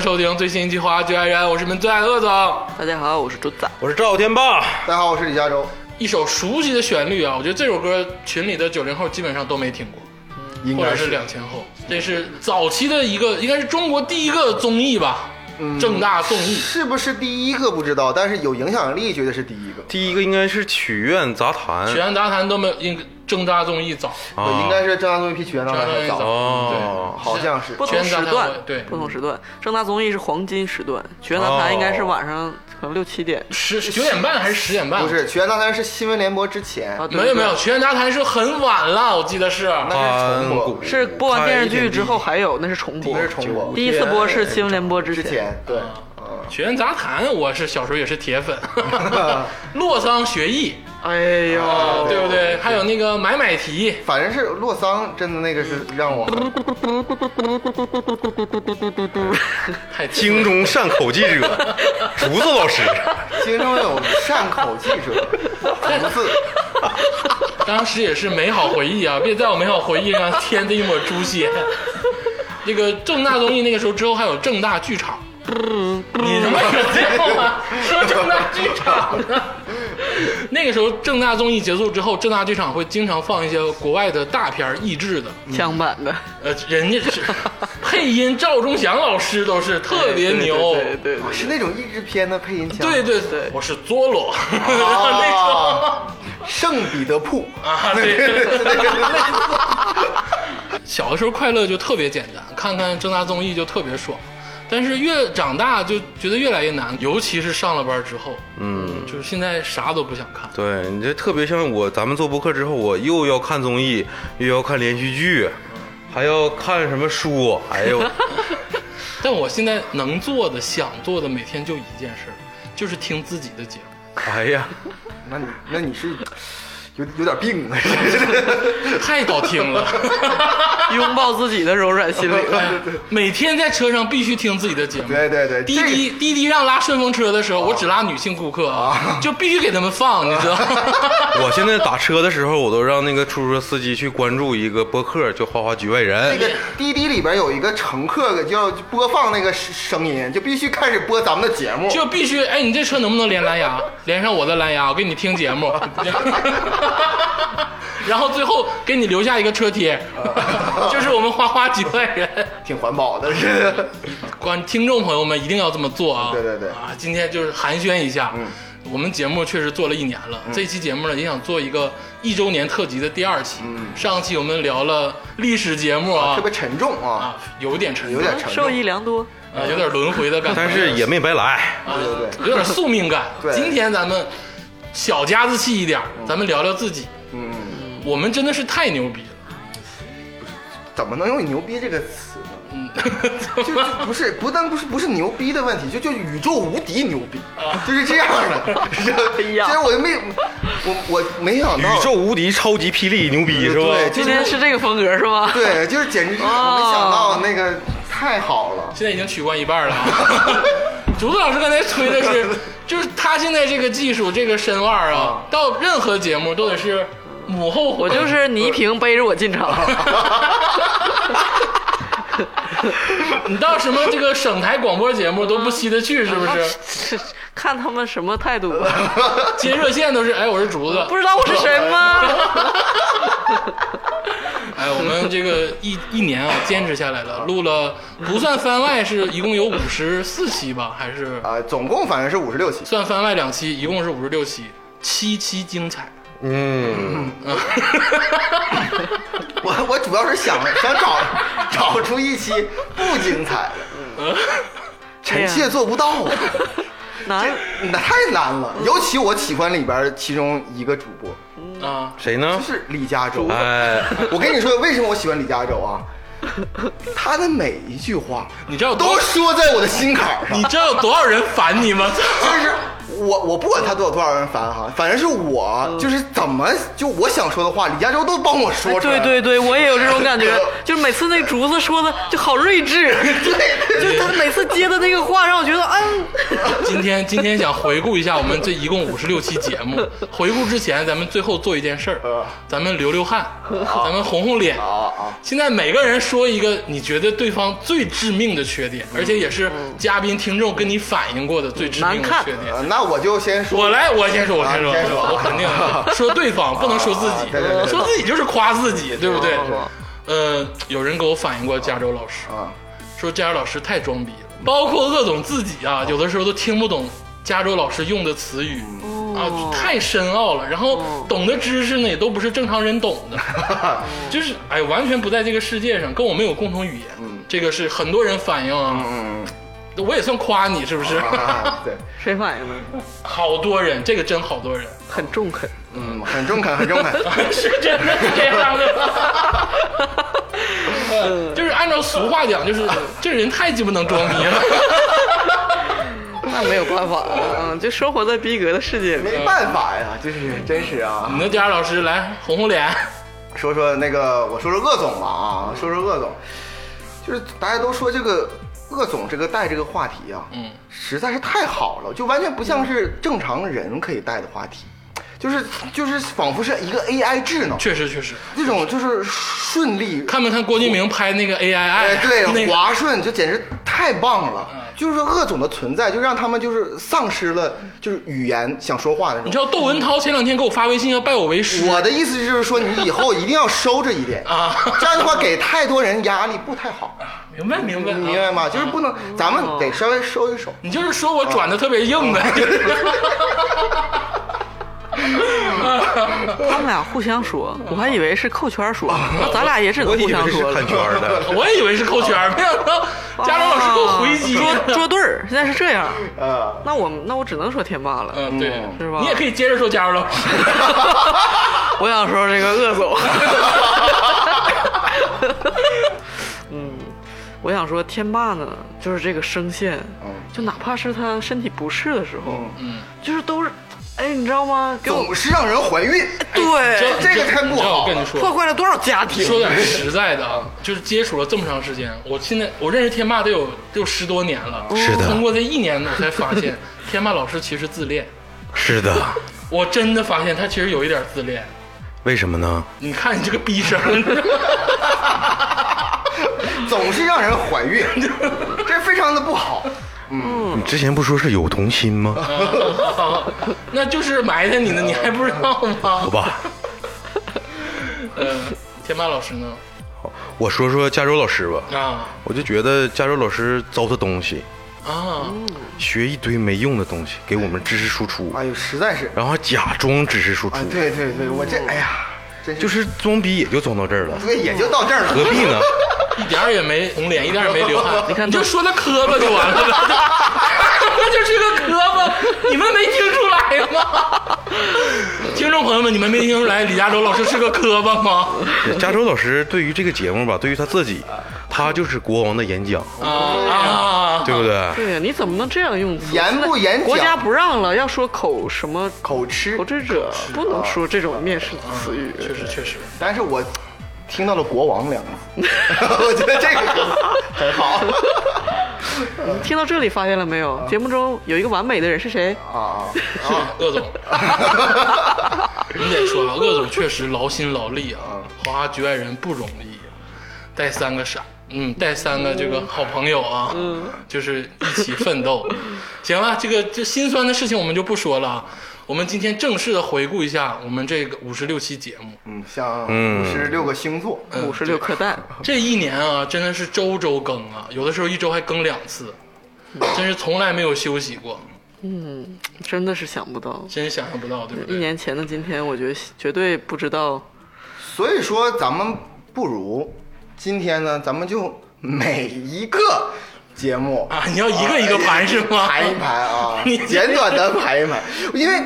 收听最新一期《花最爱人》，我是你们最爱的鄂总。大家好，我是朱仔。我是赵天霸，大家好，我是李佳洲，一首熟悉的旋律啊，我觉得这首歌群里的九零后基本上都没听过，应或者该是两千后。这是早期的一个，应该是中国第一个综艺吧，嗯正大综艺。是不是第一个不知道，但是有影响力，绝对是第一个，第一个应该是曲苑杂谈，嗯曲苑杂谈都没有，应正大综艺早，啊应该是正大综艺比曲苑大正大综还艺早，哦，好像是不同时段全杂谈，对不同时段。正大综艺是黄金时段，曲苑杂谈应该是晚上可能六七点十九点半还是十点半？不，是曲苑大谈是新闻联播之前，啊。对没有没有，，对曲苑杂谈是很晚了，我记得是。那是重播盘古，是播完电视剧之后还有那是重播那，是重播第一次播是新闻联播之之前，对，嗯曲苑杂谈，我是小时候也是铁 粉，洛桑学艺，哎呦，哦对不对？还有那个买买提，反正是洛桑真的那个是让 我太精京中善口技者，竹子老师，心中有善口技者，不字，当时也是美好回忆啊！别在我美好回忆上添的一抹诛 仙。这个正大综艺那个时候之后还有正大剧场，你他妈有病吗？ 说正大剧场 呢？那个时候正大综艺结束之后，正大剧场会经常放一些国外的大片儿译制的，枪版的，呃，人 家是配音赵忠祥老师都是特别哎牛，对对对对对是那种译制片的配音腔，对对哦对我是佐罗， 那时 候。啊，圣彼得瀑，啊， 对，小的时候快乐就特别简单，看看正大综艺就特别爽。但是越长大就觉得越来越难，尤其是上了班之后，嗯，就是现在啥都不想看。对你这特别像我，咱们做播客之后，我又要看综艺，又要看连续剧，还要看什么书，哎呦，但我现在能做的、想做的，每天就一件事儿，就是听自己的节目，哎呀，那你那你是有有点病啊， 太好听了。拥抱自己的柔软心 灵。每天在车上必须听自己的节目。对对对，滴这个滴滴滴让拉顺风车的时候，我只拉女性顾客啊，就必须给他们放，你知道吗？我现在打车的时候，我都让那个出租车司机去关注一个播客，叫《花花局外人》。那个滴滴里边有一个乘客要播放那个声音，就必须开始播咱们的节目。 就必须哎，你这车能不能连蓝牙？连上我的蓝牙，我给你听节目， 然后最后给你留下一个车贴， 就是我们花花几万人。挺环保的，是。啊观听众朋友们一定要这么做啊！对对嗯对啊，今天就是寒暄一下，我们节目确实做了一年嗯了，这期节目呢也想做一个一周年特辑的第二期。上期我们聊了历史节目啊，特别沉重嗯啊，啊有点沉有重，点沉重受。益良多，啊，有点轮回的感觉，但是也没白来，啊对对对，有点宿命感。 对今天咱们小家子气一点，咱们聊聊自己。嗯，我们真的是太牛逼了。 怎么能用“牛逼”这个词呢？嗯，就就不是不但不是不是牛逼的问题，就就宇宙无敌牛逼，啊就是这样 的。是吧哎呀其实我就没我我没想宇到宙无敌，超级霹雳，牛逼是吧？嗯对今天是这个风格是吧？ 对，就是简直就是我没想到那个太好了。现在已经取关一半了 啊。竹子老师刚才吹的是，就是他现在这个技术，这个身腕儿嗯啊，到任何节目都得是母后我就是倪萍背着我进场， 你到什么这个省台广播节目都不稀得去，是不 是？ 看他们什么态度吧，接热线都是，哎，我是竹子，不知道我是谁吗？ 哎，我们这个一一年啊，坚持下来了，录了不算番外是一共有五十四期吧，还是啊，总共反正是五十六期，算番外两期，一共是五十六期，七期精彩。嗯，我我主要是想想找找出一期不精彩的，臣妾做不到啊，难 那太难了。尤其我喜欢里边其中一个主播，啊，谁就呢？是李嘉洲。哎， 我跟你说，为什么我喜欢李嘉洲啊？他的每一句话你知道有多都说在我的心坎上你，知道有多少人烦你吗？ 就是我我不管他多少多少人烦哈，反正是我就是怎么就我想说的话，李嘉洲都帮我说出对来了。哎对对，我也有这种 感觉，就是每次那竹子说的就好睿智，对对就他每次接的那个话让我觉得，嗯，今今天今天想回顾一下我们这一共五十六期节目。回顾之前，咱们最后做一件事儿，咱们流流汗，咱们红红脸。啊啊！现在每个人说一个你觉得对方最致命的缺点，嗯而且也是嘉宾听众跟你反映过的最致命的缺点。呃那我就先说，我来，我先说，我先说，啊你先说我肯定说对方，不能说自己，啊对对对对说自己就是夸自己，对不对是？呃，有人给我反映过加州老师，啊，说加州老师太装逼了，包括鄂总自己啊，有的时候都听不懂加州老师用的词语。啊，太深奥了，然后懂的知识呢，也都不是正常人懂的， 就是哎，完全不在这个世界上，跟我们有共同语言，这个是很多人反映啊，嗯，我也算夸你是不 是？啊对，谁反应的？好多人，这个真好多人，很中肯，嗯，很中肯，很中肯。 是真的是这样的 吗？呃就是按照俗话讲， 就是这人太鸡巴能装逼了。那没有办法，嗯，就生活在逼格的世界里。没办法呀，就是真是啊。你的家老师来红红 脸，说说那个，我说说鄂总吧啊，说说鄂总，就是大家都说这个鄂总这个带这个话题啊，嗯，实在是太好了，就完全不像是正常人可以带的话题，就是就是仿佛是一个 AI 智能，确实确实，这种就是顺利，看没看郭敬明拍那个 A I 哎 I？那对，个嗯滑顺就简直太棒了，就是说鄂总的存在就让他们就是丧失了就是语言想说话的那你种知。道窦文涛前两天给我发微信要拜我为师，我的意思就是说，你以后一定要收着一点啊这样的话给太多人压力不 太好。明白明白你明白啊吗？就是不能，咱们得稍微收一收。你就是说我转的特别硬啊呗。他们俩互相说，我还以为是扣圈说，那咱俩也只我能以互为相是说了看。圈儿的， 我也以为是扣圈儿，没想啊到 家长老师给我回击啊了。捉对儿，现在是这样。呃，那我那我只能说天霸了。嗯，对，是吧你也可以接着说家长老师。 我想说这个鄂总， 嗯，我想说天霸呢，就是这个声线，嗯就哪怕是他身体不适的时候，嗯，就是都是，哎，你知道吗？给我总是让人怀 孕。对 这个太不你知好了道我跟你说，破坏了多少家庭？ 说点实在的啊，就是接触了这么长时间，我现在我认识天霸得有得有十多年了，哦是的通过这一年我才发现， 天霸老师其实自恋，是的，我真的发现他其实有一点自恋。为什么呢？你看你这个逼声， 总是让人怀孕，这非常的不好。你之前不说是有童心吗？ 嗯那就是埋汰你呢，你还不知道 好 吗？吧，呃，天霸老师呢？我说说加州老师吧，啊我就觉得加州老师糟蹋东西，啊，学一堆没用的东西给我们知识输出，哎呦，实在是，然后还假装知识输出哎啊，，对对对，我这，哎呀，真，就是是装逼也就装到这儿了，对，也就到这儿嗯何了。必 呢？一点儿也没红脸，一点儿也没流汗，你看就说他磕巴就完了呗，那就是个磕巴，你们没听出来吗？听众朋友们，你们没听出来李嘉洲老师是个磕巴吗？是加州老师对于这个节目吧，对于他自己，他就是国王的演讲，啊啊！对不对？对呀，你怎么能这样用词？严不严国家讲？不让了，要说口什么口啊嗯吃口，吃者，不能说这种面试词语。确实确实，但是我听到了“国王”两个字，我觉得这个很好。听到这里发现了没嗯有？节目中有一个完美的人是谁？啊啊，是鄂 总，你得说啊，鄂总确实劳心劳力啊，华华局外人不容易，带三个傻，嗯，带三个这个好朋友啊，嗯就是一起奋斗。行了，这个这心酸的事情我们就不说了啊，我们今天正式的回顾一下我们这个五十六期节目，嗯，像嗯五十六个星座，嗯五十六颗蛋，这一年啊，真的是周周更啊，有的时候一周还更两次，真是从来没有休息过，真的是想不到。真想象不到，对不一对？年前的今天，我觉得绝对不知道。所以说，咱们不如今天呢，咱们就每一个节目啊，你要一个一个盘是吗？排一排啊，简短的排一排，因为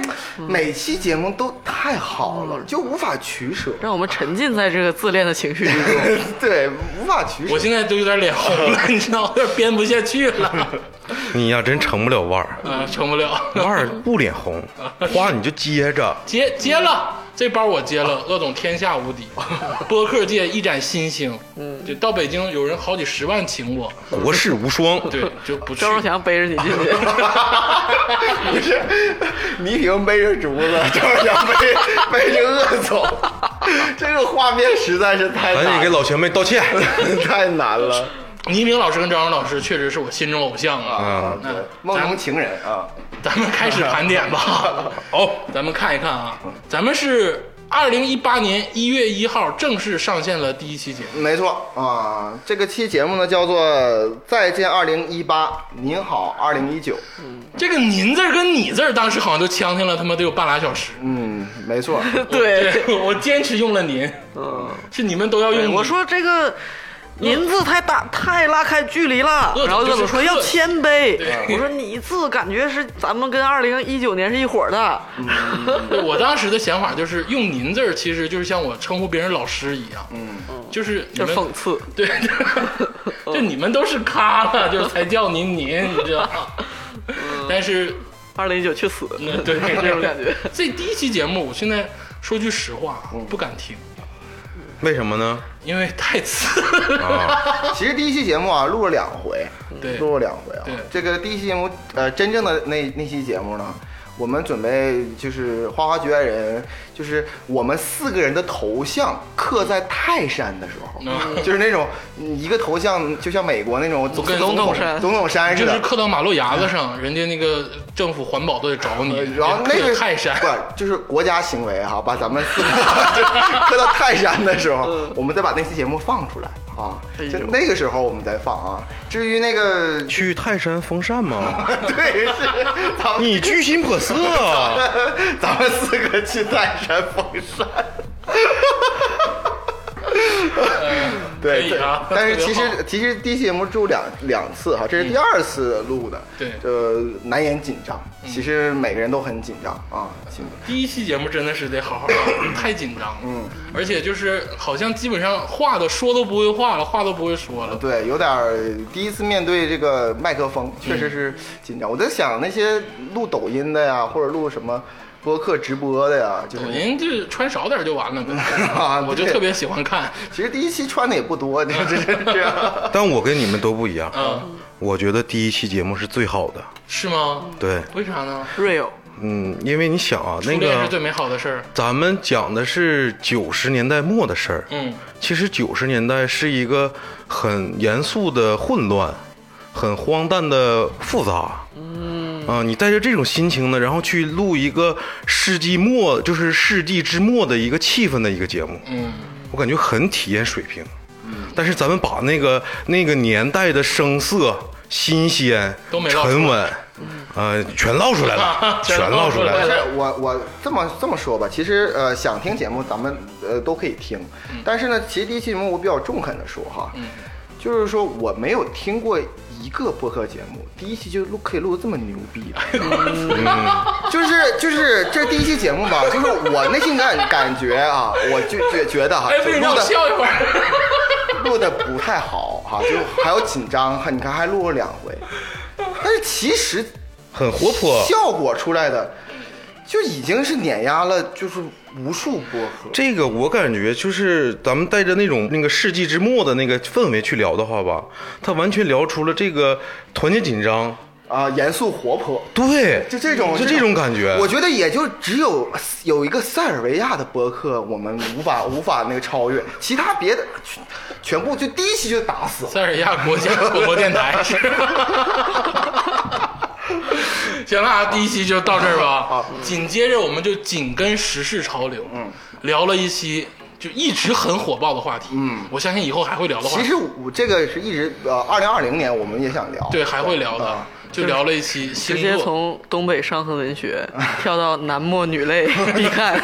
每期节目都太好了，就无法取舍，让我们沉浸在这个自恋的情绪之中。 对，无法取 我舍。现在都有点脸红了，你知道，我有点编不下去了，你呀，真成 不了腕儿，啊，成不了， 腕儿不脸红，话你就接着，接接了，这包我接了，鄂总天下无敌，播客界一展新星。嗯，就到北京有人好几十万请我，国士无双。对，就不去赵。忠祥背着你进 去， 不是，倪萍背着竹子， 赵阳背背着鄂总， 这个画面实在是太赶哎紧难给了，老前辈道 歉 太难了倪萍老师跟张荣老师确实是我心中偶像啊。啊！对梦中情人啊，咱们开始盘点吧。好，咱们看一看啊，咱们是二零一八年一月一号正式上线了第一期节目。没错啊，这个期节目呢叫做《再见2018》，您好2019》。这个“您”字儿跟“你”字儿，当时好像就呛呛了，他妈得有半拉小时。嗯，没错，对，对， 我坚持用了“您嗯，”，是你们都要用对你。我说这个“您”字太大，太拉开距离了。鄂总然后就是怎么说客要谦卑对？我说“你”字感觉是咱们跟二零一九年是一伙儿的。对，我当时的想法就是用“您”字儿，其实就是像我称呼别人老师一样，嗯，就是你就们讽刺， 对，就就你们都是咖了，就是才叫您您，你知道吗？ 但是二零一九去 死，那对嗯这种感觉。这第一期节目，我现在说句实话啊，嗯不敢听，为什么呢？因为太次。啊，其实第一期节目啊录了两回，对录了两回啊对。这个第一期节目，呃，真正的那那期节目呢，我们准备就是花花局外人，就是我们四个人的头像刻在泰山的时候，嗯就是那种嗯一个头像就像美国那种总跟总总统统山总统山似就是的。刻到马路牙子上，人家那个政府环保都得找你呃，然后那刻个泰山，不就是国家行为哈、把咱们四个磕到泰山的时候，我们再把那期节目放出来啊，哎呦就那个时候我们再放啊。至于那个去泰山封禅 吗？对，是咱们你居心叵测啊！ 咱们四个去泰山封山。 可对，以啊但但是其特别实其实第一期节目录两两次哈，这是第二次录的，嗯对嗯呃，难掩紧张，其实每个人都很紧张啊，紧张第一期节目真的是得好好聊，太紧张了。嗯，而且就是好像基本上话都说都不会话了，话都不会说了。对，有点儿第一次面对这个麦克风，确嗯实是紧张。我在想那些录抖音的呀，或者录什么播客直播的呀，就是抖音就穿少点就完了呗 啊我就对特别喜欢看，其实第一期穿的也不多，你说 这是这样。 但我跟你们都不一样，嗯，我觉得第一期节目是最好的。是吗？对，为啥呢？ real，嗯，因为你想啊，初那恋是个最美好的事儿。咱们讲的是九十年代末的事儿，嗯，其实九十年代是一个很严肃的混乱，很荒诞的复杂。嗯，啊，你带着这种心情呢，然后去录一个世纪末，就是世纪之末的一个气氛的一个节目，嗯，我感觉很体验水平。但是咱们把那个那个年代的声色、新鲜、都没唠出来沉稳，呃，全唠出来了，全全唠唠出出来来了了但。是我我这么这么说吧，其实呃想听节目咱们呃都可以听，嗯但是呢，其实第一期节目我比较中肯的说哈，就是说我没有听过一个播客节目，第一期就录可以录得这么牛逼的，嗯 就是就是这第一期节目吧，就是我内心感感觉啊，我就觉觉得哈，哎，不就行，让录我的笑一会儿。录的不太好哈，就还有紧张哈，你看还录了两回，但是其实很活泼。效果出来的就已经是碾压了，就是无数播客。这个我感觉就是咱们带着那种那个世纪之末的那个氛围去聊的话吧，他完全聊出了这个团结紧张，啊、严肃活泼，对，就这种就这种感觉。我觉得也就只有有一个塞尔维亚的播客，我们无法无法那个超越，其他别的全全部就第一期就打死了。塞尔维亚国家广播电台是。行了啊，第一期就到这儿吧好。紧接着我们就紧跟时事潮流，嗯，聊了一期就一直很火爆的话题，嗯，我相信以后还会聊的话其题，实我这个是一直呃，二零二零年我们也想聊，对，还会聊的啊，就聊了一期星 直接座。从东北伤痕文 学跳到南漠女 泪必看。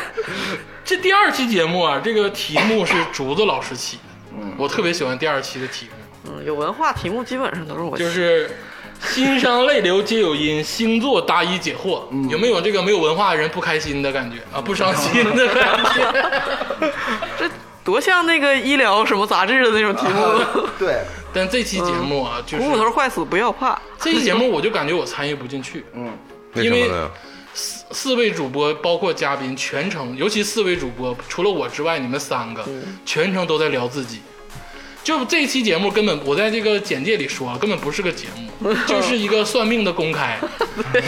这第二期节目啊，这个题目是竹子老师起的，嗯，我特别喜欢第二期的题目，嗯，有文化题目基本上都是我就起是。心伤泪流皆有因，星座答疑解惑。有没有这个没有文化的人不开心的感觉啊？不伤心的感觉。这多像那个医疗什么杂志的那种题 目。对，但这期节目啊，就股骨是头坏死不要怕，这期节目我就感觉我参与不进去，嗯，为什么呢？四四位主播包括嘉宾全程，尤其四位主播除了我之外，你们三个全程都在聊自己。就这期节目根本我在这个简介里说了，根本不是个节目，就是一个算命的公开。不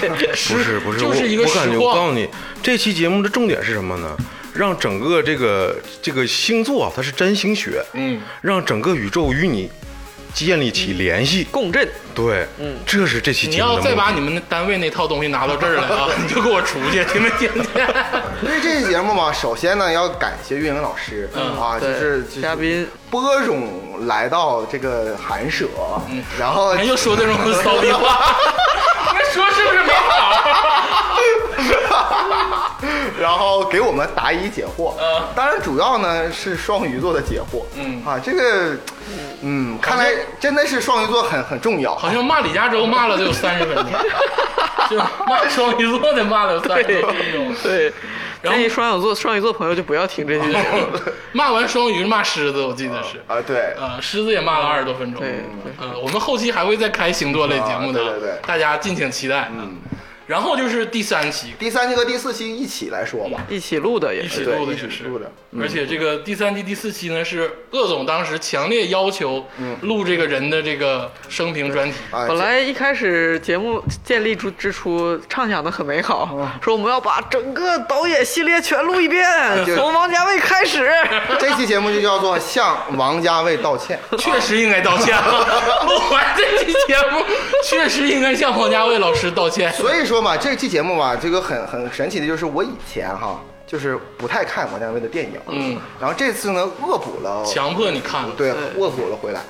是不是，就是一个我我感实觉，况我告诉你，这期节目的重点是什么呢？让整个这个这个星座啊，它是占星学，嗯，让整个宇宙与你建立起联系。共振，对，嗯，这是这期你节目要的再目把的。你们那单位那套东西拿到这儿来 啊，你就给我出去，听没听 见？因为这期节目嘛，首先呢要感谢岳明老师、啊，就对是就是嘉宾播种来到这个寒舍，然后人又说这种骚逼话， 那说是不是没好？ 然后给我们答疑解惑。当然主要呢是双鱼座的解惑。嗯啊，这个嗯，看来真的是双鱼座很很重要。好像骂李嘉洲骂了得有三十分钟，就骂双鱼座的骂了有三十多分钟。对。然后哦建议双鱼座双鱼座朋友就不要听这期节目， 骂完双鱼骂狮子，我记得是，啊，对，呃，狮子也骂了二十多分钟。对对呃，我们后期还会再开星座类节目的，啊对对对大家敬请期待。嗯，然后就是第三期，第三期和第四期一起来说吧。一起录的也一是起对录的一起也是录的，嗯而且这个第三期、第四期呢，是鄂总当时强烈要求录这个人的这个生平专题。嗯啊，本来一开始节目建立之之初，畅想的很美好，哦说我们要把整个导演系列全录一遍， 就从王家卫开始。这这期节目就叫做向王家卫道歉。确实应该道歉 了，录完这期节目，确实应该向王家卫老师道歉。所以说嘛，这期节目吧，这个很很神奇的就是我以前哈，就是不太看王家卫的电影，嗯，然后这次呢恶补了，强迫你看了，对，恶补了回来，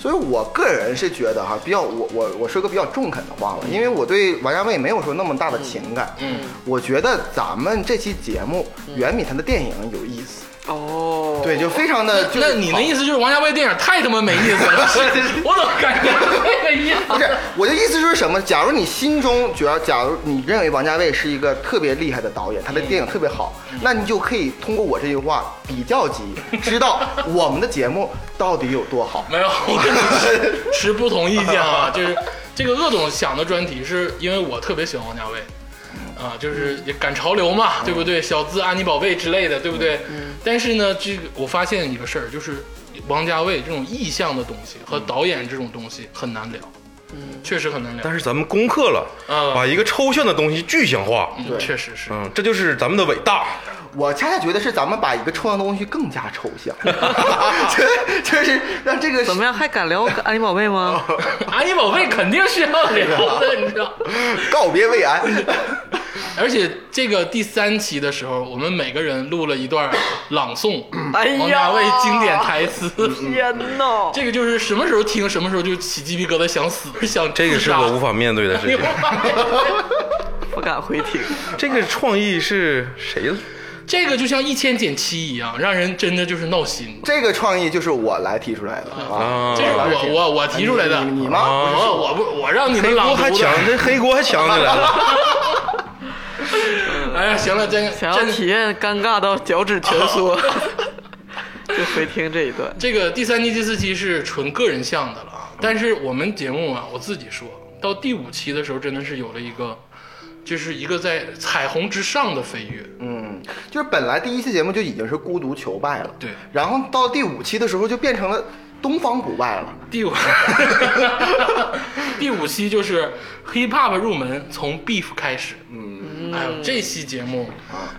所以我个人是觉得哈，比较我我我说个比较中肯的话吧，因为我对王家卫没有说那么大的情感，嗯，我觉得咱们这期节目嗯远比他的电影有意思，哦，对，就非常的，就是那你那意思就是王家卫电影太他妈没意思 了？我怎么感觉这个意不思？是，我的意思就是什么？假如你心中觉得，假如你认为王家卫是一个特别厉害的导演，他嗯的电影特别好，那你就可以通过我这句话比较级，知道我们的节目到底有多好。没有，我跟你持持不同意见啊，就是这个鄂总想的专题，是因为我特别喜欢王家卫。啊，就是也赶潮流嘛，对不对？小资、安妮宝贝之类的，对不对？但是呢，这个我发现一个事儿，就是王家卫这种意象的东西和导演这种东西很难聊，确实很难聊但。是咱们攻克了，嗯把一个抽象的东西具象化，嗯确实 是。嗯，这就是咱们的伟大。我恰恰觉得是咱们把一个抽象的东西更加抽 象，这就是让这个怎么样？还 敢聊安妮宝贝吗？哦安妮宝贝肯定是要聊的，你知道。告别未安。而且这个第三期的时候，我们每个人录了一段朗诵哎呀嗯王家卫经典台词。天呐，这个就是什么时候听，什么时候就起鸡皮疙瘩，想死，想这个是我无法。法面对的哎事情。不敢回听。这个创意是谁 的？ 这个就像一千减七一样，让人真的就是闹心。这个创意就是我来提出来的啊，啊这是老师我提我我提出来的，你你吗？啊我我不我让你们黑锅朗还读抢，的。这黑锅还抢起 来了。哎呀，行了，真想要真体验尴尬到脚趾蜷 缩，就回听这一段。这个第三期、第四期是纯个人向的了啊，但是我们节目啊，我自己说到第五期的时候，真的是有了一个，就是一个在彩虹之上的飞跃。嗯，就是本来第一期节目就已经是孤独求败了，对然后到第五期的时候就变成了东方不败了，第五， 第五期就是 hip hop 入门，从 beef 开始。嗯，哎呦，这期节目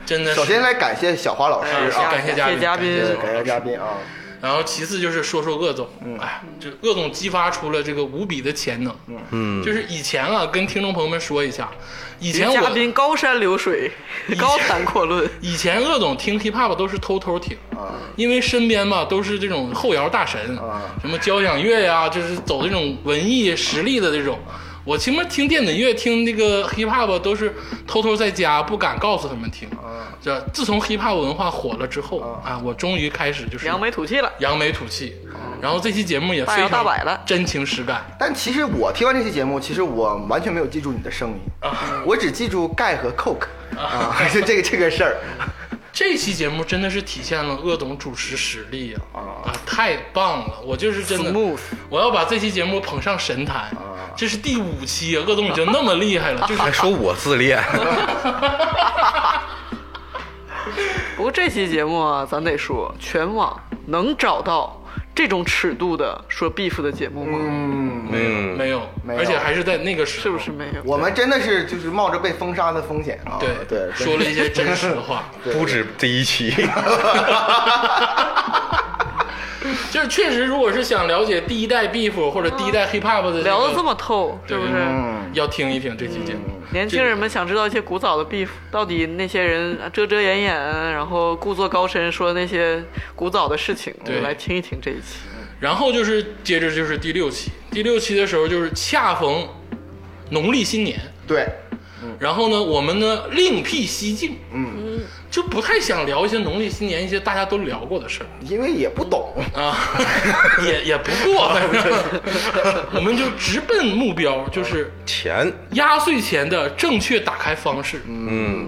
真的是，首先来感谢小花老师哎啊，感谢嘉宾嘉对宾，感谢嘉宾啊，然后其次就是说说鄂总，哎，这鄂总激发出了这个无比的潜能。嗯，就是以前啊，跟听众朋友们说一下，以前我嘉宾高山 流水，高谈阔论。以前鄂总听 hip hop 都是偷偷听，因为身边嘛都是这种后摇大神，什么交响乐呀、就是走这种文艺实力的这种。我前面听电子乐、听那个 hip hop 都是偷偷在家不敢告诉他们听。这自从 hip hop 文化火了之后啊，我终于开始就是扬眉吐气了，扬眉吐气。然后这期节目也非大摇常大摆了真情实感。但其实我听完这期节目，其实我完全没有记住你的声音，啊我只记住钙和 Coke 啊，就这个这个事儿，这期节目真的是体现了鄂总主持实力啊！啊，太棒了！我就是真的 Smooth，我要把这期节目捧上神坛，这是第五期啊，鄂总已经那么厉害了，就是还哎说我自恋，不过这期节目啊，咱得说，全网能找到这种尺度的说 beef 的节目吗？嗯，嗯，没有，没有而且还是在那个时候，是不是？没有？我们真的是就是冒着被封杀的风险啊！对对，说了一些真实话，不止第一期，就是确实，如果是想了解第一代 beef 或者第一代 hip hop 的、聊的这，么透，是不是？嗯，要听一听这期节目。年轻人们想知道一些古早的 beef，到底那些人啊遮遮掩掩，然后故作高深说那些古早的事情，我对们来听一听这一期。然后就是接着就是第六期，第六期的时候就是恰逢农历新年，对，然后呢，我们呢另辟蹊径，嗯，就不太想聊一些农历新年一些大家都聊过的事儿。因为也不懂，嗯 啊，也也不过，啊反正 我们就直奔目标，就是钱，压岁钱的正确打开方式。嗯，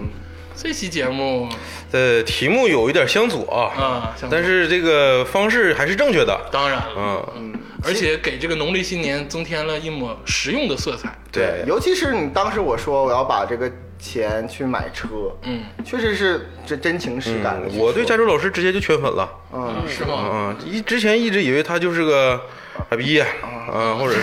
这期节目呃，题目有一点相左啊相左但是这个方式还是正确的，当然了，嗯，而且给这个农历新年增添了一抹实用的色彩。啊对，尤其是你当时我说我要把这个钱去买车，嗯，确实是这真情实感的去嗯说。我对加州老师直接就圈粉了，嗯，是吗？嗯，一之前一直以为他就是个傻逼，嗯， 或者是，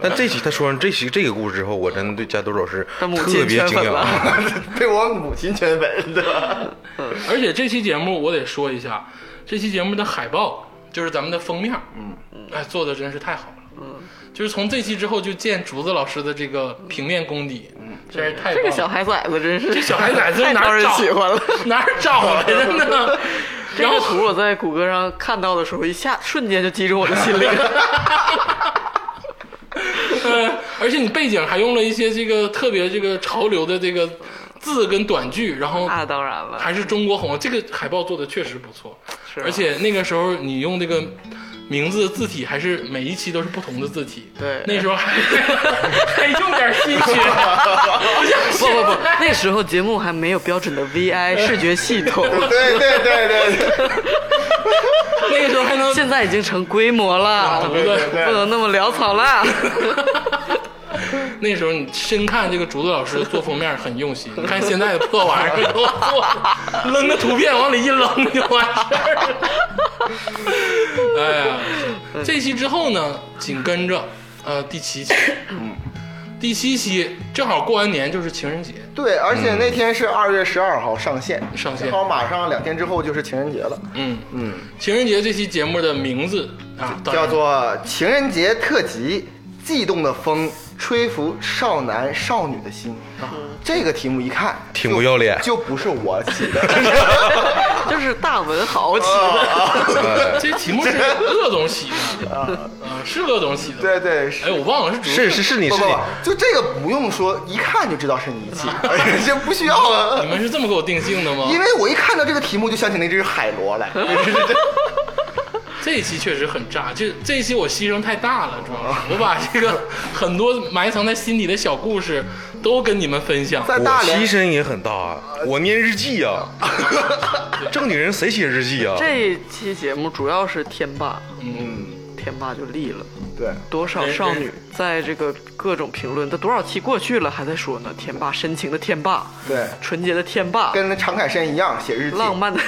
但这期他说完这期这个故事之后，我真的对加州老师他母特亲别圈敬粉仰。了， 被我母亲圈粉的， 而且这期节目我得说一下，这期节目的海报就是咱们的封面，嗯，哎，做的真是太好了。嗯，就是从这期之后就见竹子老师的这个平面功底，嗯，真是太棒了。这个小孩崽子真是，这小孩崽子太哪招儿人找啊喜欢了。 哪儿找 来的呢？这然个后图我在谷歌上看到的时候，一下瞬间就击中我的心灵。呃，而且你背景还用了一些这个特别这个潮流的这个字跟短句，然后 那当然了，还是中国红，啊这个海报做的确实不错。是啊吧而且那个时候你用这个名字的字体，还是每一期都是不同的字体。对那时候 还还有点心虚。不不不， 那时候节目还没有标准的 VI 视觉系统，对对对对对。那个时候还能 现在已经成规模了，对对对不能那么潦草了。那时候你深看这个竹子老师做封面很用心，你看现在的破玩意儿给我做，扔个图片往里一扔就完事儿了。哎呀，这期之后呢，紧跟着呃第七期，嗯，第七期正好过完年就是情人节，对，而且那天是二月十二号上线，上线正好马上两天之后就是情人节了，嗯嗯，情人节这期节目的名字啊叫做情人节特辑：悸动的风吹拂少男少女的心。嗯这个题目一看挺不要脸就就不是我起 的， 就是大文豪起啊的，当然这题目是鄂总起的啊，是鄂总起的，对，对是哎，。我忘了是竹子是是是你不是不你不，，就这个不用说，一看就知道是你起， 这不需要你啊，们是这么给我定性的吗？因为我一看到这个题目就想起那只海螺来，这一期确实很炸，这这一期我牺牲太大了，主要是我把这个很多埋藏在心底的小故事都跟你们分享。在我大连牺牲也很大啊，我念日记 啊，正经人谁写日记啊？这一期节目主要是天霸，嗯，天霸就立了。对，多少少女在这个各种评论，都多少期过去了，还在说呢？天霸，深情的天霸，对纯洁的天霸，跟那常凯申一样写日记，浪漫的，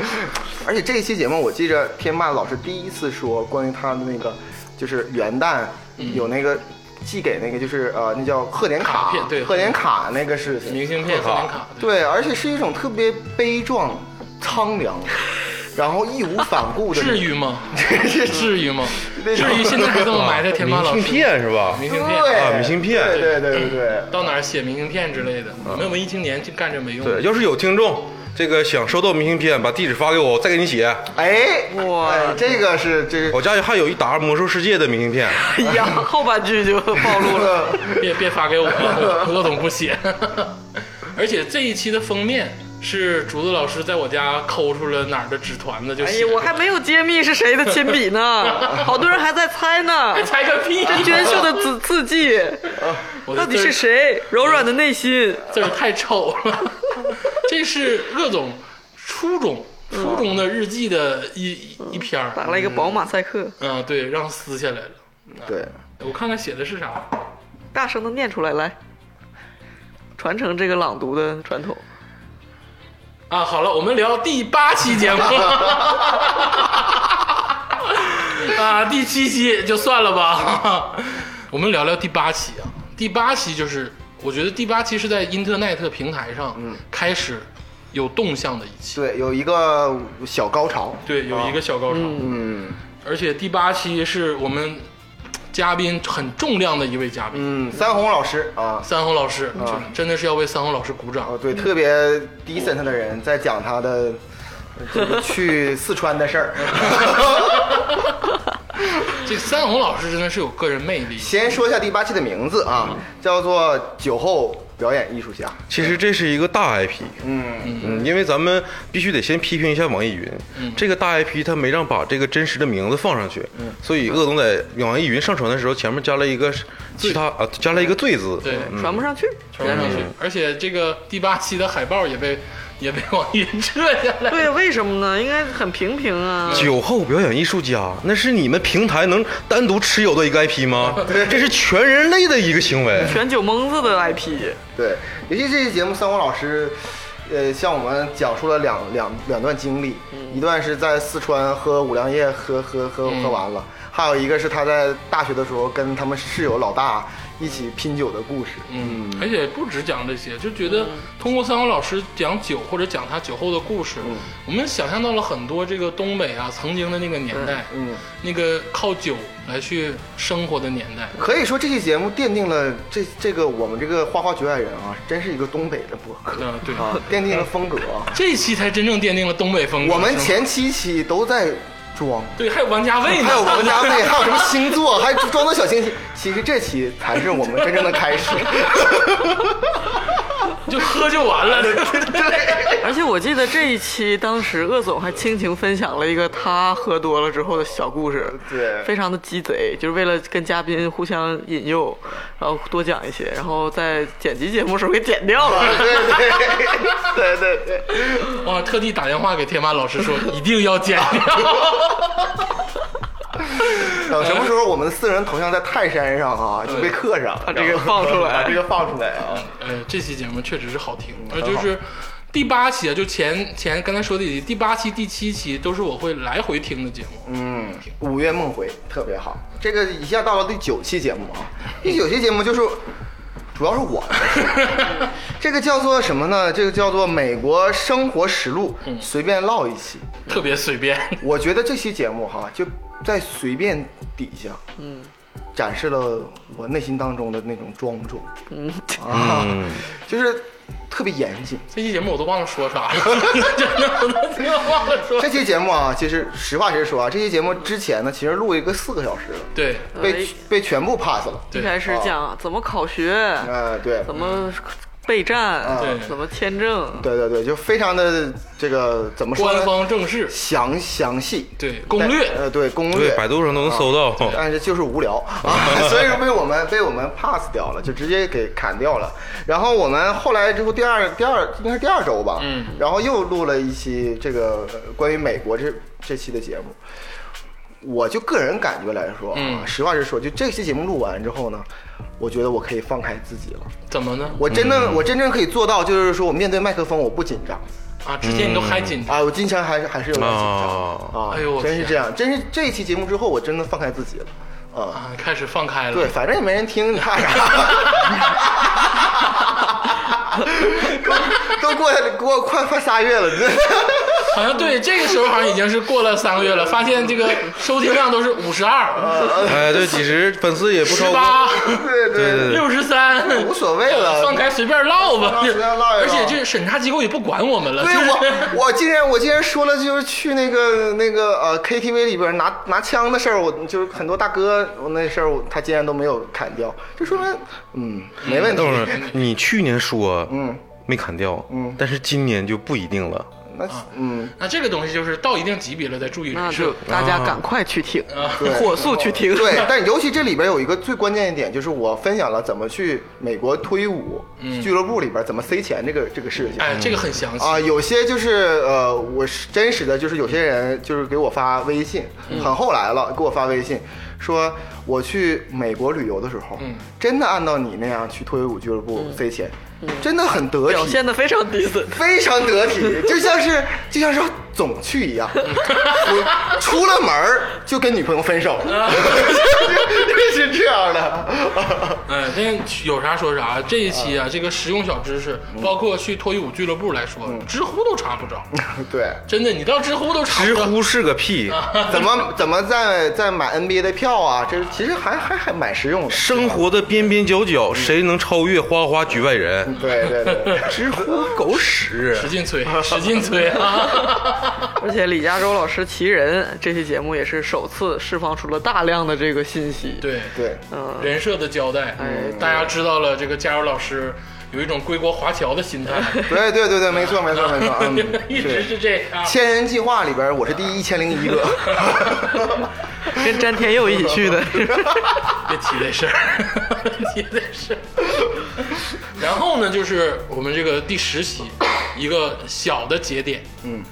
而且这一期节目，我记着天霸老师第一次说关于他的那个，就是元旦有那个寄给那个，就是呃，那叫贺年卡，嗯卡片对贺年卡那个事情，明信片、贺年卡，对，而且是一种特别悲壮、苍凉，然后义无反顾的，至于吗？至于吗？那至种于现在还这么埋汰天霸 明老信师？片是吧？明信片，对啊明信片对对对对对，到哪儿写明信片之类的？你们文艺青年就干这没用的。对，要是有听众这个想收到明信片，把地址发给我，我再给你写。哎，哇哎这个是这我家还有一沓《魔兽世界》的明信片， 哎呀，后半句就暴露了。别别发给我，我总不写。 而且这一期的封面是竹子老师在我家抠出了哪儿的纸团子就哎写呀，了。我还没有揭秘是谁的铅笔 呢，好多人还在猜呢。 猜个屁！这娟秀的字字迹，我的到底字儿是谁？柔软的内心， 字儿太丑了。这是鄂总初中初中的日记的一、一篇儿，打了一个宝马赛克，嗯，对，让撕下来了。对，我看看写的是啥。大声的念出来，来，传承这个朗读的传统。啊，好了，我们聊第八期节 目。啊，第七期就算了吧。 我们聊聊第八期啊，第八期就是我觉得第八期是在因特奈特平台上嗯开始有动向的一期，对，有一个小高潮，对，有一个小高潮，嗯而且第八期是我们嘉宾很重量的一位嘉宾，嗯，三红老师啊，三红老师，就是真的是要为三红老师鼓掌哦，。对，特别 decent 的人在讲他的这个去四川的事儿。 这三红老师真的是有个人魅力，先说一下第八期的名字啊，叫做“酒后表演艺术家其实这是一个大 IP，”。嗯，嗯，因为咱们必须得先批评一下网易云，嗯这个大 IP 它没让把这个真实的名字放上去，所以鄂总在网易云上传的时候，前面加了一个其他啊，加了一个“罪”字，对嗯传不上去，传上嗯去，而且这个第八期的海报也被也被网易云撤下来。对，为什么呢？应该很平平啊。酒后表演艺术家，那是你们平台能单独持有的一个 IP 吗？这是全人类的一个行为。全酒蒙子的 IP，对，尤其这期节目，三红老师。呃，向我们讲述了两两两段经历，一段是在四川喝五粮液喝喝喝喝完了，还有一个是他在大学的时候跟他们室友老大一起拼酒的故事。嗯，而且不只讲这些，就觉嗯得通过三好老师讲酒或者讲他酒后的故事，嗯我们想象到了很多这个东北啊曾经的那个年代，嗯，那个靠酒来去生活的年代。可以说这期节目奠定了这这个我们这个花花局外人啊，真是一个东北的博客嗯，对，啊，奠定了风格啊。这期才真正奠定了东北风格。我们是吗前七期都在装，对还有王家卫呢，还有王家卫，还有什么星座， 还装作小星星。其实这期才是我们真正的 开始。 就喝就完了。而且我记得这一期，当时鄂总还倾情分享了一个他喝多了之后的小故事，对非常的鸡贼，就是为了跟嘉宾互相引诱，然后多讲一些，然后在剪辑节目时候给剪掉了。对对对对 对，哇，特地打电话给天马老师 说一定要剪掉。等呃什么时候我们四人头像在泰山上啊就被刻上，把这个放出来把这个放出来啊。呃，这期节目确实是好听，呃，就是第八期啊，就前前刚才说的几期第八期、第七期都是我会来回听的节目。嗯，五月梦回特别好。这个一下到了第九期节目 啊，第九期节目就是主要是我 的这个叫做什么呢？这个叫做《美国生活实录》，随便唠一期。特别随便，我觉得这期节目哈，就在随便底下，嗯，展示了我内心当中的那种庄重，嗯啊，就是特别严 谨。这期节目我都忘了说啥了，真的我都忘了说。这期节目啊，其实实话实说啊，这期节目之前呢，其实录一个四个小时了，对，被被全部 pass 了。一对开始讲怎么考学，呃，对，怎么备啊战，对怎么签证，对对对，就非常的这个怎么说官呢？方正式，详详细，对攻略但呃，对攻对略，，百度上都能啊搜到。但是就是无聊 啊，所以说被我们被我们 pass 掉了，就直接给砍掉了。然后我们后来之后第二第二应该是第二周吧，嗯，然后又录了一期这个呃关于美国这这期的节目。我就个人感觉来说啊，嗯实话实说，就这期节目录完之后呢，我觉得我可以放开自己了。怎么呢？我真嗯的，我真正可以做到，就是说我面对麦克风我不紧张啊，之前你都还紧张，啊，我经常还是还是有点紧哦张啊，哎呦我真是天这样，真是这一期节目之后，我真的放开自己了啊。啊，开始放开了。对，，反正也没人听，你怕啥？都都过过快快仨月了， 这好像对，这个时候好像已经是过了三个月了，发现这个收听量都是五十呃二、 哎，对，其实粉丝也不十超过。八、对对对对，六十三，无所谓了。放开随便唠吧放开随便唠。一 唠而且这审查机构也不管我啊们了，对就是 我，我竟然我竟然说了，就是去那个那个呃 KTV 里边拿拿枪的事儿，我就是很多大哥我那事儿，我他竟然都没有砍掉，这说明嗯没问题等。会儿，你去年说嗯没砍掉，嗯，但是今年就不一定了。那啊嗯， 那这个东西就是到一定级别了再注意那人就设，大家赶快去听，对 火速去听。啊对，但尤其这里边有一个最关键一点，就是我分享了怎么去美国推舞、俱乐部里边怎么塞钱这个这个事情。嗯哎，这个很详细。啊，有些就是呃，我是真实的，就是有些人就是给我发微信，很后来了，给我发微信说我去美国旅游的时候，真的按照你那样去推舞俱乐部塞钱，真的很得体， 表现的非常 decent，非常得体，就像是就像是总去一样，我出了门儿就跟女朋友分手，是这样的。 哎，那有啥说啥。这一期啊，这个实用小知识，嗯包括去脱衣舞俱乐部来说，知乎都查不着，对，真的，你啊到知乎都查不知着。乎是个屁，怎么怎么再再买 NBA 的票啊？这其实还还还蛮实用的。生活的边边角嗯角，谁能超越花花局外人？嗯对对对，知乎嗯狗屎！使劲催，使劲催啊！ 而且李佳州老师奇人这期节目也是首次释放出了大量的这个信息。，对，对，嗯嗯， 人设的交代，大家知道了，这个加油老师有一种归国华侨的心 态， 对对对对，没错没错没错，嗯，一直是这样。千人计划里边我是第一千零一个， 跟詹天佑一起 哦去的。别提这事儿，别提这事儿。然后呢，就是我们这个第十期一个小的节点，嗯，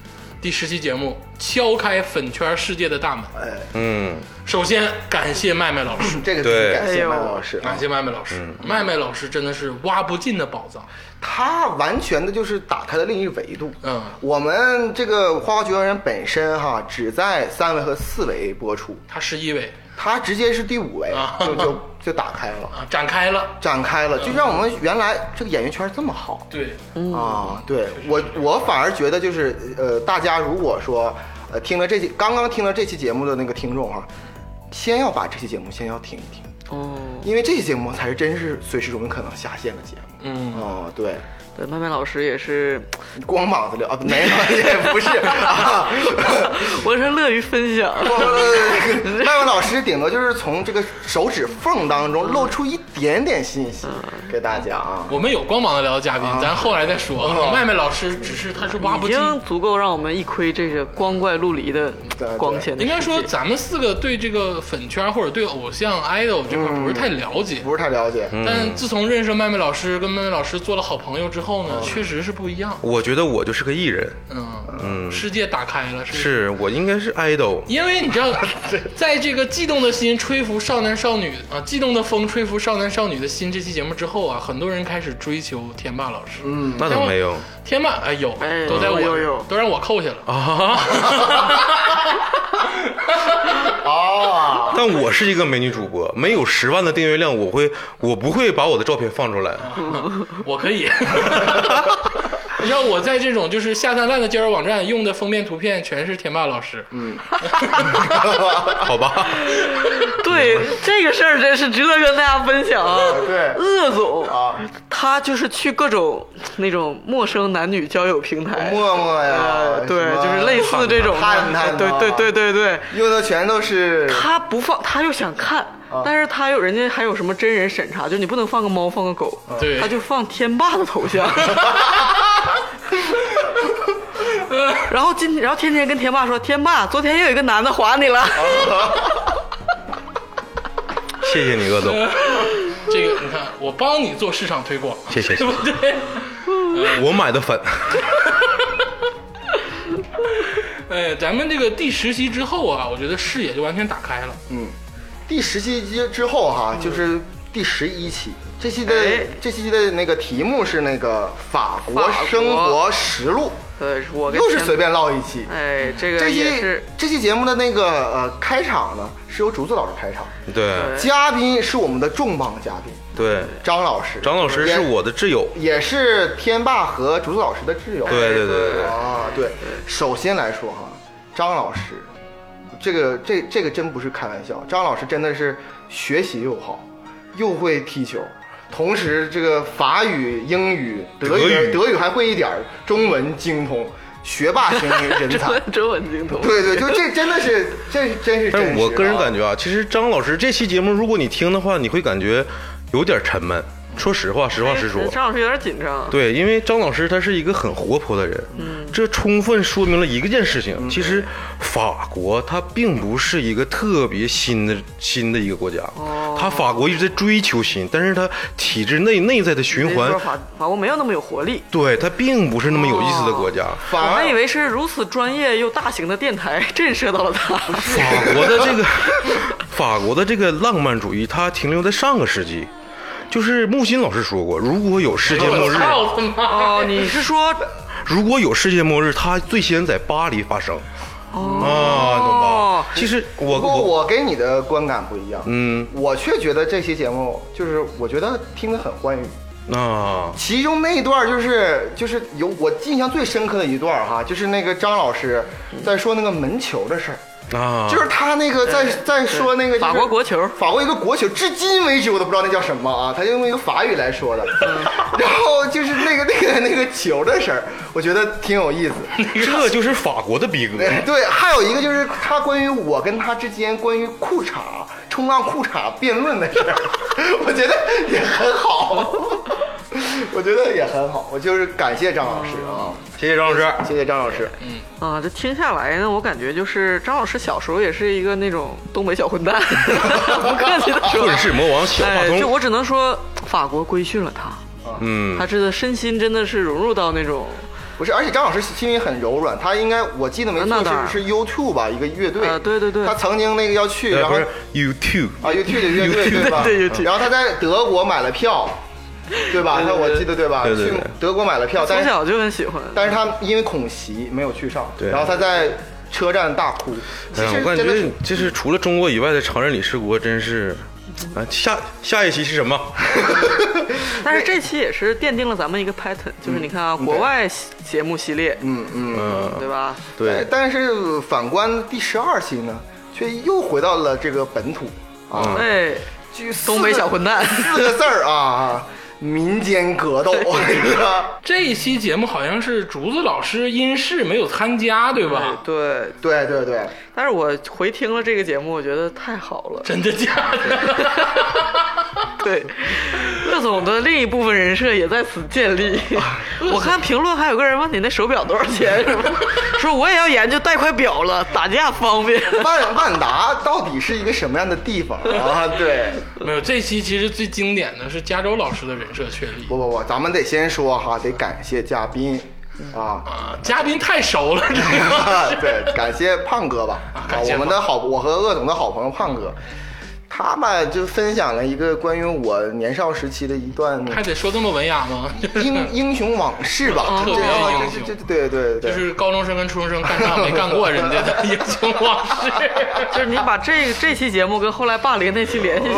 第十期节目敲开粉圈世界的大门。哎，嗯，首先感谢麦麦老师，这个必须对感谢哎呦麦老师啊感谢麦麦老师，麦麦老师真的是挖不尽的宝藏。他完全的就是打开了另一维度。嗯我们这个《花花绝缘人》本身哈，只在三维和四维播出，他十一位他直接是第五维啊就就就打开了，啊，展开了，展开了，就让我们原来这个演员圈这么好对，嗯啊！对我我反而觉得就是呃，大家如果说呃听了这期刚刚听了这期节目的那个听众哈，先要把这期节目先要听一听，哦，因为这期节目才是真是随时有可能下线的节目。嗯，哦，对。对，麦麦老师也是，光膀子聊啊，没有，也不是啊。 我是乐于分享。我麦文老师顶多就是从这个手指缝当中露出一点点信嗯息给大家啊。我们有光膀子聊的嘉宾，咱后来再说。啊。麦麦老师只是他是挖已不尽。经足够让我们一窥这个光怪陆离的对对光鲜的应该说，世界咱们四个对这个粉圈或者对偶像 idol 这块不是太了解，不是太了嗯解，但自从认识麦麦老师，跟麦麦老师做了好朋友之后呢，确实是不一样。我觉得我就是个艺人，嗯世界打开了，是是我应该是 idol。因为你知道，在这个悸动的心吹拂少男少女啊，悸动的风吹拂少男少女的心这期节目之后啊，很多人开始追求天霸老师。嗯，那倒没有，天霸哎有，哎都在我有有有都让我扣下了。但我是一个美女主播，没有十万的订阅量，我会我不会把我的照片放出来。嗯我可以。 你知道我在这种就是下三滥的交友网站用的封面图片全是天霸老师，好吧， 对 这个事儿真是值得跟大家分享啊！嗯对鄂总啊，他就是去各种那种陌生男女交友平台，陌陌呀呃，对什，么就是类似这种的探探啊对对对对对。用的全都是他不放，他又想看，啊但是他有人家还有什么真人审查，就你不能放个猫，放个狗，对他就放天霸的头像。 然后今天，然后天天跟天霸说，天霸，昨天又有一个男的划你了。啊谢谢你，鄂总， 这个你看我帮你做市场推广，谢谢谢对谢不对？我买的粉。哎，咱们这个第十期之后啊，我觉得视野就完全打开了。第十期之之后哈，就是第十一期。这期的哎这期的那个题目是那个法国法国生活实录，呃，我跟又是天随便唠一期。哎，这个这也期是这期节目的那个呃开场呢，是由竹子老师开场，对对嘉宾是我们的重磅嘉宾对，张老师，张老师是我的挚友。也，也是天霸和竹子老师的挚友。对对对对对，啊，对。首先来说哈，张老师，这个这这个真不是开玩笑，张老师真的是学习又好，又会踢球。同时，这个法语、英语、德语、德德语语还会一点儿，中文精通，学霸型人 才。中文精通。对对，就这真的是，这真是真实的啊。但是我个人感觉啊，其实张老师这期节目，如果你听的话，你会感觉有点沉闷。说实话，实话实说，哎张老师有点紧张。对，因为张老师他是一个很活泼的人，这充分说明了一个件事情，其实法国它并不是一个特别新的新的一个国家，它法国一直在追求新，但是它体制内内在的循环就是，法法国没有那么有活力，对它并不是那么有意思的国家。我反而还以为是如此专业又大型的电台 震慑到了他。法国的这个法国的这个浪漫主义，它停留在上个世纪。就是木心老师说过，如果有世界末我日，操他妈！哦，你是说如果有世界末日，它最先在巴黎发生。啊，懂哦吧？其实我不过我我给你的观感不一样，嗯我却觉得这期节目就是我觉得听得很欢愉，啊，其中那一段就是就是有我印象最深刻的一段哈，就是那个张老师在说那个门球的事儿。啊， 就是他那个在在说那个就是法国国球法国一个国球，至今为止我都不知道那叫什么啊，他就用一个法语来说的。然后就是那个那个那个球的事儿，我觉得挺有意思。这就是法国的逼格。 对，还有一个就是他关于我跟他之间关于裤衩冲浪裤衩辩论的事儿， 我觉得也很好， 我觉得也很好。我就是感谢张老师嗯啊，谢谢张老师。谢谢张老师。啊，这听下来呢，我感觉就是张老师小时候也是一个那种东北小混蛋，不客气的说，混世魔王小话哎，就筒，我只能说法国规训了他，嗯他，这个身心真的是融入到那种，不是，而且张老师心里很柔软，他应该我记得没那错当然是是 YouTube 吧，一个乐队啊对对对他曾经那个要去，对，然哎不后是 you too，啊 YouTube 的乐队 YouTube 对吧？对对 YouTube 然后他在德国买了票，对吧？那我记得对吧？对对对去德国买了票，但从是小就很喜欢。但是他因为恐袭没有去上，对然后他在车站大哭。其哎，实我感真的是觉就是除了中国以外的常任理事国，真是。啊，下下一期是什么？但是这期也是奠定了咱们一个 pattern，就是你看啊，国外节目系列，嗯嗯，嗯，对吧？对但，但是反观第十二期呢，却又回到了这个本土啊，哎，就四东北小混蛋，四个字儿啊，民间格 斗，是吧？这一期节目好像是竹子老师因事没有参加，对吧？对。对对对，但是我回听了这个节目，我觉得太好了。真的假的？ 对，乐总的另一部分人设也在此建 立。我看评论还有个人问你那手表多少钱，是 吧说我也要研究带块表了，打架方便。万万达到底是一个什么样的地方啊？对，没有，这期其实最经典的是加州老师的人设确立不不不，咱们得先说哈，得感谢嘉宾啊。啊，嘉宾太熟了，这个啊 对，感谢胖哥吧，啊感，谢我们胖的好，我和鄂总的好朋友胖哥，他吧就分享了一个关于我年少时期的一段还得说这么文雅吗？ 英英雄往事吧，啊特别英这雄这这对对就对，是高中生跟初中生干仗没干过人家的英雄往事， 就是你把这这期节目跟后来霸凌那期联系起来，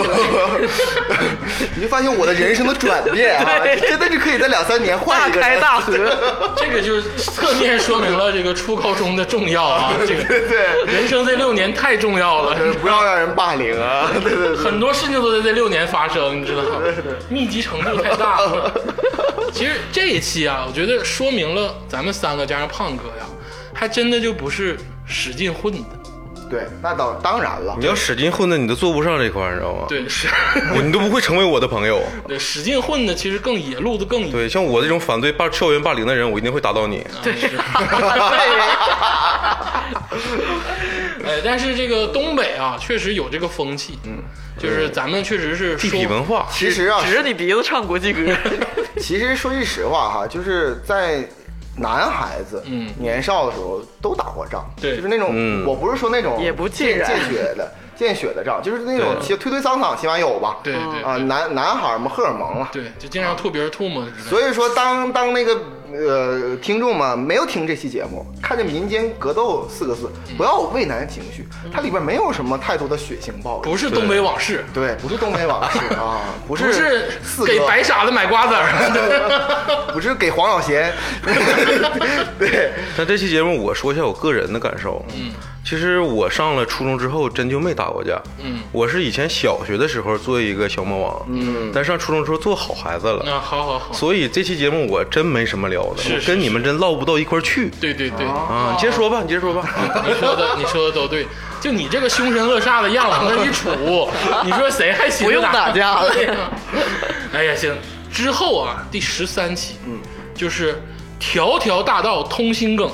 你就发现我的人生的转变 啊，对真的是可以在两三年换大一个开人大合。这个就是侧面说明了这个初高中的重要啊，这个 对，人生这六年太重要了，不要让人霸凌啊，对对对。很多事情都在这六年发生，你知道吗？密集程度太大了。其实这一期啊，我觉得说明了咱们三个加上胖哥呀，还真的就不是使劲混的。对，那倒当然了你。要使劲混的，你都做不上这块儿，你知道吗？，对，是，你都不会成为我的朋友。 对，使劲混的其实更野，路子更野。对，像我这种反对霸校园霸凌的人，我一定会打倒你。对， 哎，但是这个东北啊，确实有这个风气，嗯，就是咱们确实是地说痞文化， 其实啊，指着你鼻子唱国际歌，其实说句实话哈，就是在男孩子嗯年少的时候都打过仗，对就是那种、嗯我不是说那种也不尽见然见血的见血的仗，就是那种对其实推推搡搡起码有吧，对对啊、男男孩儿嘛荷尔蒙啊，对，就经常吐别人吐沫似的。所以说当当那个呃听众们没有听这期节目，看见“民间格斗”四个字，嗯不要畏难情绪，它里边没有什么太多的血腥暴力，不是东北往事，对，不是东北往事啊，不不是四给哥白傻子买瓜子儿。 不是给黄小 贤，对，但这期节目我说一下我个人的感受。嗯，其实我上了初中之后，真就没打过架。嗯，我是以前小学的时候做一个小魔王，嗯，但上初中之后做好孩子了，啊，好好好，所以这期节目我真没什么聊的，是我跟是嗯你们真唠不到一块儿去。对对对，啊，你接着说吧，你接着说 吧。你说的你说的都对，就你这个 凶神恶煞的样往那一杵，你说谁还寻不思用打架了对呀 哎呀，行，之后啊，第十三期，嗯，就是条条大道通心梗，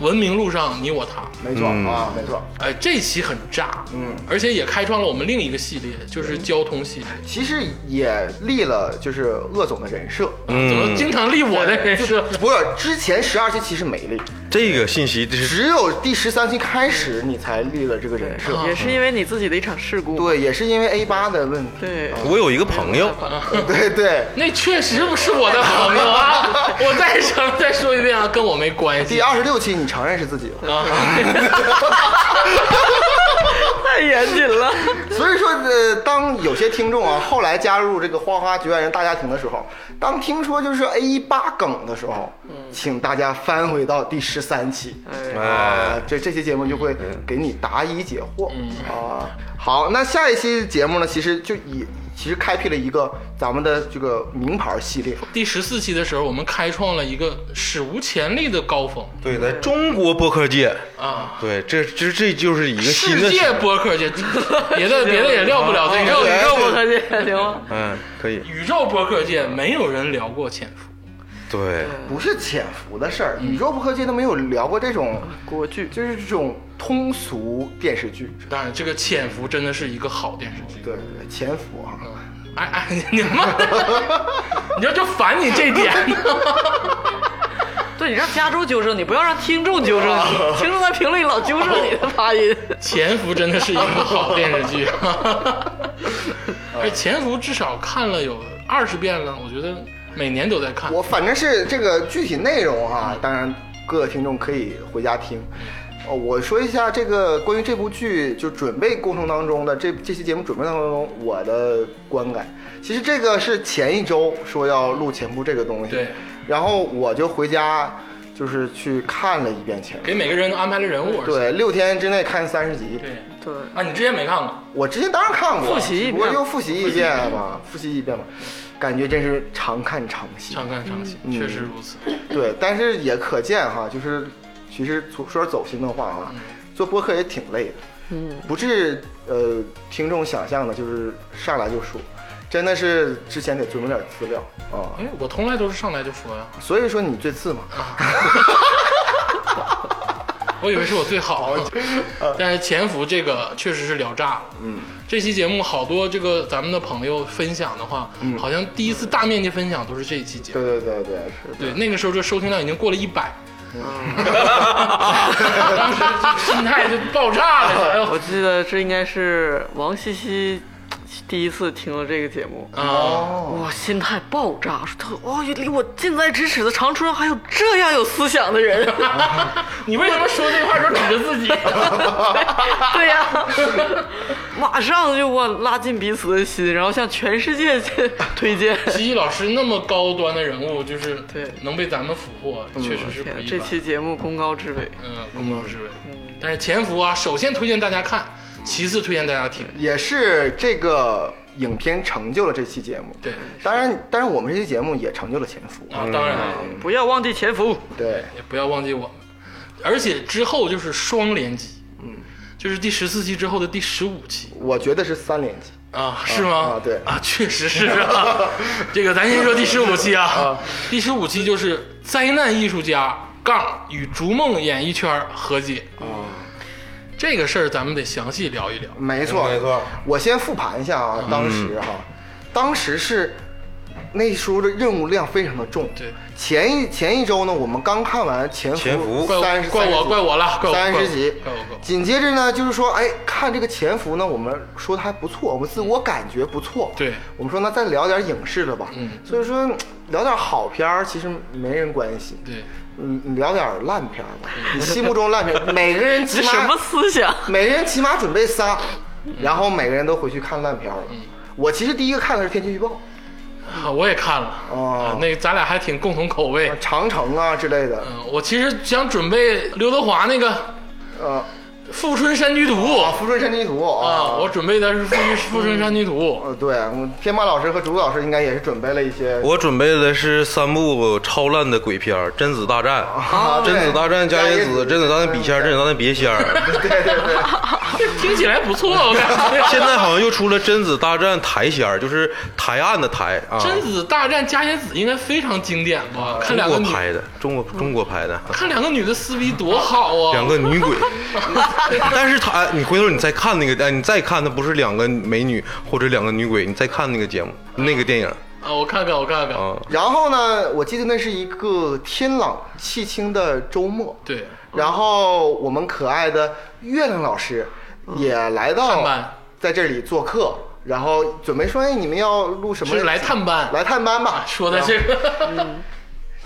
文明路上你我他。没错啊，没错。哎，这期很炸，嗯，而且也开创了我们另一个系列，就是交通系列。其实也立了就是鄂总的人设，嗯啊怎么经常立我的人设？不是之前十二期其实没立，这个信息这是只有第十三期开始你才立了这个人设。 也是因为你自己的一场事故。对，也是因为 A 八的问题。对，我有一个朋友， 嗯对对，那确实不是我的 朋友啊！我再说再说一遍啊，跟我没关系第二十六期你承认是自己了，啊。太严谨 了。所以说呃，当有些听众啊后来加入这个花花局外人大家庭的时候，当听说就是 A 八梗的时候，嗯请大家翻回到第十三期。啊哎，，这这期节目就会给你答疑解惑嗯啊。好，那下一期节目呢，其实就以其实开辟了一个咱们的这个名牌系列，第十四期的时候，我们开创了一个史无前例的高峰对，在中国播客界，啊！对，这这这就是嗯一个新世的，界播客界， 别的别的也聊不了这宇 宙哦个。宇宙不可见，行吗？嗯，可以，宇宙播客界没有人聊过潜伏，对，不是潜伏的事儿。宇宙不科技都没有聊过这种嗯国剧就是这种通俗电视剧，当然这个潜伏真的是一个好电视剧。对对对，潜伏嗯啊。哎哎， 你妈的，你知道就烦你这 点呢。对你让加州纠正你，不要让听众纠正 你。听众在评论里老纠正你的发音。潜伏真的是一部好电视 剧，而潜伏至少看了有二十遍了，我觉得每年都在看。我反正是这个具体内容哈、当然各个听众可以回家听。哦，我说一下这个关于这部剧，就准备过程当中的这这期节目准备当中我的观感。其实这个是前一周说要录前部这个东西，对，然后我就回家就是去看了一遍前部，给每个人都安排了人物，而且对，六天之内看三十集。对对，啊，你之前没看过，我之前当然看过，复习一遍不过又复习一遍嘛，复习一遍嘛，感觉真是常看常新。常看常新，确实如此。对，但是也可见哈，就是其实从说走心的话啊，嗯做播客也挺累的，嗯，不是呃听众想象的，就是上来就说，真的是之前得准备点资料啊，哎，我从来都是上来就说呀，所以说你最次嘛，嗯我以为是我最好， 但哦是潜伏这个确实是聊炸了。嗯，这期节目好多这个咱们的朋友分享的话，好像第一次大面积分享都是这一期节目对。对对对，是对，嗯那个时候这收听量已经过了一百， 当时心态就爆炸了。哎呦我记得这应该是王西西第一次听了这个节目，啊，哦，哇，心态爆炸，说他哦，离我近在咫尺的长春还有这样有思想 的人，你为什么说这话时候指着自 己？对呀、马上就我拉近彼此的心，然后向全世界推荐。西西老师那么高端的人物，就是对能被咱们俘获，确实是不天啊一这般。期节目功高至伟，嗯，公道之位。但是潜伏啊，首先推荐大家看，其次推荐大家听。也是这个影片成就了这期节目，对当然，当然我们这期节目也成就了潜伏，啊，当然不要忘记潜伏。对，也不要忘记我们，而且之后就是双连击，嗯，就是第十四期之后的第十五期。我觉得是三连击。啊，是吗？啊对啊，确实是啊。这个咱先说第十五期啊，第十五期就是灾难艺术家杠与逐梦演艺圈和解啊，这个事儿咱们得详细聊一聊。没错，没错。嗯我先复盘一下啊，当时哈，当时是那时候的任务量非常的重。对，前一前一周呢，我们刚看完《潜潜伏》伏怪我三十，怪我怪我了，怪我三怪我十集怪我怪我。紧接着呢，就是说，哎，看这个《潜伏》呢，我们说的还不错，我们自我感觉不错。对我们说那再聊点影视的吧。嗯所以说聊点好片儿，其实没人关心。对，嗯，你聊点烂片儿吧，你心目中烂 片儿，每个人起这码什么思想？每人起码准备仨，嗯然后每个人都回去看烂片儿了。我其实第一个看的是《天气预报》啊我也看了。啊哦，那个咱俩还挺共同口味啊。长城啊之类的，嗯，我其实想准备刘德华那个呃，富春山居图》啊，《富春山居图》啊，啊，我准备的是《富春富春山居图》呃，对，嗯天霸老师和竹子老师应该也是准备了一些我准备的是三部超烂的鬼片儿《贞子大战》哦啊贞子对大战》《加野子》《贞子大嗯战笔仙》《贞子大战别仙》 儿。对对对， 听起来不错，我感觉。现在好像又出了《贞子大战台仙》儿，就是台案的台啊。贞子大战加野子应该非常经典吧？看中两个国女，嗯拍的，中国中国拍的，看两个女的撕逼多好啊！两个女 鬼。但是他，你回头你再看那个，哎，你再看，它不是两个美女或者两个女鬼，你再看那个节目，那个电影啊，我看看，我看看。啊，然后呢，我记得那是一个天朗气清的周末，对，然后我们可爱的月亮老师也来探到班在这里做客，然后准备说，哎，你们要录什么？是来探班啊来探班吧。说的这个，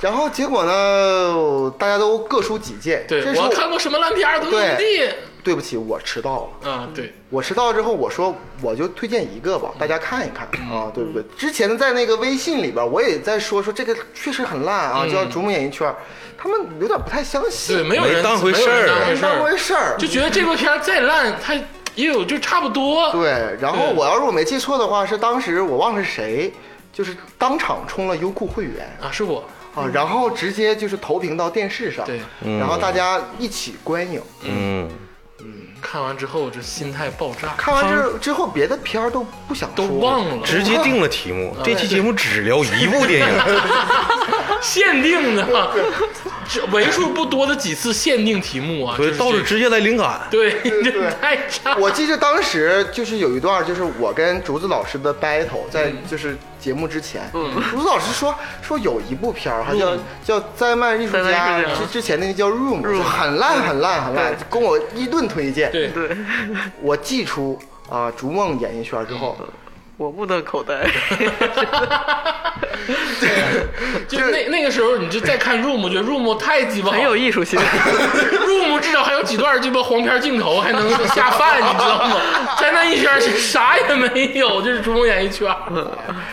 然后结果呢，大家都各抒己见。这 对时候我看过什么烂片儿，怎么怎么地对不起，我迟到了。啊？对，我迟到之后，我说我就推荐一个吧，嗯大家看 一看啊，对不对？之前在那个微信里边，我也在说说这个确实很烂啊，叫《逐梦演艺圈》，他们有点不太相嗯对，信，没有人没当回事儿没有人当回没事当儿回，事儿。就觉得这部片儿再烂，它也有就差不多。对，然后对我要是我没记错的话，是当时我忘了是谁，就是当场充了优酷会员啊，是我，啊，然后直接就是投屏到电视上，对，然后大家一起观影。嗯，看完之后这心态爆炸，看完之之后，别的片儿都不想都说忘了，直接定了题目，这期节目只聊一部电影，限定的，这为数不多的几次限定题目啊，所以就是到这这直接来灵感。对，你这对太差了。我记得当时就是有一段，就是我跟竹子老师的 battle，在就是节目之前，竹子老师说说有一部片儿，哈，叫叫《灾难艺术灾家难艺术》，家之之前那个叫《Room》，很烂很烂很烂，跟我一顿推荐。对，对，我寄出啊《逐梦演艺圈》之后，我目瞪 口呆。就是那那个时候，你就再看 Room，觉得 Room 太鸡巴好很有艺术性。 Room 至少还有几段鸡巴黄片镜头，还能下饭，你知道吗？在那一圈是啥也没有，就是逐梦演艺圈。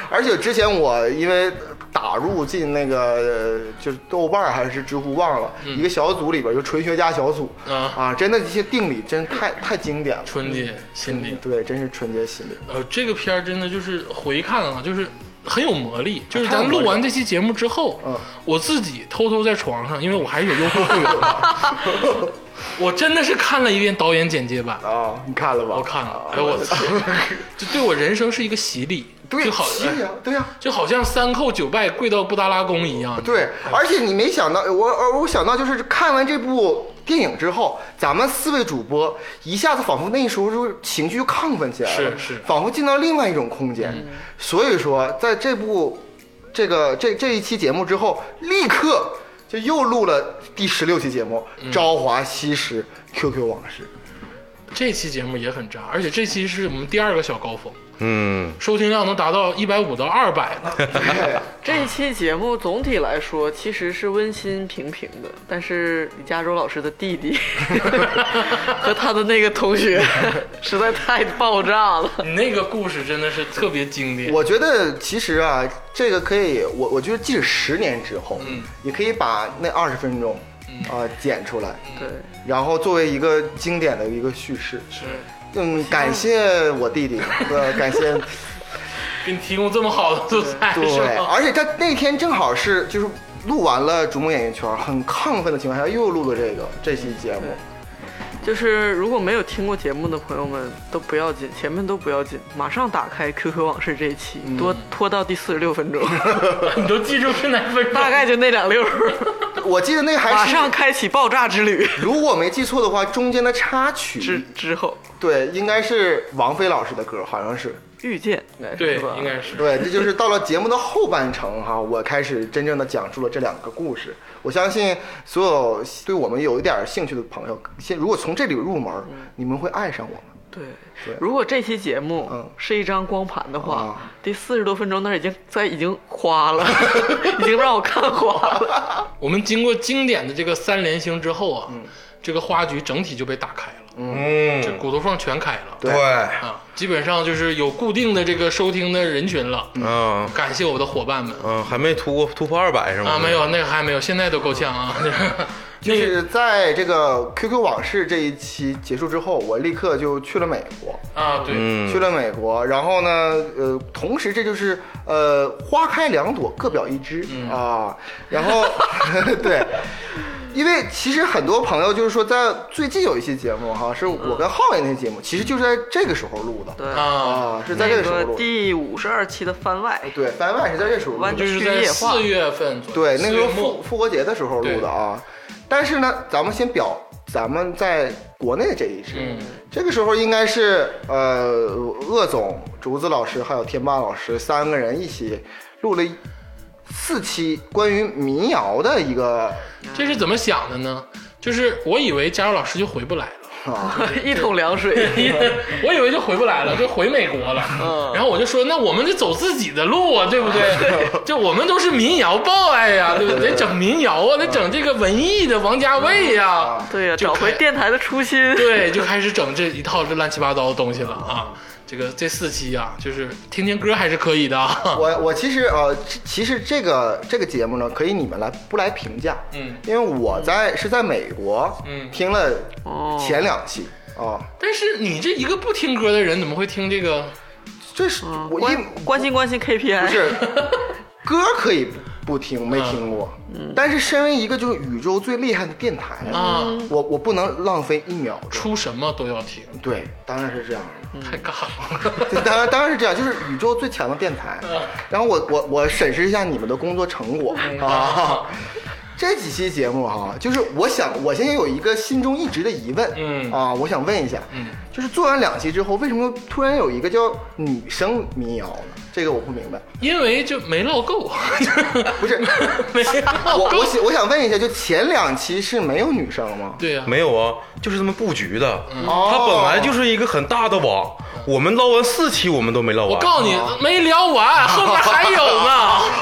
而且之前我因为打入进那个呃就是豆瓣儿还是知乎忘了、嗯一个小组里边，就纯学家小组啊真的这些定理真太太经典了，嗯春节心灵，对，真是纯洁心理。呃，这个片儿真的就是回看啊，就是很有魔力。就是啊太有咱魔录力完这期节目之后，嗯我自己偷偷在床上，因为我还是有优酷会员 的，我真的是看了一遍导演简介版。啊，你看了吧？我看了，哎呦我 操，这对我人生是一个洗礼，对，啊就好，是呀哎，对呀、就好像三叩九拜跪到布达拉宫一样。对，而且你没想到，我而我想到就是看完这部电影之后，咱们四位主播一下子仿佛那时候就是情绪亢奋起来了，是是嗯仿佛进到另外一种空间。所以说，在这部这个这这一期节目之后，立刻就又录了第十六期节目嗯《朝华夕拾 QQ 往 事》。这期节目也很渣，而且这期是我们第二个小高峰，嗯，收听量能达到一百五到二百 了。对这一期节目总体来说其实是温馨平平的，但是李佳州老师的弟弟 和他的那个同学 实在太爆炸了。你那个故事真的是特别经典。我觉得其实啊，这个可以，我我觉得即使十年之后，嗯，也可以把那二十分钟，啊、剪出来，嗯对，然后作为一个经典的一个叙事。是嗯，感谢我弟弟，呃，感谢给你提供这么好的素材，是啊对，吧？而且他那天正好是就是录完了《逐梦演艺圈》，很亢奋的情况下又录了这个这期节目。就是如果没有听过节目的朋友们都不要紧，前面都不要紧，马上打开 QQ 往事这一期，嗯多拖到第四十六分钟， 你都记住是哪份？大概就那两溜儿，我记得那还是马上，开启爆炸之旅。 如果我没记错的话，中间的插之曲之后对应该是王菲老师的歌，好像是。遇见，应该对是吧，？应该是。对，这就是到了节目的后半程哈，我开始真正的讲述了这两个故事。我相信所有对我们有一点兴趣的朋友，先如果从这里入门，你们会爱上我们。对，如果这期节目嗯是一张光盘的话，啊第四十多分钟那儿已经在已经花 了，已经让我看花了。我们经过经典的这个三连星之后啊，嗯这个花局整体就被打开了，嗯，骨头缝全开了。对对，啊，基本上就是有固定的这个收听的人群了。嗯啊感谢我的伙伴们嗯啊，还没突破突破二百是吗？ 啊，没有那个还没有，现在都够呛啊。嗯就那个是在这个 QQ 往事这一期结束之后，我立刻就去了美国。啊，对，嗯去了美国，然后呢，呃，同时这就是呃，花开两朵，各表一枝、嗯啊。然后 对，因为其实很多朋友就是说，在最近有一期节目哈，是我跟浩爷那期节目，其实就在这个时候录的嗯对，嗯啊，啊， 是在这那个时候个录的。哎第五十二期的番外，对，番外是在这时候录完就的，是去在野化四月份左右，对，那四个时月候复末，复活节的时候录的啊。但是呢，咱们先表咱们在国内这一支，嗯这个时候应该是呃，鄂总、竹子老师还有天霸老师三个人一起录了四期关于民谣的一个这是怎么想的呢？就是我以为加入老师就回不来了。啊，一桶凉 水。 我以为就回不来了，就回美国了。 然后我就说，那我们得走自己的路啊，对不对？ 就我们都是民谣 boy 呀、对不对？得整民谣啊，得整这个文艺的王家卫呀、对呀、就找开回电台的初心。 对，就开始整这一套这乱七八糟的东西了啊。这个这四期啊，就是听听歌还是可以的啊。 我我其实呃，其其实这个这个节目呢，可以你们来不来评价？嗯，因为我在是在美国，嗯听了哦前两期啊，但是你这一个不听歌的人，怎么会听这个？这是我因哦关关心关心 KPI，不是歌可以不听，没听过，但是身为一个就是宇宙最厉害的电台啊我我不能浪费一秒钟。出什么都要听，对，当然是这样的，太尬了。对 当然当然是这样，就是宇宙最强的电台。啊然后我我我审视一下你们的工作成果哎啊，这几期节目哈、就是我想我现在有一个心中一直的疑问，嗯啊，我想问一下，嗯，就是做完两期之后，为什么突然有一个叫女生民谣呢？这个我不明白。 因为就没唠够， 不是，没唠 我够。我想我想问一下，就前两期是没有女生吗？对呀、没有啊，就是这么布局的。哦它本来就是一个很大的网，我们捞完四期，我们都没捞我完。告诉你，没聊完，后面还有呢。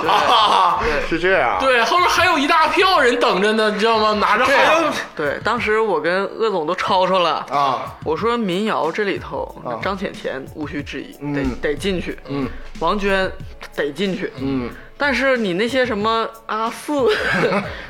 啊，是这样。对，后面还有一大票人等着呢，你知道吗？拿着号，还有对，当时我跟鄂总都吵吵了。啊，我说民谣这里头，啊张浅浅无需质疑，嗯得得进去。嗯，王娟得进去。嗯，但是你那些什么阿 四，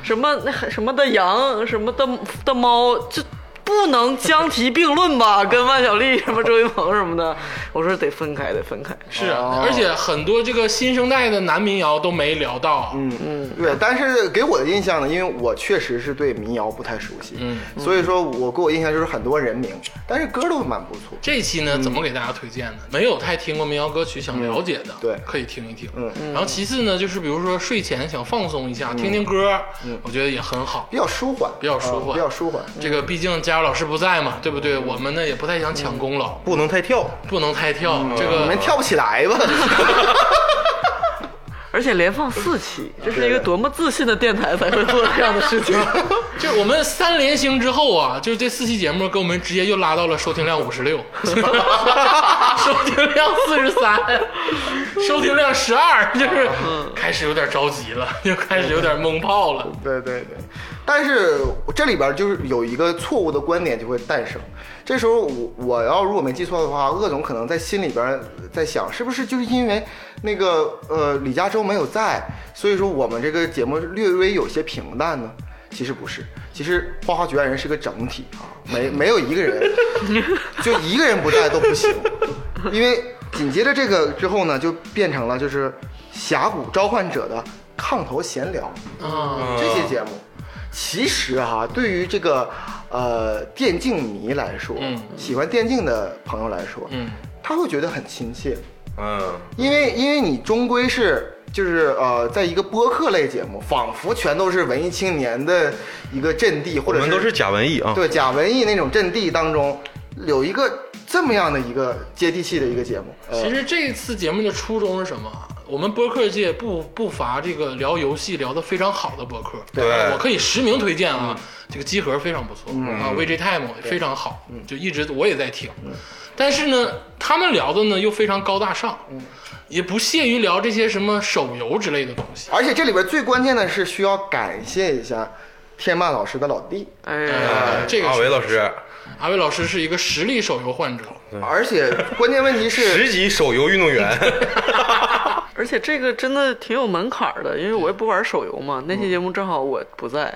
什么那什么的羊，什么的的猫，这不能相提并论 吧？跟万晓利、什么周云鹏什么的，我说得分开，得分开。是啊哦，而且很多这个新生代的男民谣都没聊到。嗯嗯，对。但是给我的印象呢，因为我确实是对民谣不太熟悉，嗯，所以说我给我印象就是很多人名，但是歌都蛮不错。这期呢，怎么给大家推荐呢？没有太听过民谣歌曲，想了解的，对可以听一听。嗯，然后其次呢，就是比如说睡前想放松一下，听听歌，我觉得也很好。比较舒缓，比较舒缓啊比较舒缓。这个毕竟佳茹老师不在嘛，对不对？我们呢也不太想抢功劳，不能太跳。不能太跳。这你个们跳不起来 吧？而且连放四期，啊这是一个多么自信的电台才会做这样的事 情。就我们三连星之后啊，就是这四期节目给我们直接又拉到了收听量五十六，收听量四十三，收听量十二，就是开始有点着急了，就开始有点懵炮了。对对对，但是这里边就是有一个错误的观点就会诞生。这时候我我要如果没记错的话，鄂总可能在心里边在想，是不是就是因为那个呃李嘉洲没有在，所以说我们这个节目略微有些平淡呢？其实不是，其实《花花局外人》是个整体啊，没没有一个人，就一个人不在都不行，因为紧接着这个之后呢，就变成了就是《峡谷召唤者》的炕头闲聊。啊，嗯这些节目，其实哈、对于这个呃电竞迷来说，嗯喜欢电竞的朋友来说，嗯，他会觉得很亲切，嗯，因为因为你终归是。就是呃，在一个播客类节目，仿佛全都是文艺青年的一个阵地，我或者们都是假文艺啊。对假文艺那种阵地当中，有一个这么样的一个接地气的一个节目。呃其实这次节目的初衷是什么啊？我们播客界不不乏这个聊游戏聊得非常好的播客，对我可以实名推荐啊，这个机核非常不错、啊，VG Time 也非常好，就一直我也在听。但是呢，他们聊的呢又非常高大上，也不屑于聊这些什么手游之类的东西。而且这里边最关键的是需要感谢一下天霸老师的老弟，哎呀，啊呃，这个阿是伟老师，阿伟老师是一个实力手游患者，而且关 键问题是十级手游运动员，而且这个真的挺有门槛儿的，因为我也不玩手游嘛。那期节目正好我不在，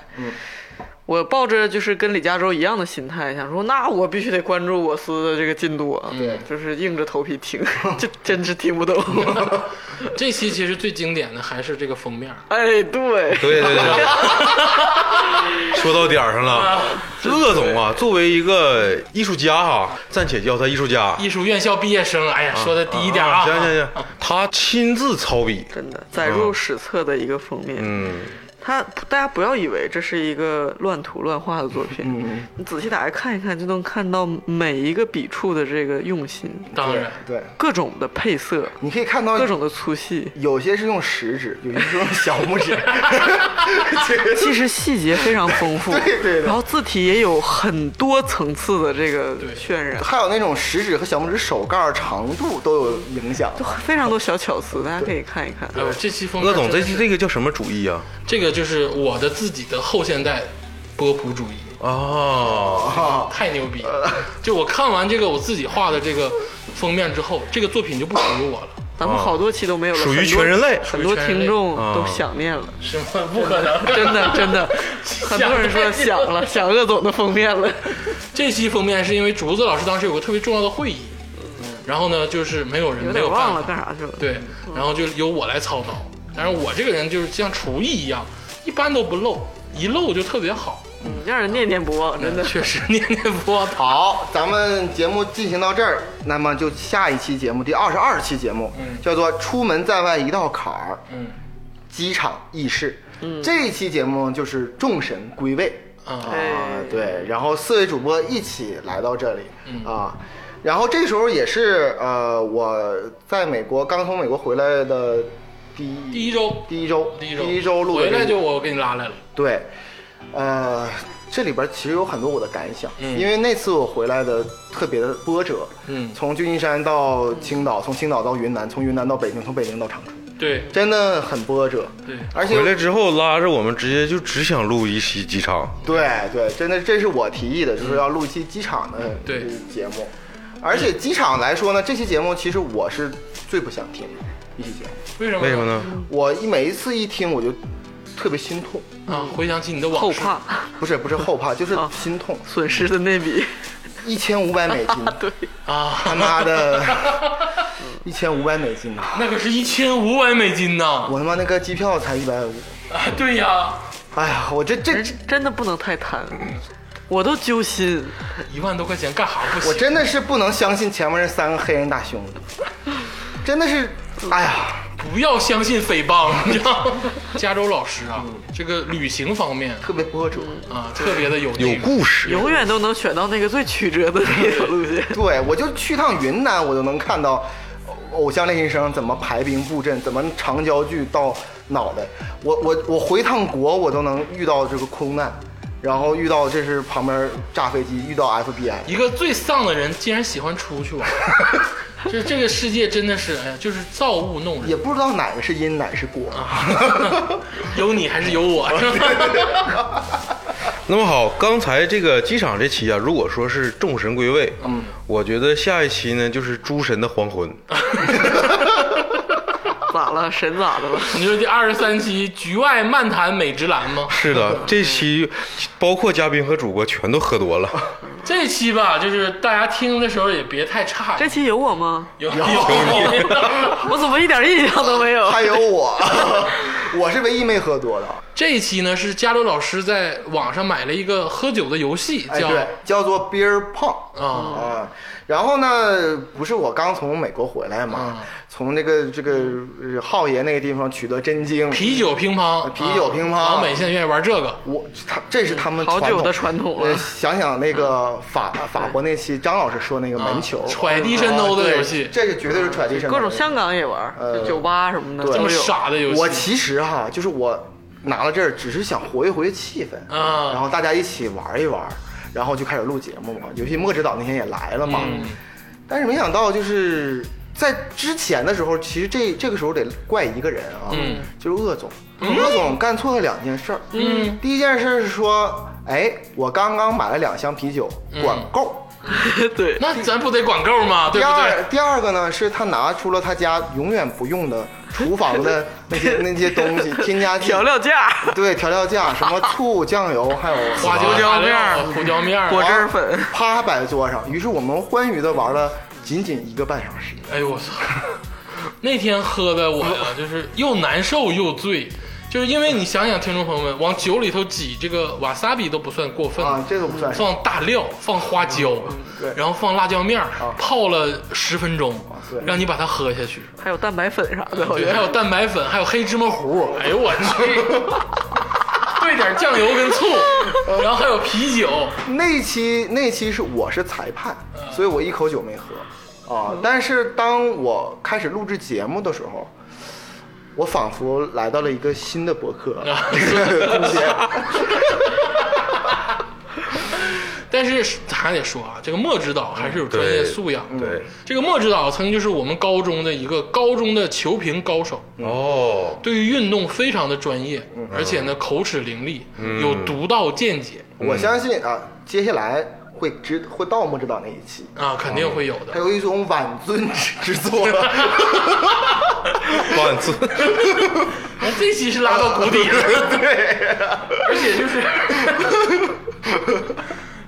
我抱着就是跟李佳州一样的心态，想说那我必须得关注我司的这个进度啊，对就是硬着头皮听，这真是听不懂。这期其实最经典的还是这个封面，哎，对，对对对，说到点儿上了。乐总啊，作为一个艺术家哈、暂且叫他艺术家。艺术院校毕业生，哎呀，说的低一点啊，行行行，他亲自操笔，真的载入史册的一个封面。嗯，它大家不要以为这是一个乱涂乱画的作品，你仔细打开看一看，就能看到每一个笔触的这个用心，当然，对，各种的配色，你可以看到各种的粗细，有些是用食指，有些是用小拇指。 其实细节非常 丰富，对对的然后字体也有很多层次的这个渲染，还有那种食指和小拇指手盖儿长度都有影响。非常多小巧思，大家可以看一看。哎呦，这期封面乐总，真这的是这个叫什么主义啊？这个就是我的自己的后现代波普主义，哦，啊，太牛逼了！呃就我看完这个我自己画的这个封面之后，这个作品就不属于我了，咱们好多期都没有了，属于很多全人类很多属于哦全人类哦听众啊都想念了，什么不可能？ 真的 真的，很多人说想了，想鄂总的封面 了。这期封面是因为竹子老师当时有个特别重要的会议，嗯然后呢，就是没有人有没有点办忘了法，干嗯啥去了。对，然后就由我来操刀。但是我这个人就是像厨艺一样，一般都不漏，一漏就特别好，嗯，让人念念不忘，真的。确实念念不忘。好，咱们节目进行到这儿，那么就下一期节目，第二十二期节目，嗯叫做“出门在外一道坎儿：嗯机场轶事”。这一期节目就是众神归位啊，啊哎，，对，然后四位主播一起来到这里啊。然后这时候也是呃，我在美国刚从美国回来的第一第一周第一周第一周第一周录的回这来个就我给你拉来了，对，呃，这里边其实有很多我的感想，因为那次我回来的特别的波折，嗯从旧金山到青岛，从青岛到云南，从云南到北京，从北京到长春，对真的很波折，对，而且回来之后拉着我们直接就只想录一期机场，对对，真的这是我提议的，就是要录一期机场的对节目，而且机场来说呢，这期节目其实我是最不想听的一期节目，为什么？为什么？呢？我一每一次一听我就特别心痛，啊，回想起你的后往事，怕不是不是后怕，就是 心痛，损失的那笔，一千五百美金。对，啊，他 妈的，一千五百美金呐、那可是一千五百美金呢！我他妈那个机票才一百五，啊，对呀，哎呀，我这这人真的不能太贪，我都揪心。一万多块钱干啥不行？我真的是不能相信前面那三个黑人大兄弟，真的是，哎呀，不要相信诽谤， 你知道吗？加州老师啊，这个旅行方面特别波折。啊，特别的有有那个故事，永远都能选到那个最曲折的那条 路线。 对我就去趟云南，我就能看到偶偶像练习生怎么排兵布阵，怎么长焦距到脑袋。我我我回趟国，我都能遇到这个空难，然后遇到这是旁边炸飞机，遇到 FBI。一个最丧的人，竟然喜欢出去玩， 这这个世界真的是，哎呀，就是造物弄也人，不知道哪个是因，哪个是果。 有你还是有我，是吧？ 那么好，刚才这个机场这期啊，如果说是众神归位，嗯，我觉得下一期呢就是诸神的黄昏，咋了？神咋的了？你说第二十三期《局外漫谈美职篮》吗？是 的，这期包括嘉宾和主播全都喝 多了，嗯这期吧，就是大家听的时候也别太差，这期有我吗？有有有。 我怎么一点印象都没 有？还有我，我是唯一没喝多的。这一期呢是加州老师在网上买了一个喝酒的游戏，哎，叫对，叫做 Beer Pong 啊啊。然后呢，不是我刚从美国回来嘛，嗯从这个这个呃浩爷那个地方取得真经。啤酒乒乓，啤酒乒乓啊老美现在愿意玩这个，我他这是他们好久传统的传统了呃想想那个法法国那期张老师说那个门球，嗯揣地伸兜的游戏啊对这是绝对是揣地伸兜 各的游种戏。香港也玩，呃就酒吧什么的对这都么有。傻的游戏，我其实哈，就是我拿了这儿，只是想活跃活跃气氛啊然后大家一起玩一玩，然后就开始录节目嘛。尤其墨指导那天也来了嘛，嗯但是没想到就是在之前的时候，其实这这个时候得怪一个人啊，嗯就是鄂总，鄂总干错了两件事儿。嗯，第一件事是说，哎，我刚刚买了两箱啤酒，管够。 对，那咱不得管够吗？对第不二对？第二个呢，是他拿出了他家永远不用的厨房的那些那些东西，添加剂调，料架、对调料架，什么醋、酱油，还有花椒椒大料面儿胡椒面儿，果汁儿粉，啪摆在桌上。于是我们欢愉的玩了仅仅一个半小时。哎呦我操！ 那天喝的我 呀，就是又难受又醉，就是因为你想想，听众朋友们，往酒里头挤这个瓦萨比都不算过分啊，这个不算什么。放大料，放花椒，对啊然后放辣椒面儿，泡了十分钟对，哦让你把它喝下去。还有蛋白粉啥的，好对，还像有蛋白粉，还有黑芝麻糊。哎呦 我去！兑点酱油跟醋，哦然后还有啤酒。那期那期是我是裁判，所以我一口酒没喝啊。但是当我开始录制节目的时候，我仿佛来到了一个新的 博客空间。但是还得说啊，这个莫指导还是有专业素嗯养。对对这个莫指导曾经就是我们高中的一个高中的球评高手，嗯哦，对于运动非常的专业，而且呢口齿伶俐，嗯有独到见解我相信啊，接下来会知会到莫指导那一期，啊，肯定会有他的。有一种晚尊之作。万字，那这期是拉到谷底 了。而且就是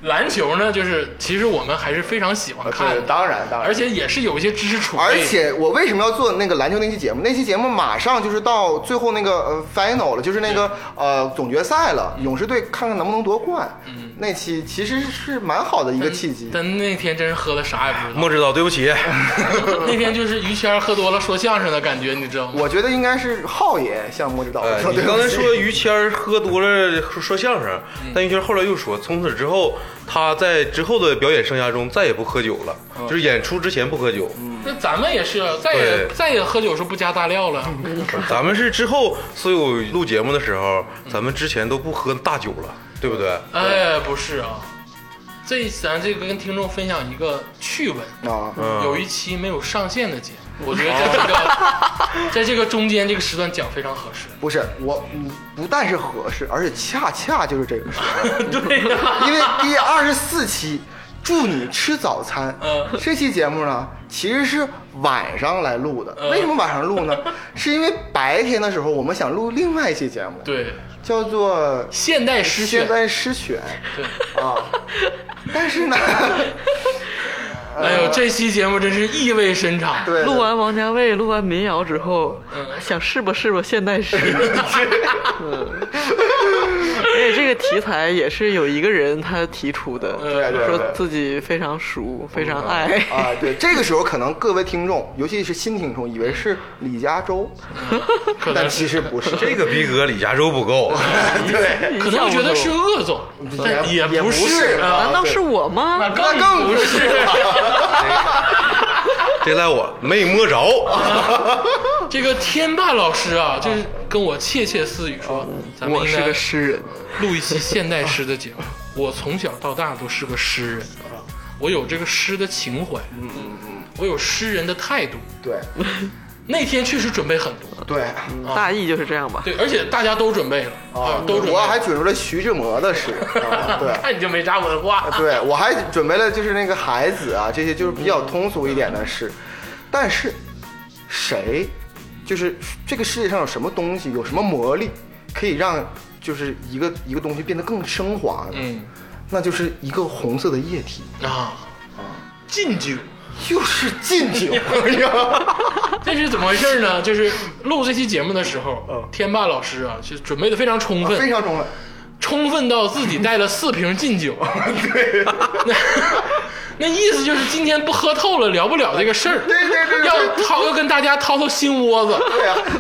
篮球呢，就是其实我们还是非常喜欢 看啊呃对，的，当然当然而。且也是有一些知识储备。而且我为什么要做那个篮球那期节目？那期节目马上就是到最后那个呃 final 了，就是那个呃总决赛了，勇士队看看能不能夺冠。嗯那期其实是蛮好的一个契机。但那天真是喝的啥也不知道。 莫指导，对不 起，那天就是于谦儿喝多了说相声的感觉，你知道吗？我觉得应该是浩爷向莫指导哎，说你对不刚才起嗯说于谦儿喝多了说说相声，但于谦儿后来又说，从此之后他在之后的表演生涯中再也不喝酒了，嗯就是演出之前不喝酒。那咱们也是，啊再也对嗯再也喝酒时候不加大料了。咱们是之后所有录节目的时候，嗯咱们之前都不喝大酒了，对不对？哎，不是啊，这咱这个跟听众分享一个趣闻，啊，嗯有一期没有上线的节目，我觉得在这个在这个中间这个时段讲非常合适。不是我，嗯不但是合适，而且恰恰就是这个时候，对呀、 因为第二十四期。祝你吃早餐。嗯这期节目呢，其实是晚上来录的。嗯为什么晚上录 呢？是因为白天的时候我们想录另外一期节目，对，叫做现代诗选现，在诗选对。啊。但是 呢，哎呦，这期节目真是意味深长。对 录完王家卫，录完民谣之后，想试吧试吧现代 诗。嗯，而且这个题材也是有一个人他提出的，对对说对嗯自己非常熟，非常爱。啊，对，这个时候可能各位听众，尤其是新听众，以为是李嘉洲，嗯可但能其 实不是。这个逼格李嘉洲不 够，对，可能会觉得是恶总，但也也不不是是啊， 难道是我那吗？更那更不不是。这赖我没摸着。这个天霸老师啊，就是跟我窃窃私语说，咱们我应是该个诗人，录一期现代诗的节目。我从小到大都是个诗人，我有这个诗的情怀，嗯嗯嗯，我有诗人的态度。对那天确实准备很多，对，大意就是这样吧。对，而且大家都准备了啊，都准备我了。还准备了徐志摩的诗，啊对。 看你就没啥文化。对，我还准备了就是那个孩子啊，这些就是比较通俗一点的诗，但是谁，就是这个世界上有什么东西，有什么魔力，可以让就是一个一个东西变得更升华呢？嗯那就是一个红色的液体，啊，禁酒。就是禁 酒。这是怎么回事呢？就是录这期节目的时候，天霸老师啊，就准备的非常充分，嗯啊非常中文，充分到自己带了四瓶禁酒。 对，那意思就是今天不喝透了，聊不了这个事儿。对对对对要掏要跟大家掏掏心窝 子。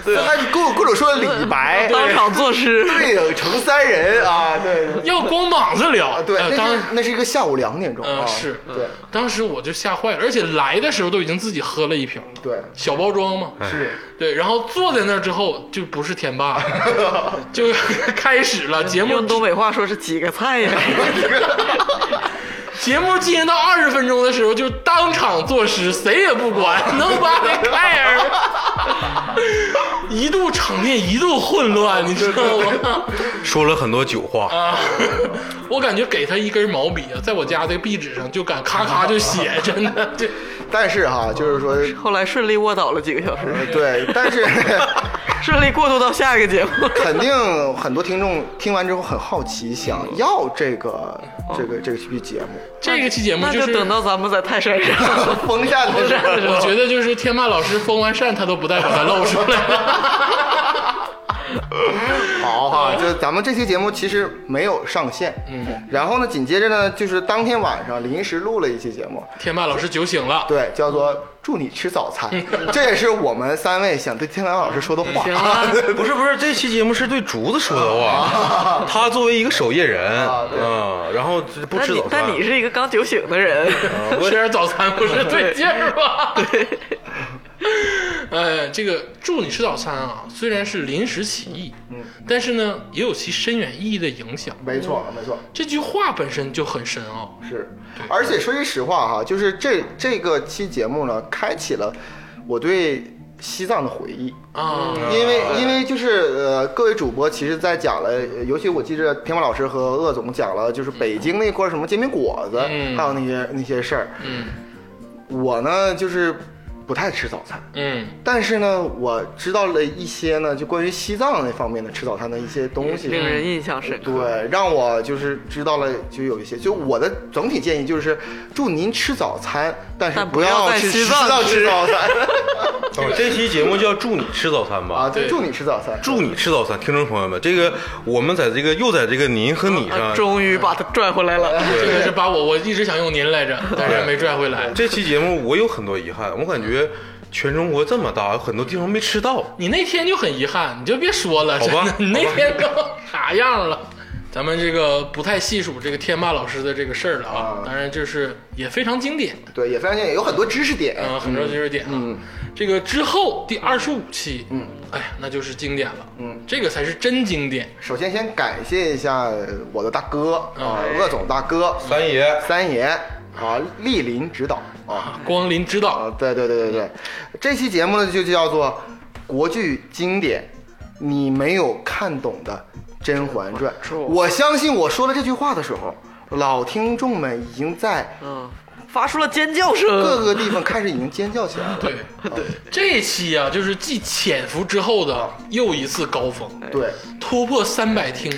对啊，那你跟我各种说李白，当场作诗，对影成三人啊，对对要光膀子聊，啊，对，呃当那是那是一个下午两点钟呃啊，是，对，当时我就吓坏了，而且来的时候都已经自己喝了一瓶了，对小包装嘛，是对，然后坐在那儿之后就不是天 霸了，就开始了节目用东北话说是几个菜呀？ 节目进行到二十分钟的时候，就当场作诗，谁也不管，nobody care。一度场面一度混乱，你知道吗？说了很多酒话，啊，我感觉给他一根毛笔啊，在我家这个壁纸上就敢咔咔就 写，真的这但是哈，就是说，后来顺利卧倒了几个小时，呃对，但是 顺利过渡到下一个节目。肯定很多听众听完之后很好奇，想要这个这个这个剧节目， 这个期节目那就就是等到咱们在泰山上，风扇的时候我觉得就是天霸老师封完扇，他都不带把它露出来 的。好哈，就是咱们这期节目其实没有上线，嗯，然后呢，紧接着呢，就是当天晚上临时录了一期节目，天霸老师酒醒了，对，叫做“祝你吃早餐”，这也是我们三位想对天蓝老师说的话。行啊， 不是不是，这期节目是对竹子说的 话。他作为一个守夜人，啊对嗯，然后不那吃你早那饭。你是一个刚酒醒的人，吃点早餐不是对劲儿吗？对。 呃，这个祝你吃早餐啊，虽然是临时起意，嗯，但是呢，也有其深远意义的影响。 没错，没错，这句话本身就很深奥、是。而且说句实话哈，就是这这个期节目呢，开启了我对西藏的回忆。啊。因为因为就是呃，各位主播其实，在讲了，呃尤其我记着天马老师和鄂总讲了，就是北京那块儿什么煎饼果子，嗯还有那些那些事儿。嗯我呢，就是不太吃早餐，嗯但是呢，我知道了一些呢，就关于西藏那方面的吃早餐的一些东西，令人印象深刻。对，让我就是知道了，就有一些。就我的整体建议就是，祝您吃早餐，但是但不不要要在去西西藏藏吃吃早餐哦这期节目叫“祝你吃早餐”啊！吧？就祝你吃早餐，祝你吃早餐，听众朋友们，这个我们在这个又在这个您和你啊上，终于把他拽回来了。这个是把我我一直想用您来着，但是没拽回来。这期节目我有很多遗憾，我感觉全中国这么大，有很多地方没吃到。你那天就很遗憾，你就别说了，好真吧的，你那天都啥样了？咱们这个不太细数这个天霸老师的这个事儿了啊啊，当然就是也非常经典，对，也非常建议，有很多知识点。嗯，很多知识点。嗯，这个之后第二十五期，嗯，哎呀，那就是经典了，嗯，这个才是真经典。首先先感谢一下呃我的大哥啊哎，鄂总大哥，三爷，三爷啊，莅临指导啊光临指导，啊，对对对对对，这期节目呢就叫做国剧经典，你没有看懂的《甄嬛传》。我相信我说了这句话的时候，老听众们已经在嗯，发出了尖叫声。各个地方开始已经尖叫起来了。对对，这期啊，就是继潜伏之后的又一次高峰，对突破三百听，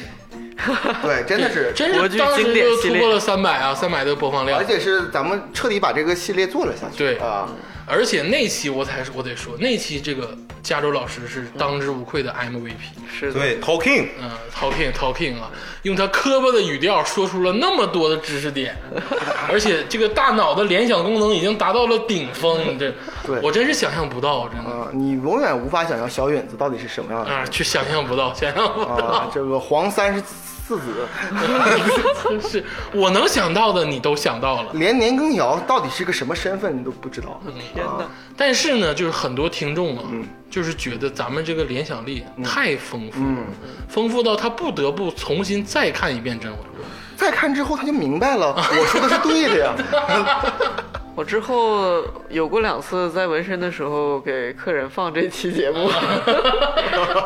对，真的哎是，真国是剧当时经典就系突列破了三百啊，三百的播放量而。且是咱们彻底把这个系列做了下去。对啊，而且那期我才是我得说，那期这个加州老师是当之无愧的 MVP，是的，对，Talking，嗯，talking talking 啊，用他磕巴的语调说出了那么多的知识点， 而且这个大脑的联想功能已经达到了顶峰，这对我真是想象不到，真的啊，你永远无法想象小允子到底是什么样的人啊，去想象不到，想象不啊到，，这个黄三十四子， 真 是我能想到的你都想到了。连年羹尧到底是个什么身份你都不知道。天哪！但是呢，就是很多听众啊，嗯就是觉得咱们这个联想力太丰富了，嗯丰富到他不得不重新再看一遍《甄嬛再看之后他就明白了，我说的是对的呀。我之后有过两次在纹身的时候给客人放这期节目，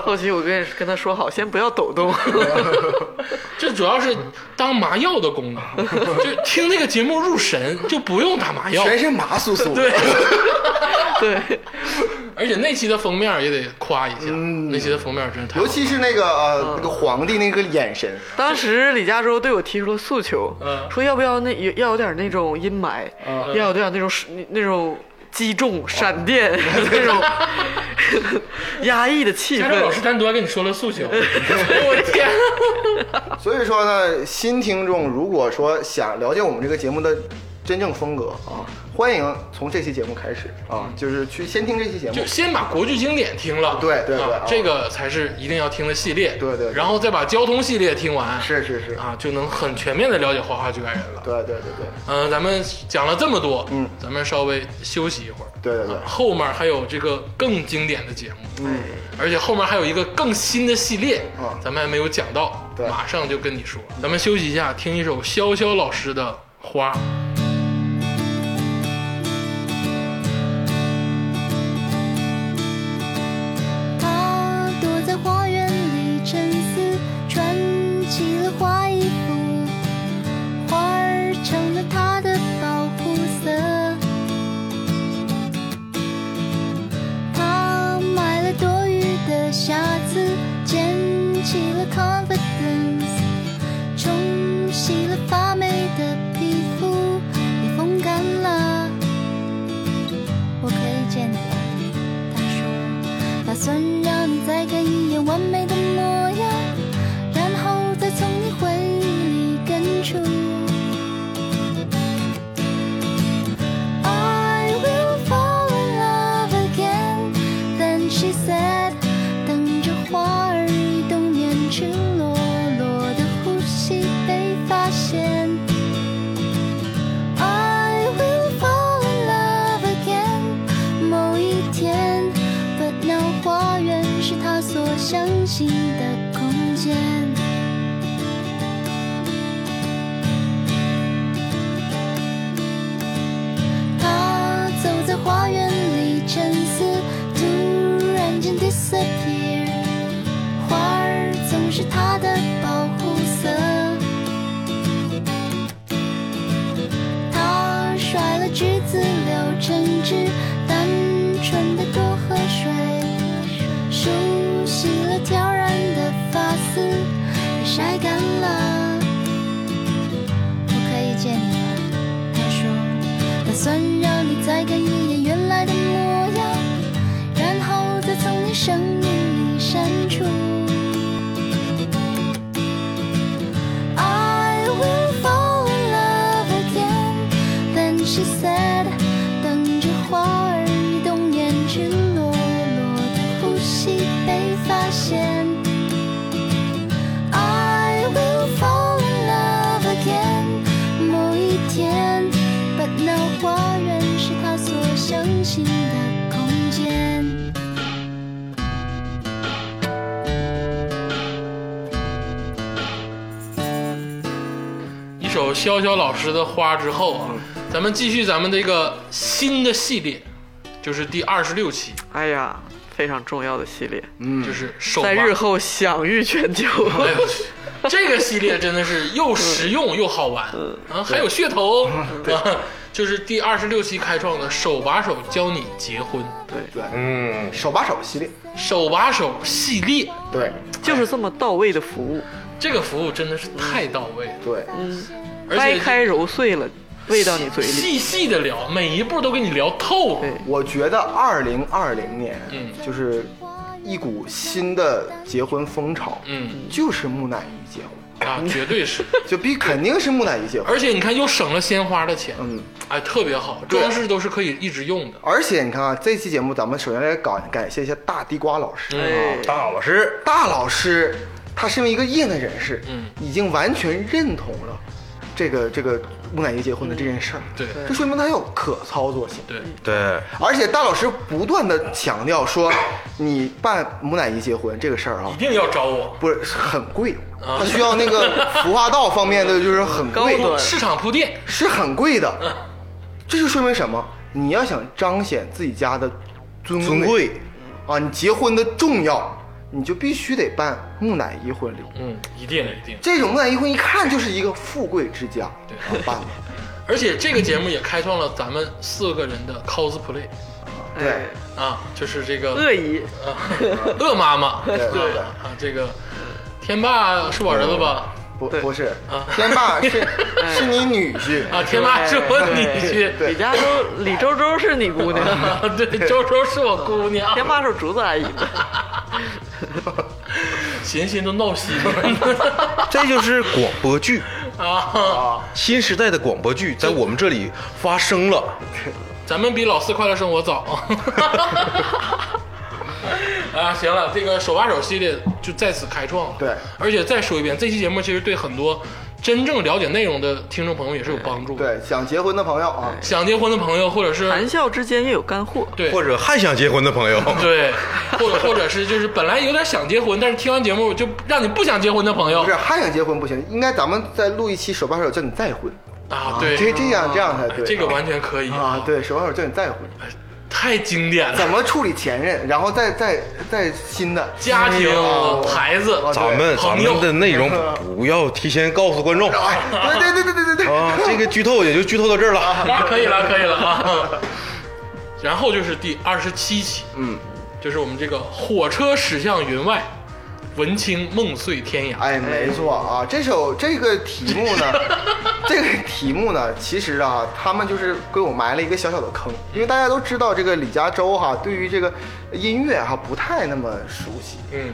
后期我跟跟他说好，先不要抖动。这主要是当麻药的功能，就听这个节目入神，就不用打麻药。全身麻酥酥。对， 对，而且那期的封面也得夸一下，那期的封面真是太好嗯尤了。其是那个呃那个皇帝那个眼神，当时李嘉洲对我提出了诉求，嗯说要不要那要有点那种阴霾，要有点那种那种击中、闪电、哦 那种压抑的气家长老氛。师单独还跟你说了诉求， 我的天！所以说呢，新听众如果说想了解我们这个节目的真正风格啊，欢迎从这期节目开始啊，就是去先听这期节目就。先把国剧经典听了，对对对啊啊这个才是一定要听的系列，对对对然后再把交通系列听完，是是是，啊，就能很全面的了解花花局外人了。对对对对嗯、咱们讲了这么多，嗯，咱们稍微休息一会儿，对对对啊后面还有这个更经典的节目，嗯，而且后面还有一个更新的系列，啊咱们还没有讲到，对马上就跟你说，咱们休息一下，听一首潇潇老师的《花》。 「新的空间。他走在花园里沉思，突然间 disappear。花儿总是他的保护色。他甩了橘子柳橙汁，单纯的多喝水，梳洗了挑染的发丝，也晒干了。我可以见你了，他说，打算让你再看一眼原来的模样，然后再从你生命里删除。I will fall in love again. Then she said，等着花儿移动胭脂落落的呼吸被发现。I will fall in love again，某一天。But now 花园是他所相信的空间。一首潇潇老师的《花》之后啊，嗯咱们继续咱们这个新的系列，就是第二十六期，哎呀，非常重要的系列，嗯就是手在吧日后享誉全球。哎呦我去这个系列真的是又实用又好玩嗯啊，还有噱头啊，就是第二十六期开创的手把手教你结婚，对，嗯，手把手系列，手把手系列，对就是这么到位的服务，这个服务真的是太到位了，对，而掰且开揉碎了，喂到你嘴里。细细的聊，每一步都给你聊透了对。我觉得二零二零年，嗯就是一股新的结婚风潮，嗯就是木乃伊结婚，啊，绝对是， 就比肯定是木乃伊结婚，而且你看又省了鲜花的钱，嗯，哎，特别好，对装饰都是可以一直用的。而且你看啊，这期节目咱们首先来感感谢一下大地瓜老师，嗯哎，哦大老师，大老师他身为一个业内人士，嗯已经完全认同了这个这个木乃伊结婚的这件事儿，嗯对这说明他有可操作性。对，对，而且大老师不断的强调说，你办木乃伊结婚这个事儿啊一，定要找我，不是很贵，啊它需要那个服化道方面的就是很贵高，端嗯市场铺垫，是很贵的。这就说明什么？你要想彰显自己家的尊尊贵啊，你结婚的重要，你就必须得办木乃伊婚礼。嗯，一定一定。这种木乃伊婚一看就是一个富贵之家对啊办 的，而且这个节目也开创了咱们四个人的 cosplay 对啊，就是这哎，个啊恶意，恶妈妈，对对啊，啊这个天霸是我儿子吧？不对不是，天 霸是是你女婿，啊，天霸是我女婿，对李佳州、李周周是你姑娘，啊 对，周周是我姑娘，天霸是竹子阿姨的。欣欣都闹心了 这就是广播剧，啊！新时代的广播剧在我们这里发生了。咱们比老四快乐生活 早。啊，行了，这个手把手系列就在此开创了。对而且再说一遍，这期节目其实对很多真正了解内容的听众朋友也是有帮助的。对，想结婚的朋友啊，想结婚的朋友，或者是谈笑之间也有干货，对或者还想结婚的朋友， 对，或者或者是就是本来有点想结婚，但是听完节目就让你不想结婚的朋友不是还想结婚不行，应该咱们再录一期手把手教你再婚，啊，对，这这样这样才哎对，这个完全可以啊，对，手把手教你再婚，太经典怎了，么处理前任，然后再再再新的家庭啊孩子啊 咱们咱朋友们的内容不要提前告诉观众哎，对对对对对对对，啊，这个剧透也就剧透到这 儿了。啊，可以了，可以了啊。 然后就是第二十七期，嗯，就是我们这个火车驶向云外，文青梦碎天涯。哎，没错啊，这首这个题目呢，这个题目呢，其实啊，他们就是给我埋了一个小小的坑，因为大家都知道这个李嘉洲哈，对于这个音乐哈不太那么熟悉，嗯，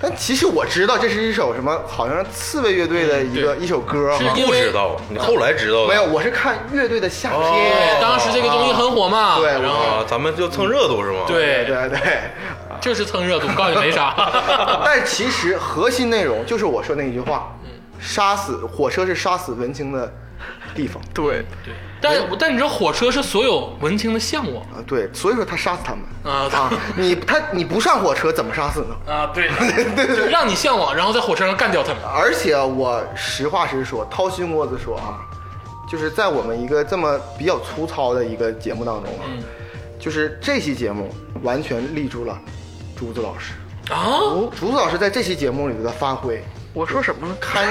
但其实我知道这是一首什么，好像是刺猬乐队的一个嗯对一首歌是哈，因不为知道，你后来知道的。没有，我是看乐队的夏哦对，天，当时这个综艺很火嘛，对然后啊，咱们就蹭热度是吗？，，对对，对对。就是蹭热度，告诉你没 啥。 但其实核心内容就是我说那一句话，杀死火车是杀死文青的地方。对，对，但但你知道火车是所有文青的向往啊，对，所以说他杀死他们啊啊！你他你不上火车怎么杀死呢？啊，对， 就让你向往，然后在火车上干掉他们。而且我实话实说，掏心窝子说啊，就是在我们一个这么比较粗糙的一个节目当中啊，就是这期节目完全立住了竹子老师。啊，竹子老师在这期节目里的发挥，我说什么了？堪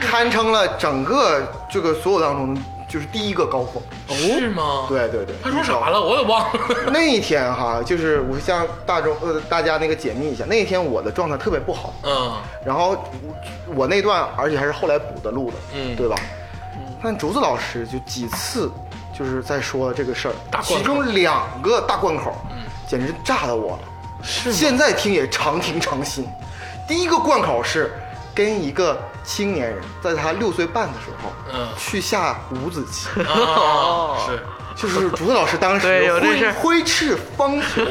堪称了整个这个所有当中就是第一个高峰。是吗？，对对对，哦他说啥了？我也忘了。那一天哈，就是我向大众呃大家那个解密一下，那一天我的状态特别不好，嗯，然后我我那段而且还是后来补的录的，嗯对吧？但竹子老师就几次就是在说这个事儿大，贯口其中两个大关口，简直炸到我了。是吗？现在听也常听常新。第一个贯口是跟一个青年人，在他六岁半的时候，嗯去下五子棋，啊， 是就是竹子老师当时对有这事挥儿挥斥方遒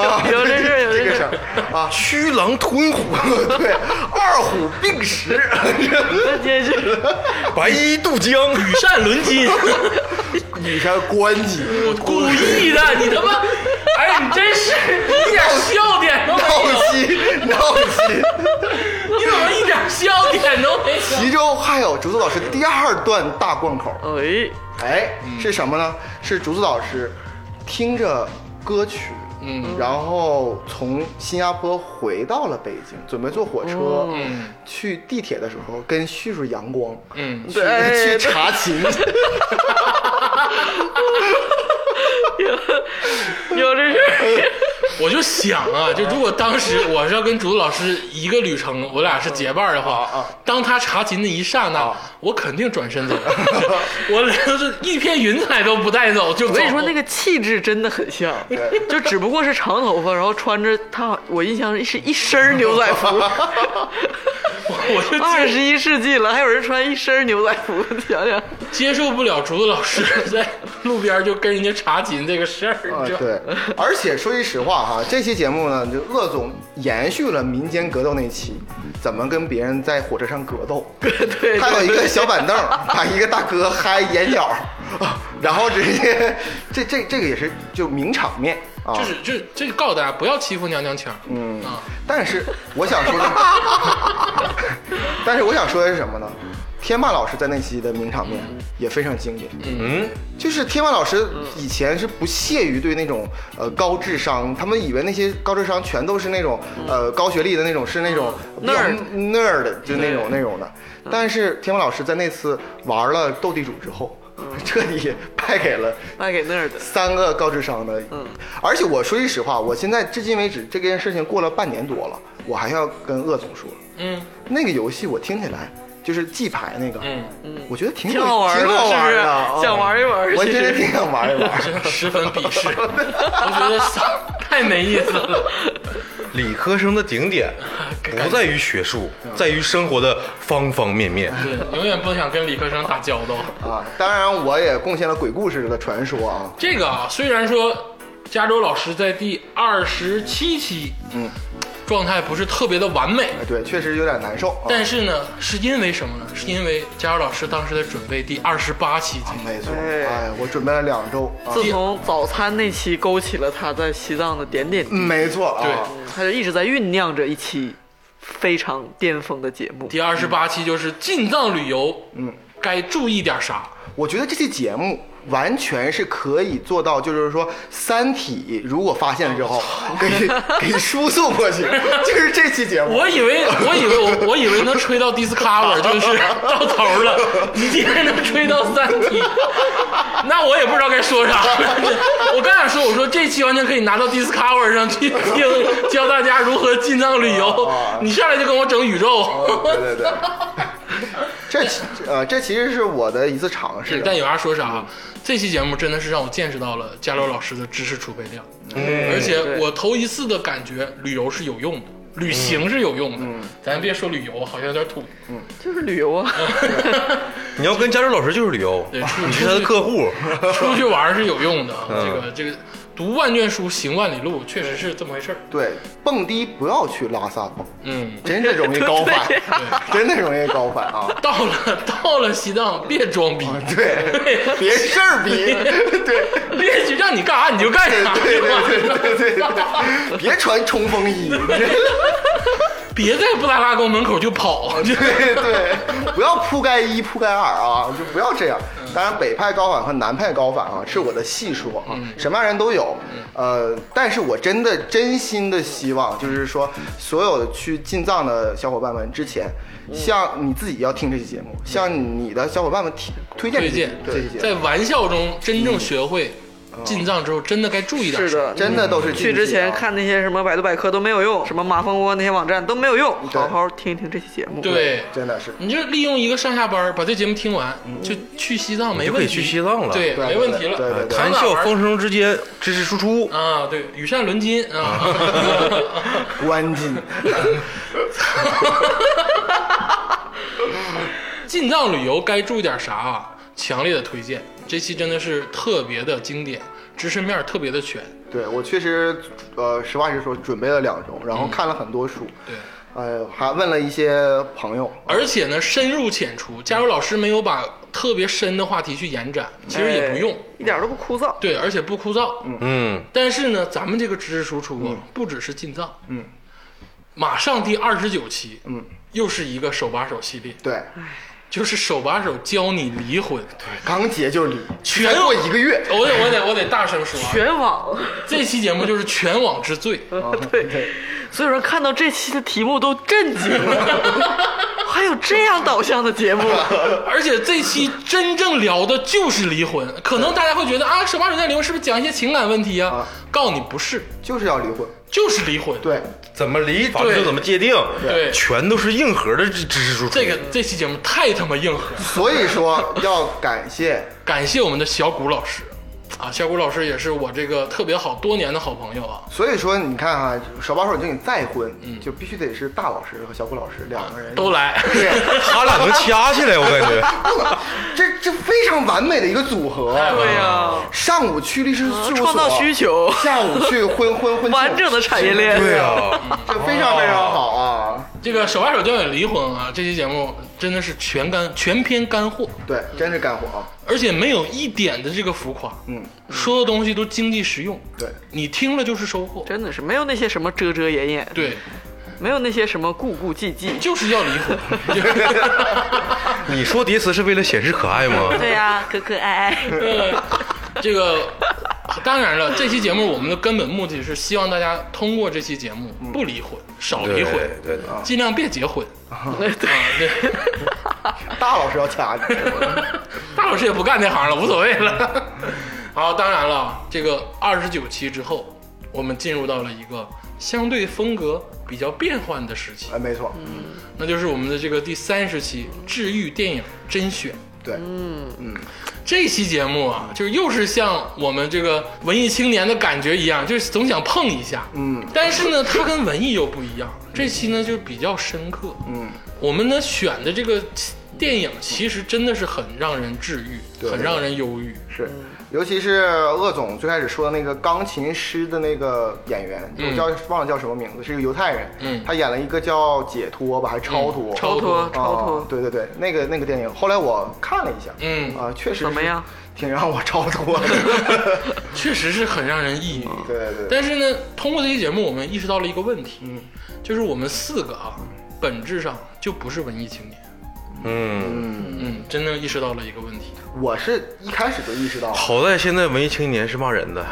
啊， 有这事儿有这这个事事儿儿啊驱狼吞虎， 对，二虎并食， 那接着白衣渡江。羽扇纶巾，羽扇纶巾，故意的，你他妈，哎，你真是一点笑点都没 闹有，心闹心。你怎么一点笑点都没有？其中还有竹子老师第二段大贯口，哎，哎，嗯是什么呢？是竹子老师听着歌曲，嗯，然后从新加坡回到了北京，准备坐火车，嗯去地铁的时候跟叙述阳光，嗯，去对去查琴，有这事 儿，我就想啊，就如果当时我是要跟竹子老师一个旅程，我俩是结伴儿的话，当他查琴的一刹那，我肯定转身走， 我俩就是一片云彩都不带走就走。我跟你说，那个气质真的很 像，就只不过是长头发，然后穿着他，我印象是一身牛仔 服，我就二十一世纪了，还有人穿一身牛仔服，想想，接受不了竹子老师在路边就跟人家查琴这个事儿，啊，就 对。而且说句实话哈，这期节目呢，就鄂总延续了民间格斗那期，怎么跟别人在火车上格斗， 对，他有一个小板凳， 把一个大哥嗨眼角，啊然后直接，这这这个也是就名场面啊，就是就是这个告诉大家不要欺负娘娘腔，嗯啊， 但是我想说的，但是我 想说的是什么呢？天霸老师在那期的名场面也非常经典，嗯，就是天霸老师以前是不屑于对那种呃高智商，他们以为那些高智商全都是那种呃高学历的那种，是那种嗯 Nerd 嗯 nerd 就那种那种的。但是天霸老师在那次玩了斗地主之后，嗯 彻底败给了卖给那儿的，三个高智商的，嗯，而且我说句实话，我现在至今为止这件事情过了半年多了，我还要跟鄂总说，嗯那个游戏我听起来就是记牌那个，嗯，我觉得挺挺有好玩的挺好玩的，是不是想玩一玩 哦我其实真的挺想玩一玩。真的 十分鄙视，我觉得太没意思了。理科生的顶 点不在于学术，在于生活的方方面面。对，永远不想跟理科生打交道。啊，当然我也贡献了鬼故事的传说啊，这个啊，虽然说加州老师在第二十七期，嗯，状态不是特别的完美，哎对，确实有点难受啊。但是呢，是因为什么呢？是因为加州老师当时在准备第二十八期节目，没错，哎哎，我准备了两周啊，自从早餐那期勾起了他在西藏的点点滴滴嗯没错啊，对他就一直在酝酿着一期非常巅峰的节目。第二十八期就是进藏旅游，嗯，该注意点啥？我觉得这期节目完全是可以做到，就是说《三体》如果发现之后，给给输送 过去，就是这期节目。我以为，我以为我，我以为能吹到 Discover 就是到头了，你竟然能吹到三体，那我也不知道该说啥。 我刚想说，我说这期完全可以拿到 Discover 上去听，教大家如何进藏旅游。你上来就跟我整宇宙，啊对对对，这其呃这其实是我的一次尝试但有啥说啥啊。这期节目真的是让我见识到了加州老师的知识储备量，而且我头一次的感觉旅游是有用的，旅行是有用的。咱别说旅游，好像有点土。就是旅 游啊，你要跟加州老师就是旅游，对是 你是他的客户，啊出去玩儿是有用的，这个这个，读万卷书，行万里路，确实是这么回事儿。对，蹦迪不要去拉萨蹦，嗯，真是容易高反， 真的容易高反啊！到了 到了西藏，别装逼，对，别事儿逼，对。别去让你干啥你就干啥，对吧对对对对，别穿冲锋衣，别在布达拉宫门口就跑，就对对，不要铺盖一铺盖二啊，就不要这样。当然，北派高反和南派高反啊，是我的细说啊，什么样人都有。呃，但是我真的真心的希望，就是说，所有的去进藏的小伙伴们，之前像你自己要听这期节目，向你的小伙伴们提推荐推这期荐这期节在目，玩笑中真正学会进藏之后，真的该注意点。是，的，真的都是去禁忌啊之前看那些什么百度百科都没有用，什么马蜂窝那些网站都没有用，对好好听一听这期节目。，对，真的是。你就利用一个上下班儿把这节目听完，就去西藏没就可问以题，去西藏了对，对没问题了。对对对谈笑风生之间，知识输出。啊，对，羽扇纶巾啊， 关禁，进藏旅游该注意点啥啊？强烈的推荐，这期真的是特别的经典，知识面儿特别的全。对我确实，呃，实话实说，准备了两周，然后看了很多书，对，呃，还问了一些朋友，而且呢，深入浅出。佳茹老师没有把特别深的话题去延展，其实也不用。，哎一点都不枯燥。对，而且不枯燥。嗯。嗯，但是呢，咱们这个知识输出啊，不只是进藏。嗯。马上第二十九期，嗯，又是一个手把手系列，对，就是手把手教你离婚。刚结就离，全才过一个月，我得，我得，我得大声说啊！全网，这期节目就是全网之最。对，所有人看到这期的题目都震惊了，还有这样导向的节目，而且这期真正聊的就是离婚，可能大家会觉得啊，手把手教你离婚是不是讲一些情感问题呀、啊告诉你不是，就是要离婚，就是离婚。对，怎么离，法律怎么界定，对全都是硬核的知知识输出。这个这期节目太他妈硬核了，所以 说要感谢，感谢我们的小谷老师，啊，小谷老师也是我这个特别好多年的好朋友啊，所以说你看啊，手把手教你再婚，嗯就必须得是大老师和小顾老师两个人都，来， 对，他俩能掐起来，我感觉。 这这非常完美的一个组合，对呀、上午去律师事务所，创造需，求，下午去婚婚婚庆完整的产业链对啊呀、这非常非常好啊，这个手把手教你离婚啊，这期节目真的是全干全篇干货，对，真是干货啊，而且没有一点的这个浮夸，嗯，说的东西都经济实用，对，你听了就是收获， 真的是没有那些什么遮遮掩掩，对，没有那些什么顾顾忌忌。就是要离 婚，你说叠词是为了显示可爱吗？对呀、可可爱爱。呃 这个当然了，这期节目我们的根本目的是希望大家通过这期节目不离婚，少离对婚，啊对对，尽量别结婚。啊， 对，大老师要掐你，大老师也不干这行了，无所谓了。好，当然了，这个二十九期之后，我们进入到了一个相对风格比较变换的时期哎，，没错，那就是我们的这个第三十期治愈电影甄选。对，这期节目啊，就又是像我们这个文艺青年的感觉一样，就是总想碰一下。嗯但是呢，它跟文艺又不一样。这期呢就比较深刻。嗯，我们呢选的这个电影，其实真的是很让人治愈，对很让人忧郁。是，嗯尤其是鄂总最开始说的那个钢琴师的那个演员，嗯我叫忘了叫什么名字，是个犹太人，嗯他演了一个叫《解脱》吧，还是《超脱》嗯超超脱，啊超脱，对对对，那个那个电影，后来我看了一下，嗯啊，确实怎么是样，挺让我超脱的， 确实是很让人抑郁。对对对，但是呢，通过这期节目，我们意识到了一个问题，嗯就是我们四个啊，本质上就不是文艺青年。嗯，嗯，真正意识到了一个问题。我是一开始就意识到了，好在现在文艺青年是骂人的。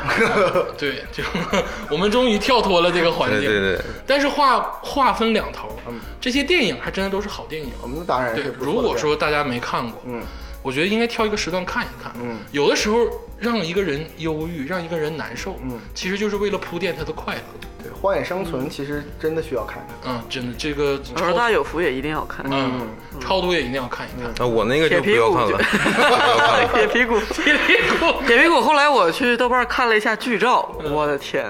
对，就 我们终于跳脱了这个环境。对对对，但是话话分两头，这些电影还真的都是好电影。我们当然对嗯是，不错的如果说大家没看过，嗯，我觉得应该挑一个时段看一看。嗯，有的时候让一个人忧郁，让一个人难受，嗯，其实就是为了铺垫他的快乐。对《荒野生存》其实真的需要看看，嗯，真的，这个而超大有福也一定要看。嗯，超多也一定要看一看。那我那个就 不要看了。 铁皮鼓，别离谱铁皮鼓。后来我去豆瓣看了一下剧照，我的天，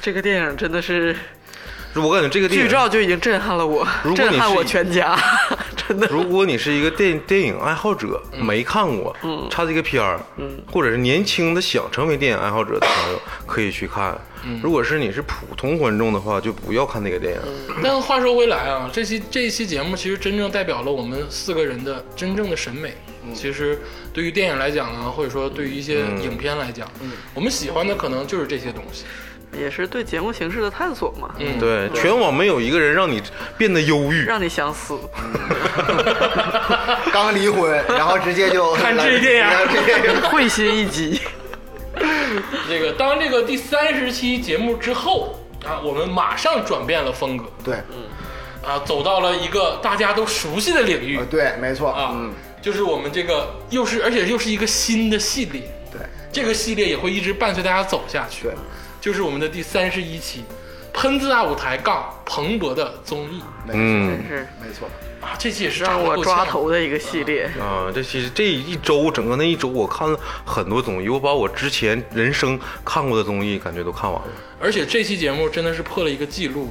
这个电影真的是 我感觉这个电剧影，照就已经震撼了我如，果你震撼是 我全家。真的。如果你是一个电电影爱好者，嗯没看过，差这个片儿，或者是年轻的想成为电影爱好者的朋友，嗯可以去看。如果是你是普通观众的话，就不要看那个电影。嗯嗯但话说回来啊，这期这一期节目其实真正代表了我们四个人的真正的审美。嗯其实对于电影来讲呢，或者说对于一些影片来讲，嗯我们喜欢的可能就是这些东西。也是对节目形式的探索嘛，嗯，，对，全网没有一个人让你变得忧郁。让你相思。刚离婚，然后直 接就看这电 影看这电影会心一击，这个当这个第三十期节目之后啊，我们马上转变了风格对，啊，走到了一个大家都熟悉的领域呃对，没错，啊嗯，，就是我们这个又是而且又是一个新的系列，对，这个系列也会一直伴随大家走下去。对，就是我们的第三十一期《喷子大舞台杠蓬勃的综艺嗯真是》没错，啊，这期也是让我抓头。头的一个系 列。啊，这其实这一周整个那一周，我看了很多综艺，我把我之前人生看过的综艺感觉都看完了。而且这期节目真的是破了一个记录，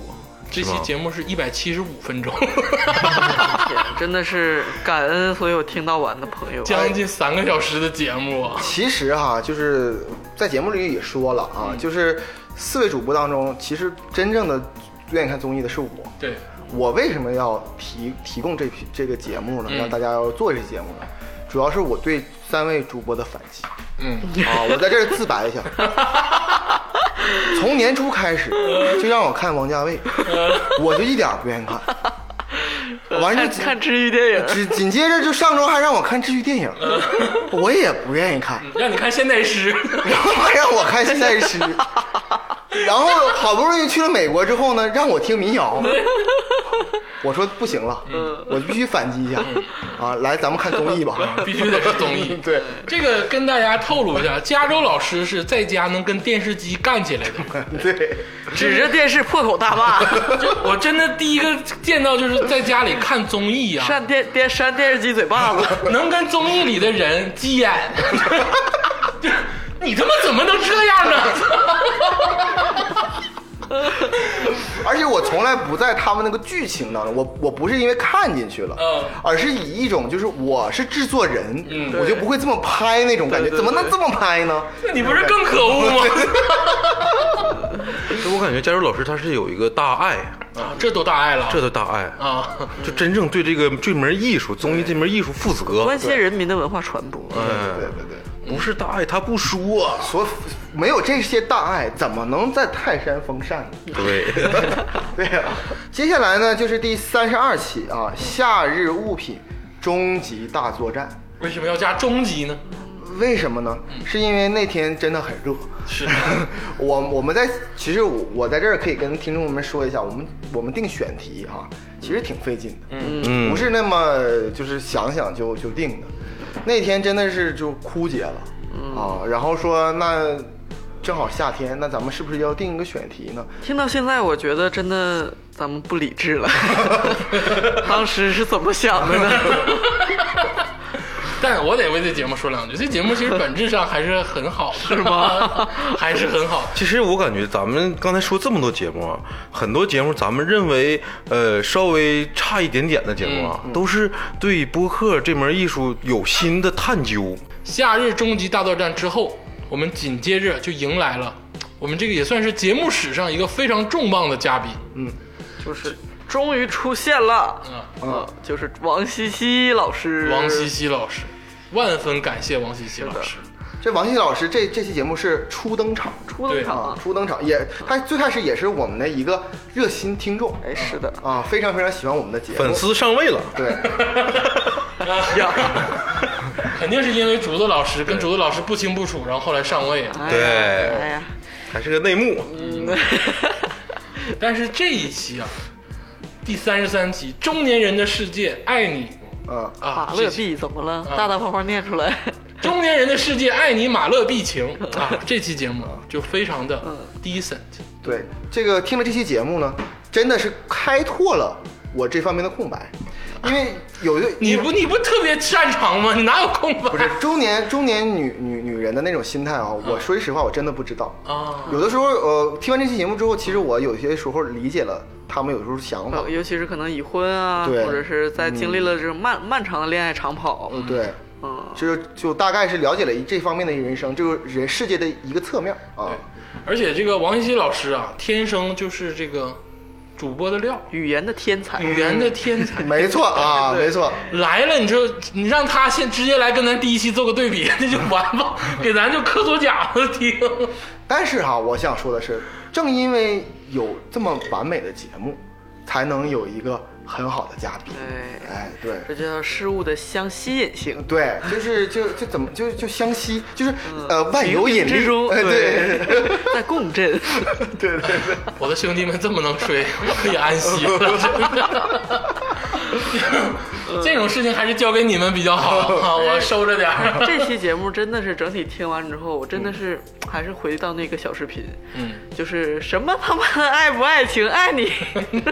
这期吗节目是一百七十五分钟， 天真的是感恩所有听到完的朋友。啊将近三个小时的节目啊。其实哈，就是在节目里也说了啊，就是四位主播当中，其实真正的愿意看综艺的是我。对，我为什么要提提供这批这个节目呢？嗯让大家要做这节目呢？主要是我对三位主播的反击嗯，啊！我在这儿自白一下，从年初开始就让我看王家卫，我就一点儿不愿意看。完事看看治愈电 影，紧紧接着就上周还让我看治愈电影，我也不愿意看。 让你看现代诗，然后还让哎我看现代诗，然后好不容易去了美国之后呢，让我听民谣，我说不行了，嗯我必须反击一下啊！来，咱们看综艺吧。必须得是综 艺。对，这个跟大家透露一下，加州老师是在家能跟电视机干起来的。 嗯 对，指着电视破口大骂， 就我真的第一个见到就是在家里看综艺啊，扇电电扇电视机嘴巴子。能跟综艺里的人急眼， 就是你他妈怎么能这样 呢？而且我从来不在他们那个剧情当中，我我不是因为看进去了嗯，而是以一种就是我是制作人嗯，我就不会这么拍那种感觉，对对怎么能这么拍呢？那你不是更可恶吗？就我感觉加州老师他是有一个大爱，啊，这多大爱了！这都大爱，啊，就真正对这个这门艺术综艺这门艺术负责关。心人民的文化传播，对嗯，对对，不是大爱他不 说。所没有这些大爱，怎么能在泰山封禅呢？对，对啊呀、接下来呢就是第三十二期啊，夏日物品终极大作战。为什么要加终极呢？为什么呢？是因为那天真的很热。是 我我们在其实我我在这儿可以跟听众们说一下，我们我们定选题哈、其实挺费劲的，嗯不是那么就是想想就就定的。那天真的是就枯竭了、啊，然后说那正好夏天，那咱们是不是要定一个选题呢？听到现在，我觉得真的咱们不理智 了。当时是怎么想的呢？ 但我得为这节目说两句，这节目其实本质上还是很好的，是吗？ 还是很好的。其实我感觉咱们刚才说这么多节目啊，很多节目咱们认为呃稍微差一点点的节目啊，嗯都是对播客这门艺术有新的探究。夏日终极大作战之后，我们紧接着就迎来了我们这个也算是节目史上一个非常重磅的嘉宾，嗯就是终于出现了，嗯嗯，就是王西西老师，王西西老师，万分感谢王西西老师。这王鑫老师这这期节目是初登场，初登啊场，，初登场也，他最开始也是我们的一个热心听众哎，是的，啊，非常非常哎喜欢我们的节目，粉丝上位了，对， 肯定是因为竹子老师跟竹子老师不清不楚，然后后来上位啊。对哎呀，还是个内幕。但是这一期啊，第三十三期《中年人的世界》，爱你嗯， 啊，马这乐期必怎么了？大大方方念出 来，中年人的世界，爱你马勒必情啊！ 这期节目就非常的嗯 decent，对，这个听了这期节目呢，真的是开拓了我这方面的空白。因为有一个你不你不特别擅长吗？你哪有空白？不是中年中年女女女人的那种心态啊，我说句实话，我真的不知道。啊，有的时候，呃，听完这期节目之后，其实我有些时候理解了他们有时候想法呃。尤其是可能已婚啊，对或者是在经嗯历了这种漫、漫长的恋爱长跑，嗯，对，就是就大概是了解了这方面的人生，就是人世界的一个侧面啊。而且这个王一茜老师啊，天生就是这个主播的料，语言的天才，语言的天 才。没错啊，没错。来了，你就你让他先直接来跟咱第一期做个对比，那就完 吧，给咱就磕左脚子听。但是哈、我想说的是，正因为有这么完美的节目，才能有一个很好的嘉宾。对，哎，对。这就叫事物的相吸引性。对，就是就就怎么就就相吸，就是呃万有引冥冥力，之中，哎 对 在共振。对对对，我的兄弟们这么能吹，我也安息了。真的 这种事情还是交给你们比较好啊，我收着点儿。 这期节目真的是整体听完之后，我真的是还是回到那个小视频，嗯，就是什么他妈的爱不爱情，爱你。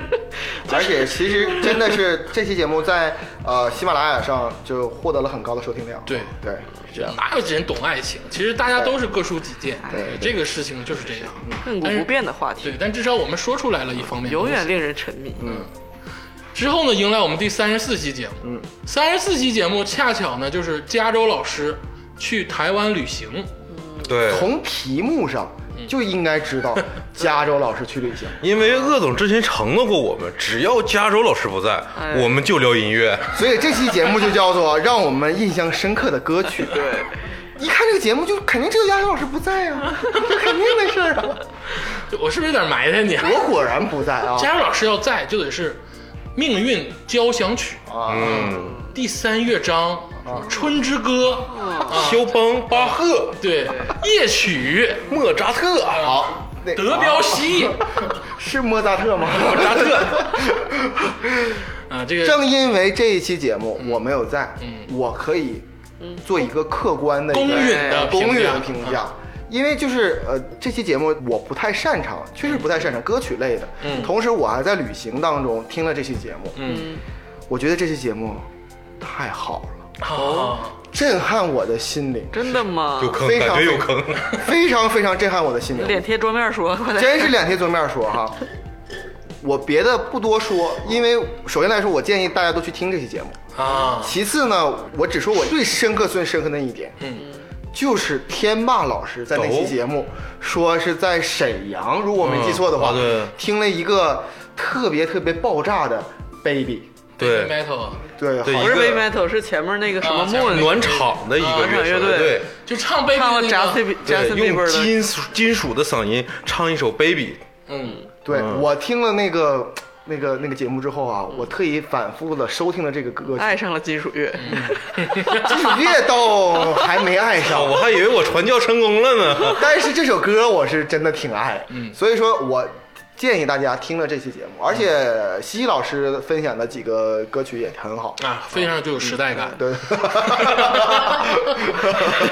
而且其实真的是这期节目在呃喜马拉雅上就获得了很高的收听量。对对，这哪有人懂爱情？其实大家都是各抒己见，对这个事情就是这样。嗯亘古不变的话题对，，但至少我们说出来了一方面，永远令人沉迷。之后呢，迎来我们第三十四期节目。嗯，三十四期节目恰巧呢，就是加州老师去台湾旅行。对，从题目上就应该知道加州老师去旅行。因为鄂总之前承诺过我们，只要加州老师不在，哎我们就聊音乐。所以这期节目就叫做《让我们印象深刻的歌曲》。 对，一看这个节目就肯定知道亚洲老师不在 啊，这肯定没事儿啊。我是不是有点埋汰你啊？我果然不在啊。加州老师要在，就得是《命运交响曲》啊，嗯，第三乐章，春之歌》嗯啊，肖邦、巴赫、对，夜曲，莫扎特，好，那啊德彪西是莫扎特吗？ 莫莫扎特，啊，这个正因为这一期节目嗯我没有在，我可以做一个客观的一个公允的公评允价的评价。因为就是呃，这期节目我不太擅长，确实不太擅长歌曲类的。嗯同时我还在旅行当中听了这期节目，嗯，我觉得这期节目太好了，好，震撼我的心灵，真的吗？有坑，非常感觉有坑。非常非常震撼我的心脸灵，贴桌面说，快点。真是两天桌面说哈。我别的不多说，因为首先来说，我建议大家都去听这期节目。啊，其次呢，我只说我最深刻、最深刻的一点，嗯，就是天霸老师在那哦期节目说是在沈阳，如果我没记错的嗯话，啊对听了一个特别特别爆炸的 baby，对 metal，对，对好不是一 Baby 个 Metal，是前面那个什么啊前面 Moon 暖场的一个啊乐乐队队，就唱贝贝唱了那 Justin 个， Bie- 对 Justin 对，用 Bieber 的，金属金属的嗓音唱一首《Baby》，嗯，对、嗯我听了那个那个那个节目之后啊，我特意反复的收听了这个歌曲，爱上了金属乐。金属乐倒还没爱啊，上，我还以为我传教成功 了呢。 但是这首歌我是真的挺爱，嗯，所以说我建议大家听了这期节目，而且西西老师分享的几个歌曲也很好，啊，非常具有时代感。嗯 对，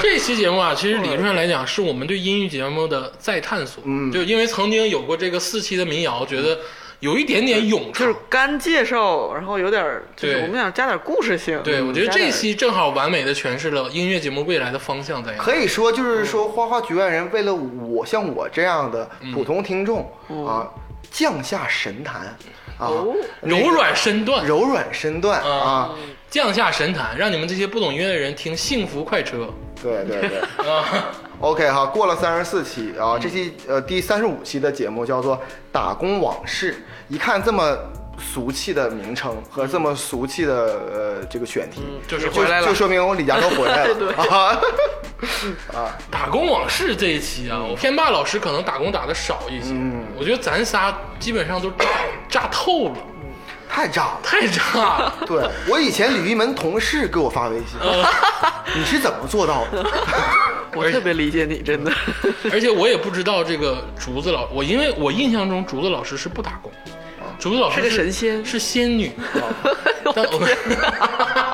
这期节目啊，其实理论上来讲，是我们对音乐节目的再探索。嗯，就因为曾经有过这个四期的民谣，觉得有一点点冗就是长。干介绍，然后有点儿就是对我们想加点故事性。嗯对，我觉得加点这儿期正好完美的诠释了音乐节目未来的方向在哪。可以说就是说花花局外人为了我像我这样的普通听众、啊，降下神坛啊，哦柔软身段，柔软身段啊，降下神坛，让你们这些不懂音乐的人听《幸福快车对对对。》啊。嗯 OK 哈，过了三十四期啊，这期呃第三十五期的节目叫做《打工往事》。一看这么俗气的名称和这么俗气的呃这个选题，嗯就是就回来了就说明我李佳洲回 来了啊。打工往事这一期嗯啊，我天霸老师可能打工打的少一些，我觉得咱仨基本上都炸炸透了，嗯太炸了！太炸 了。 对我以前吕一门同事给我发微信，嗯你是怎么做到的？我特别理解你，真的。而且我也不知道这个竹子老，我因为我印象中竹子老师是不打工，竹子老师哦是个神仙哦是 仙女。但我但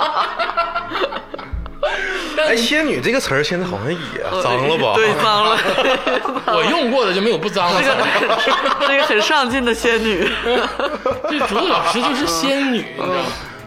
但哎，是仙女这个词儿现在好像也脏了吧？呃啊对，脏了。我用过的就没有不脏 的词 儿。这个很上进的仙女， 这竹子老师就是仙嗯女，你知道吗？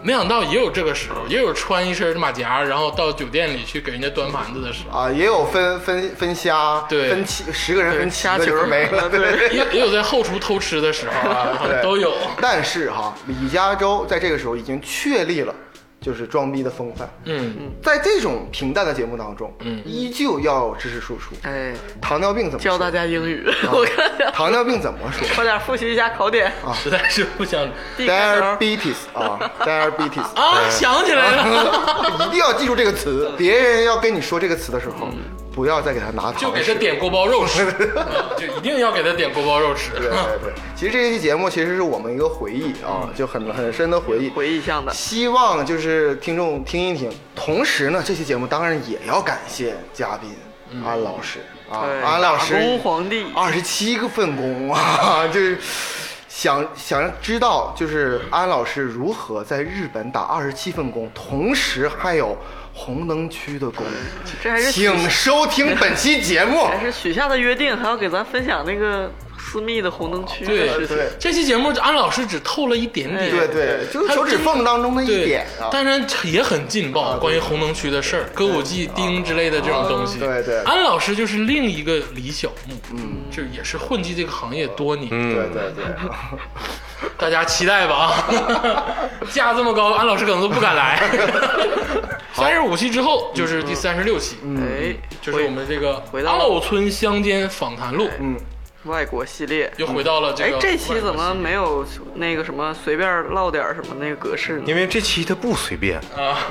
没想到也有这个时候，也有穿一身马甲，然后到酒店里去给人家端盘子的时候，啊，也有分分分虾，对分七十个人分七虾个球就没了，对。也也有在后厨偷吃的时候 啊，对都有。但是哈，李嘉洲在这个时候已经确立了就是装逼的风范，嗯，在这种平淡的节目当中，嗯依旧要有知识输出。哎，糖尿病怎么教说大家英语， 啊我看看，糖尿病怎么说快点复习一下考点。实在是不想 第一开头？diabetes 啊，diabetes 啊，想起来了，一定要记住这个词。别人要跟你说这个词的时候，嗯不要再给他拿糖吃。就给他点锅包肉 吃，就一定要给他点锅包肉吃。对嗯对对，其实这一期节目其实是我们一个回忆啊，就很很深的回忆。回忆向的希望就是听众听一听。同时呢，这期节目当然也要感谢嘉宾安老师嗯啊对，安老师打工皇帝啊二十七个份工啊，就是想想知道就是安老师如何在日本打二十七份工，同时还有红灯区的工。这还是许请收听本期节目。还是许下的约定，还要给咱分享那个私密的红灯区的对事情。哎对这期节目安老师只透了一点点，哎对对，就是手指缝当中的一对，点啊。当然也很劲爆，关于红灯区的事儿、歌舞伎町之类的这种东西。对对安老师就是另一个李小牧，嗯，就也是混迹这个行业多年，嗯对对对。大家期待吧 啊！价这么高，安老师可能都不敢来。三十五期之后就是第三十六期，嗯哎，就是我们这个回《到了奥村乡间访谈录》，嗯外国系列。又回到了这哎个。，这期怎么没有那个什么随便唠点什么那个格式因呢？为这期它不随便，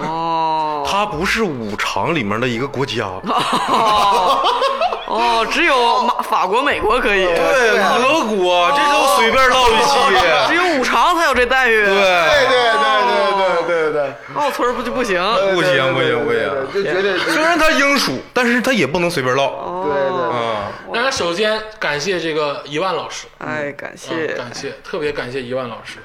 哦它不是五常里面的一个国家，啊哦，只有马法国、美国可以，对，啊俄国这都随便 唠一只期，有五常才有这待遇。，对，对对对对对对对，奥村儿不就不行？不行不行不对行，，对对对就觉得虽然它英属，但是它也不能随便唠哦对对啊。大家首先感谢这个一万老师，哎，感嗯谢，感谢，特别感谢一万老师。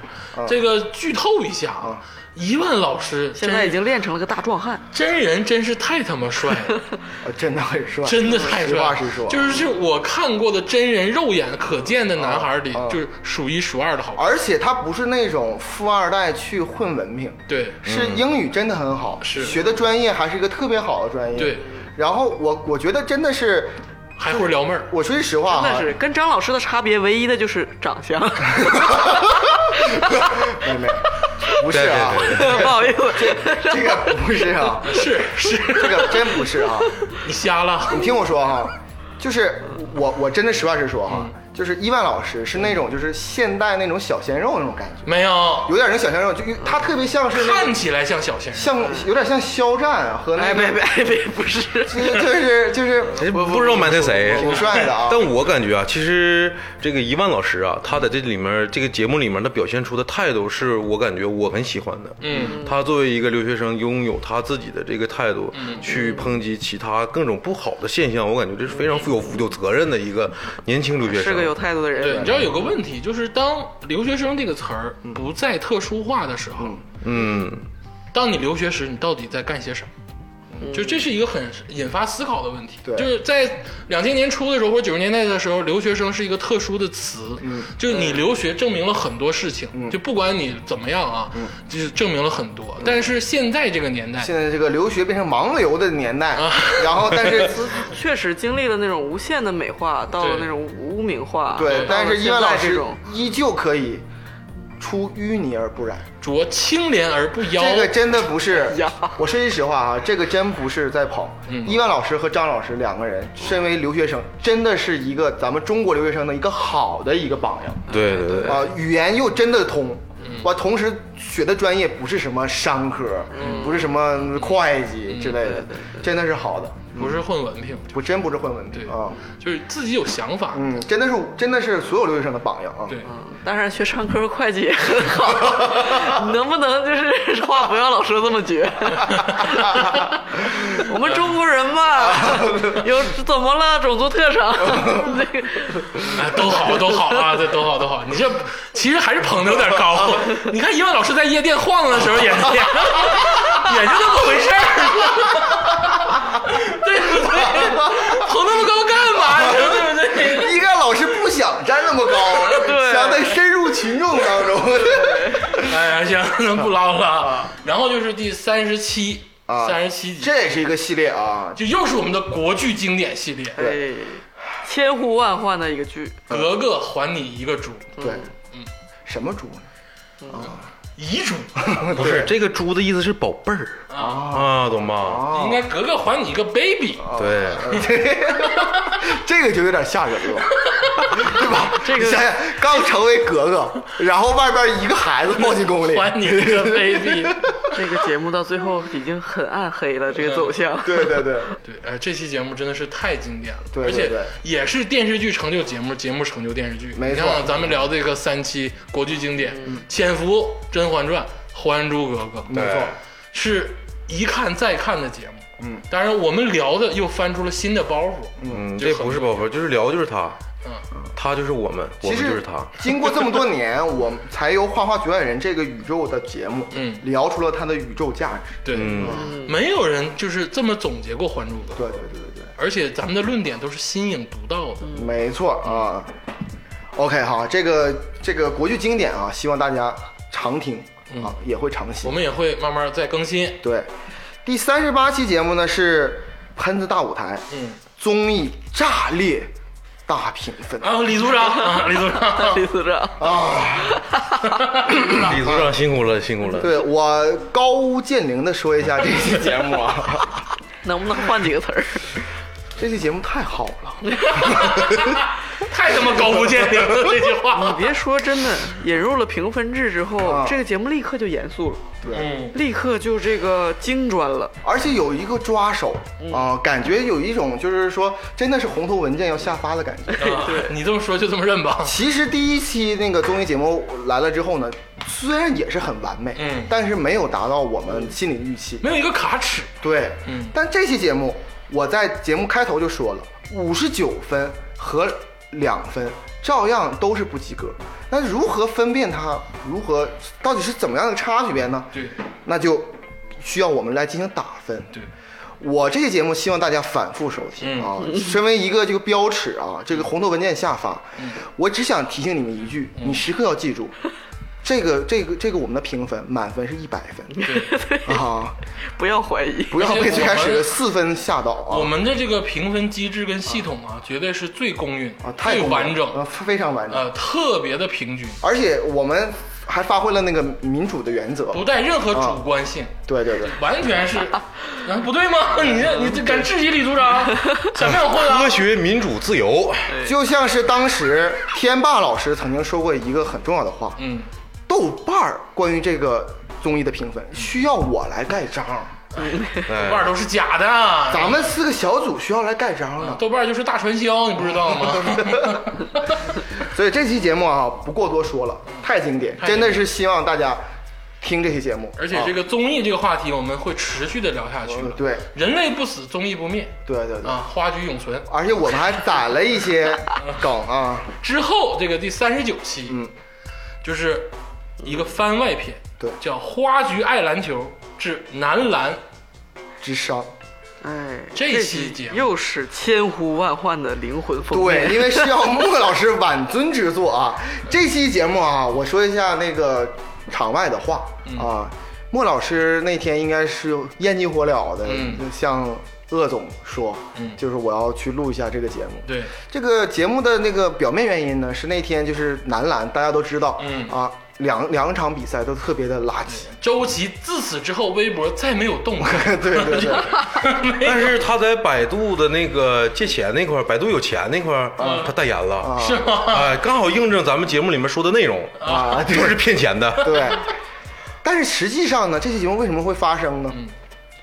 这个剧透一下啊，一万老师现在已真经练成了个大壮汉。真人真是太他妈帅了，呃真的很帅，真的太实帅话了，实说，就是是我看过的真人肉眼可见的男孩里，就是数一数二的好看。而且他不是那种富二代去混文凭，对，是英语真的很好，是学的专业还是一个特别好的专业，对。然后我我觉得真的是，还会撩妹儿。我说句实话但哈，是跟张老师的差别唯一的就是长相，妹妹，不是啊，对不好意思，这个不是啊，是是，这个真不是啊。你瞎了。你听我说哈，就是我我真的实话实说哈，就是伊万老师是那种就是现代那种小鲜肉那种感觉，没有，有点像小鲜肉，就他特别像是那嗯看个起来像小鲜肉，像有点像肖战啊和那哎，个别别别，不是， 就是就是就是不不知道埋汰谁，挺帅的啊。但我感觉啊，其实这个一万老师啊，他在这里面这个节目里面他表现出的态度，是我感觉我很喜欢的。嗯，他作为一个留学生，拥有他自己的这个态度，去抨击其他各种不好的现象，我感觉这是非常负有有责任的一个年轻留学生。是个有态度的对，你人。知道有个问题，就是当“留学生”这个词儿不再特殊化的时候，嗯，当你留学时，你到底在干些什么？就这是一个很引发思考的问题。嗯对就是在两千年初的时候或者九十年代的时候，留学生是一个特殊的词，嗯就是你留学证明了很多事情，就不管你怎么样啊，就是证明了很多。但是现在这个年代，嗯现在这个留学变成盲流的年代，然后但是确实经历了那种无限的美化，到了对那种污名化， 对，但是伊因万为老啊这师种，依旧可以出淤泥而不染。着清廉而不妖，这个真的不是呀，我说句实话啊，这个真不是在跑。伊万老师和张老师两个人，身为留学生，真的是一个咱们中国留学生的一个好的一个榜样对对对。啊，语言又真的通。我同时学的专业不是什么商科，不是什么会计之类的，真的是好的，不是混文凭，不真不是混文凭对啊，就是自己有想法。嗯，真的是真的是所有留学生的榜样啊。对，当然学商科会计也很好， 你能不能就是话不要老说这么绝？ 我们中国人嘛，有怎么了种族特长？ 这个哎，都好，都好啊，对，都好，都好。你这 啊其实还是捧的有点高。你看一万老师在夜店晃的时候也是这样。也就那么回事儿，对不对？捧那么高干嘛呀？对不对？一干老师不想站那么高，啊对想在深入群众当中。哎呀，行，能不唠了。 然后就是第三十七，啊三十七集，这也是一个系列啊，就又是我们的国剧经典系列，嗯《哎，千呼万唤的一个剧，格格还你一个猪》对，什么猪呢？遗 嘱，不是这个“猪”的意思是宝贝儿啊，懂吧？ 应该格格还你一个 baby。啊对，这个就有点吓人了，对吧？这个你想想，刚成为格格，然后外边一个孩子抱进 宫里，还你一个 baby，这个节目到最后已经很暗黑了，这个走向。对对对，对，哎、这期节目真的是太经典了，对而且对对也是电视剧成就节目，节目成就电视剧。你没错嗯看啊咱们聊这个三期国剧经典，潜伏》《甄嬛传》《还珠格格》，没错，是一看再看的节目。嗯，当然我们聊的又翻出了新的包袱。嗯，就这很不是宝贝儿，就是聊就是他，嗯，他就是我们，我其们就实是他。经过这么多年，我们才由《画画局外人》这个宇宙的节目，嗯聊出了它的宇宙价值。对，嗯没有人就是这么总结过《还珠格格》，对对对对对，而且咱们的论点都是新颖独到的。没错啊。OK 哈，这个这个国剧经典啊，希望大家常听啊，也会常我新。们也会慢慢再更新。对，第三十八期节目呢是喷子大舞台，嗯，综艺炸裂大评分啊，李组长，啊李组长， 李组长，啊！李组长辛苦了，辛苦了。对我高屋建瓴的说 一下这期节目啊，能不能换几个词儿？这期节目太好了。太他妈高屋建瓴了，这句你话。别说，真的引入了评分制之后，这个节目立刻就严肃了，嗯，立刻就这个精专了。而且有一个抓手嗯啊、感觉有一种就是说真的是红头文件要下发的感觉。对啊你这么说就这么认吧。其实第一期那个综艺节目来了之后呢，虽然也是很完美，嗯但是没有达到我们心里的预期。 没有一个卡尺，对，嗯但这期节目我在节目开头就说了，五十九分和两分照样都是不及格。那如何分辨它？如何到底是怎么样的差距别呢？对那就需要我们来进行打分。对，我这个节目希望大家反复收听、嗯啊。身为一个这个标尺啊，这个红头文件下发，嗯我只想提醒你们一句，你时刻要记住，这个这个这个我们的评分满分是一百分 啊，不要怀疑，不要而且被最开始我的们四分吓到我啊们的这个评分机制跟系统啊，绝对是最公允啊，、太最公平完啊整，非常完整，呃，特别的平均，而且我们还发挥了那个民主的原则，不带任何主观性，对对对。完全是，啊，不对吗？ 你这你这敢质疑李组长，想不想混啊科？学、民主、自由，就像是当时天霸老师曾经说过一个很重要的话，嗯，豆瓣儿关于这个综艺的评分需要我来盖章，嗯豆瓣哎，都是假的，咱们四个小组需要来盖章啊的。豆瓣就是大传销，你不知道 吗？所以这期节目啊，不过多说了，太经典，太经典真的是希望大家听这期节目。而且这个综艺这个话题，我们会持续的聊下去嗯的。对人类不死，综艺不灭对对对，啊，花局永存。而且我们还攒了一些梗 啊，之后这个第三十九期，嗯，就是一个番外篇，对叫《花局爱篮球之男篮》。智商。哎，这期节目又是千呼万唤的灵魂封 面。对，因为是要莫老师晚尊之作啊。这期节目啊，我说一下那个场外的话啊。嗯莫老师那天应该是烟急火燎的嗯向鄂总说嗯，就是我要去录一下这个节目。对，这个节目的那个表面原因呢，是那天就是男篮，大家都知道，嗯啊，两两场比赛都特别的垃圾。周琦自此之后，微博再没有动过。 对对 啊对，但是他在百度的那个借钱那块儿，百度有钱那块儿，他代言了，是吗？哎，刚好印证咱们节目里面说的内容啊对就是骗钱的。 对。但是实际上呢，这期节目为什么会发生嗯呢？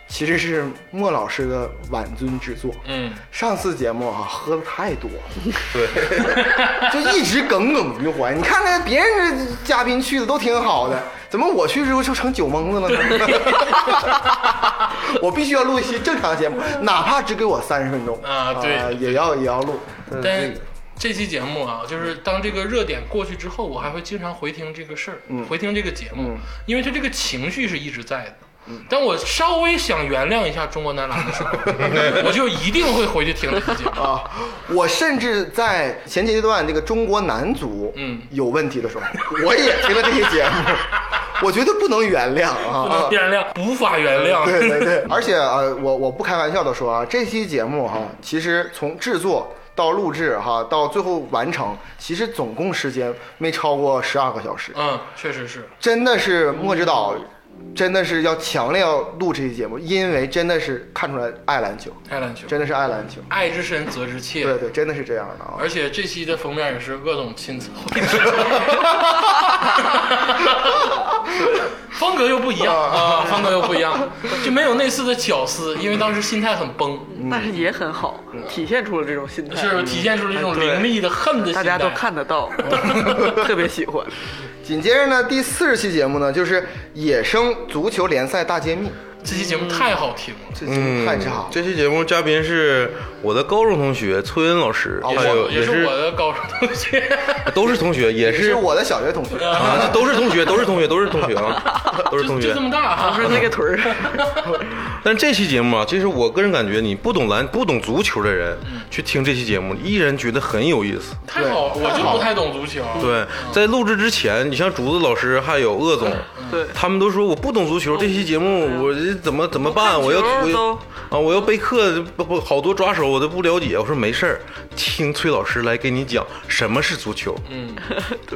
其实是莫老师的晚尊之作。嗯，上次节目啊，喝的太多了，对， 就一直耿耿于怀。你看看别人这嘉宾去的都挺好的，怎么我去之后就成酒蒙子了呢？ 我必须要录一期正常的节目，哪怕只给我三十分钟啊对呃也要也要录。但这期节目啊，就是当这个热点过去嗯之后，我还会经常回听这个事儿，回听这个节目，因为他这个情绪是一直在的。嗯但我稍微想原谅一下中国男篮的 时候，我就一定会回去听这期节目。啊，我甚至在前阶段这个中国男足嗯有问题的时候，我也听了这些节目，我觉得不能原谅不 啊能。原谅，无法原谅。对对对，而且呃，我我不开玩笑的说啊，这期节目哈、其实从制作到录制哈、到最后完成，其实总共时间没超过十二个小时，嗯，确实是。真的是莫指导，真的是要强烈要录这期节目，因为真的是看出来爱篮球，爱篮球，真的是爱篮球，爱之深责之切。对对，真的是这样的啊。而且这期的封面也是各种亲测，风格又不一样啊，风格又不一样，就没有那次的绞丝，因为当时心态很崩， 但是也很好，嗯体现出了这种心态，嗯嗯是体现出了一种凌厉的恨的心态。大家都看 得到，特别喜欢。紧接着呢，第四十期节目呢，就是野生足球联赛大揭秘，这期节目太好听了，这节目太炸了。嗯这期节目嘉宾是我的高中同学崔恩老师，哦还有我也是是我的高中同学，都是同学，也也是是我的小学同学，啊，这都是同学，都是同学，都是同学啊，都是就同就学这。么大不啊，是那个屯儿，但这期节目啊，其实我个人感觉，你不懂篮、不懂足球的人去听这期节目，依然觉得很有意思。太好，我就不太懂足球，对，在录制之前，你像竹子老师还有鄂总，对嗯他们都说我不懂足球，这期节目我这怎么怎么办？我要看球我要都啊，我要备课，不不，好多抓手我都不了解。我说没事儿，听崔老师来给你讲什么是足球，嗯，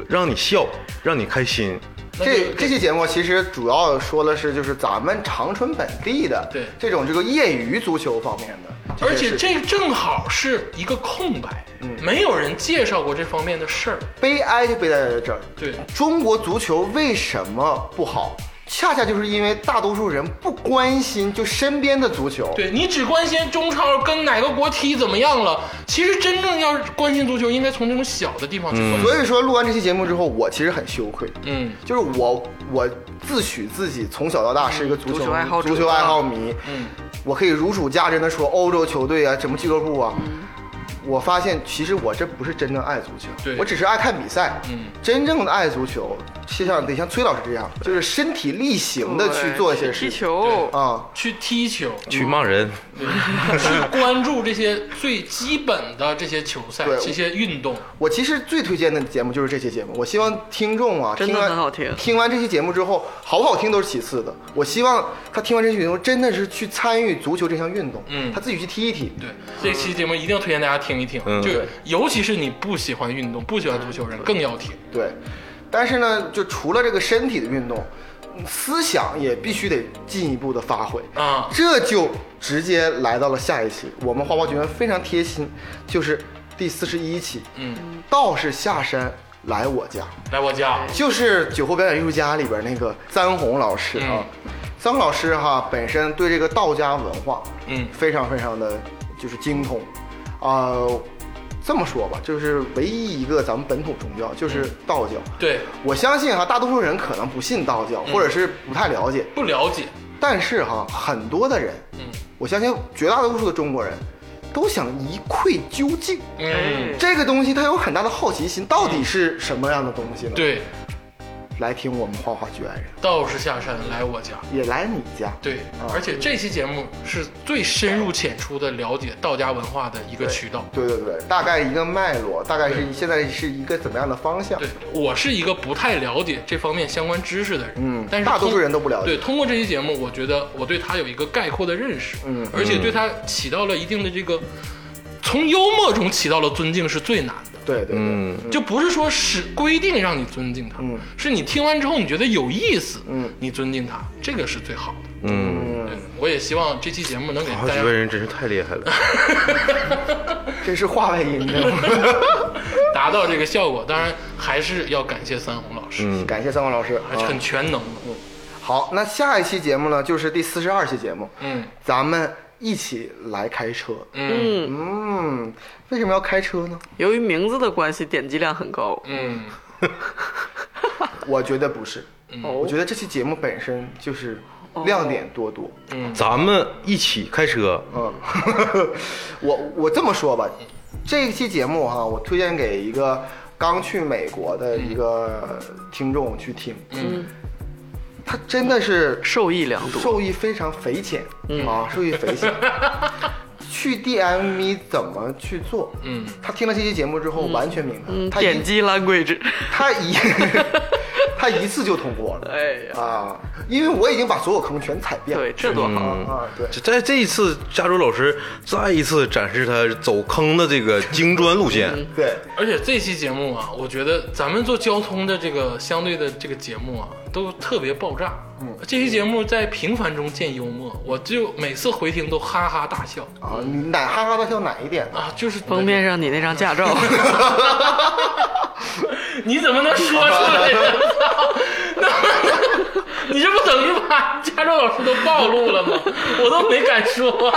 让你笑，让你开心。这这期节目其实主要说的是就是咱们长春本地的对这种这个业余足球方面的些而事情，且这正好是一个空白，没有人介绍过这方面的事儿，悲哀就悲哀在这儿。对。中国足球为什么不好？恰恰就是因为大多数人不关心就身边的足球，对你只关心中超跟哪个国踢怎么样了，其实真正要是关心足球，应该从这种小的地方去关心。所以说录完这期节目之后，我其实很羞愧。嗯，就是我我自诩自己从小到大是一个足嗯足球球爱好者足球爱好迷，嗯，我可以如数家珍的说欧洲球队啊，什么俱乐部啊。嗯我发现其实我这不是真正爱足球对，我只是爱看比赛。嗯真正的爱足球，就像得像崔老师这样，就是身体力行的去做一些事踢情球，啊。去踢球，去骂人，对去关注这些最基本的这些球赛、对这些运动。我其实最推荐的节目就是这期节目，我希望听众啊，真的完很好听听完这期节目之后，好不好听都是其次的。我希望他听完这期节目，真的是去参与足球这项运动，嗯他自己去踢一踢。对，这期节目一定要推荐大家听一听，嗯就对尤其是你不喜欢运动、不喜欢足球人更要听。对，但是呢，就除了这个身体的运动，嗯思想也必须得进一步的发挥啊这就直接来到了下一期，我们花花学院非常贴心，就是第四十一期，嗯，道士下山来我家。来我家，就是《酒后表演艺术家》里边那个臧洪老师啊，臧、老师哈、本身对这个道家文化，嗯非常非常的就是精通，啊、这么说吧，就是唯一一个咱们本土宗教就是嗯道教。对，我相信哈、大多数人可能不信道嗯教，或者是不太了解，不了解，但是哈、很多的人，嗯我相信绝大多数的中国人都想一窥究竟。嗯，哎这个东西它有很大的好奇心，到底是什么样的东西呢？，对，来听我们画画局爱人。道士下山来我家。也来你家。对啊，而且这期节目是最深入浅出的了解道家文化的一个渠道。对对对，大概一个脉络，大概是现在是一个怎么样的方向对？我是一个不太了解这方面相关知识的人，嗯但是大多数通人都不了解对，通过这期节目，我觉得我对他有一个概括的认识，嗯而且对他起到了一定的这个，从幽默中起到了尊敬是最难的，对对对，嗯，就不是说是规定让你尊敬他，嗯是你听完之后你觉得有意思，嗯你尊敬他，这个是最好的。嗯，对，我也希望这期节目能给嗯好大几家个人真是太厉害了。这是话外音对吧达到这个效果，当然还是要感谢三红老师，嗯 感谢三光老师。还是很啊全能的。好，那下一期节目呢，就是第四十二期节目，嗯咱们一起来开车。嗯嗯，为什么要开车呢？由于名字的关系，点击量很高。嗯，我觉得不是，我哦觉，得这期节目本身就是亮点多多。嗯咱们一起开车，嗯， 我我这么说吧，这一期节目哈、我推荐给一个刚去美国的一个听众去听。嗯，他真的是受益良多。受益非常匪浅、嗯啊，受益匪 浅。去 DME 怎么去做？嗯，他听了这期节目之后完全明白，嗯，他点一击 language，他 一他一次就通过了哎呀，啊，因为我已经把所有坑全踩遍了。对，嗯这多嗯好。啊啊，对，这在这一次，加州老师再一次展示他走坑的这个精专路线。对，而且这期节目啊，我觉得咱们做交通的这个相对的这个节目啊，都特别爆炸。嗯这期节目在平凡中见幽默，我就每次回听都哈哈大笑啊，你哪哈哈大笑哪一点 呢？啊，就是封面上你那张驾 照，你怎么能说出来呢？那你这不等于把加州老师都暴露了吗？我都没敢说，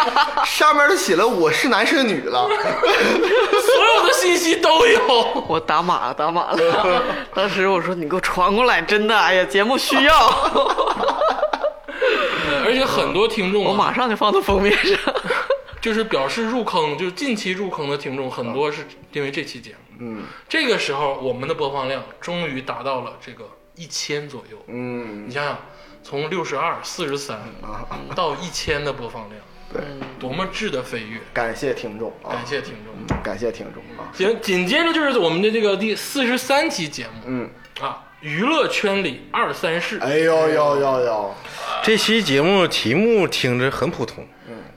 上面都写了我是男是女了，所有的信息都有。我打码了，打码了。 当时我说你给我传过来，真的，哎呀，节目需 要，嗯而且很多听众、啊，我马上就放到封面上。就是表示入坑，就是近期入坑的听众很多是因为这期节目。嗯这个时候，我们的播放量终于达到了这个一千左右。嗯你想想，从六十二、四十三啊， 到一千的播放量，对，多么质的飞跃！感谢听众啊感，谢听众。感谢听众啊，行，紧接着就是我们的这个第四十三期节目嗯，啊，娱乐圈里二三事。哎呦呦呦呦，这期节目题目听着很普通，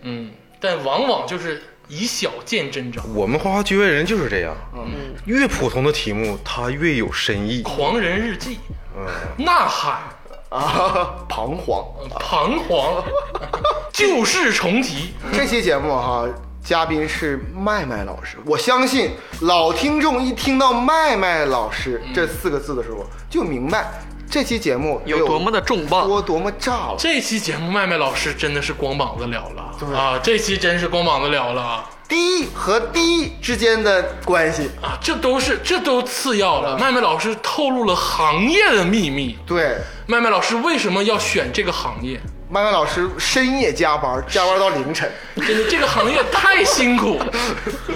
嗯，但往往就是以小见真章，我们花花剧院人就是这样，嗯越普通的题目它越有深意。狂人日记，嗯呐喊。啊， 彷徨。呃彷徨， 旧事重提。这期节目哈、嘉宾是麦麦老师。我相信老听众一听到“麦麦老师”这四个字的时候，就明白这期节目有多么的重磅多多么炸了。这期节目，麦麦老师真的是光膀子了对了啊！这期真是光膀子了了啊！低和低之间的关系，啊，这都是这都次要了。麦麦老师透露了行业的秘密。对，麦麦老师为什么要选这个行业？麦麦老师深夜加班，加班到凌晨。真的，这个行业太辛 苦，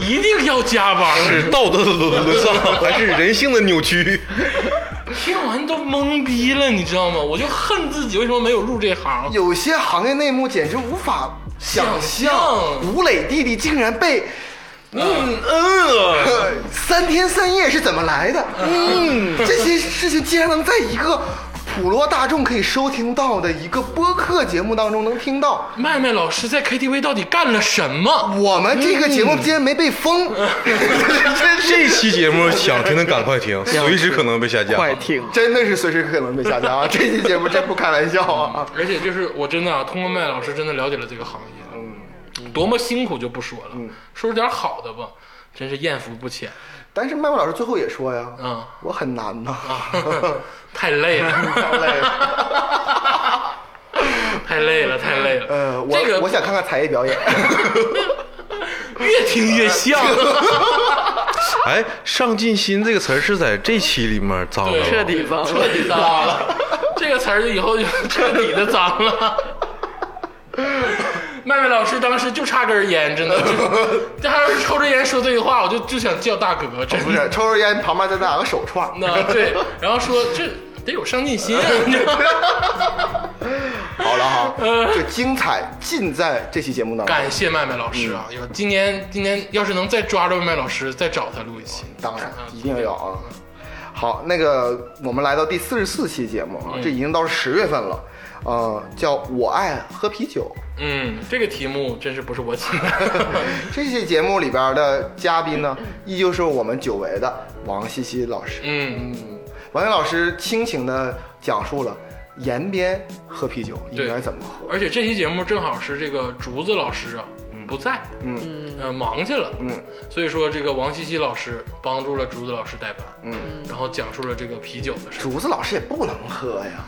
一定要加班。是道德的沦沦丧，还是人性的扭曲？听完都懵逼了，你知道吗？我就恨自己为什么没有入这行。有些行业内幕简直无法想想象，象吴磊弟弟竟然被。嗯嗯，三天三夜是怎么来的？嗯，这些事情竟然能在一个普罗大众可以收听到的一个播客节目当中能听到，麦麦老师在 KTV 到底干了什么？我们这个节目竟然没被封， 真这是期节目想听的赶快听，随时可能被下架。快听，真的是随时可能被下架啊！这期节目真不开玩笑啊！而且就是我真的啊，通过麦老师真的了解了这个行业，嗯，多么辛苦就不说了，嗯说点好的吧，真是艳福不浅但是麦麦老师最后也说呀， 嗯我很难呐，啊，太累了， 太累了。太累了，太累了，呃，我、这个我想看看才艺表演。越听越 像，哎，上进心这个词儿是在这期里面脏对的，彻底吧。彻底脏了，这个词儿以后就彻底的脏了。麦麦老师当时就差根烟，真的， 就他要是抽着烟说这句话，我就就想叫大哥，真的不是，抽根烟旁边再打个手串。那对，然后说这得有上进心啊，你知道吗好了哈，就精彩尽在这期节目当中。呃感谢麦麦老师啊！嗯有今年今年要是能再抓着麦麦老师，再找他录一期。哦当然嗯一定要啊。好，那个我们来到第四十四期节目啊，嗯这已经到十月份了，呃，叫我爱喝啤酒。嗯，这个题目真是不是我起 的。这期节目里边的嘉宾呢，依旧是我们久违的王西西老师。嗯，王西西老师倾情的讲述了延边喝啤酒应该怎么喝。而且这期节目正好是这个竹子老师啊不在，嗯呃忙去了，嗯所以说这个王西西老师帮助了竹子老师代班，嗯，然后讲述了这个啤酒的事。竹子老师也不能喝呀。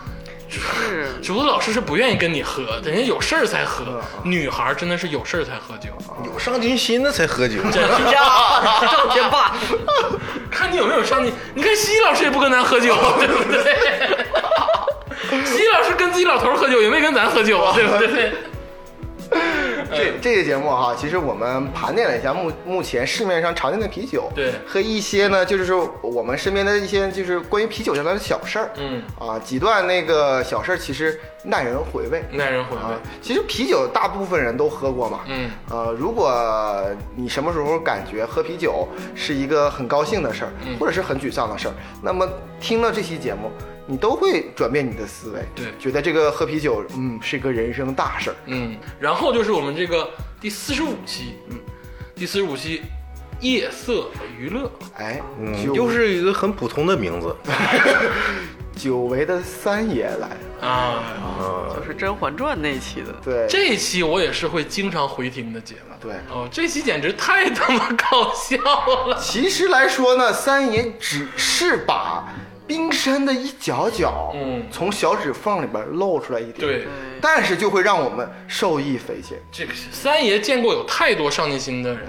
是竹子老师是不愿意跟你喝，人家有事儿才喝。嗯女孩儿真的是有事儿才喝酒，有上进心的才喝酒。呀，赵天霸，看你有没有上进。你看西老师也不跟咱喝 酒，对不啊对？西老师跟自己老头儿喝酒，也没跟咱喝酒，对不对？这这个节目哈，其实我们盘点了一下目目前市面上常见的啤酒，对和一些呢，就是说我们身边的一些就是关于啤酒上的小事儿，嗯，啊，几段那个小事儿其实耐人回味。耐人回味啊。，其实啤酒大部分人都喝过嘛。嗯，呃，如果你什么时候感觉喝啤酒是一个很高兴的事儿，嗯或者是很沮丧的事儿，那么听了这期节目，你都会转变你的思维，对觉得这个喝啤酒，嗯，是个人生大事儿。嗯，然后就是我们这个第四十五期，嗯，第四十五期夜色娱乐，哎，嗯，久又是一个很普通的名字，久违的三爷来，啊， 就是《甄嬛传》那一期的，对，这一期我也是会经常回听的节目。对。哦，这期简直太他妈搞笑了！其实来说呢，三爷只是把冰山的一角角，嗯从小指缝里边露出来一点，对，但是就会让我们受益匪浅。这个三爷见过有太多上进心的人，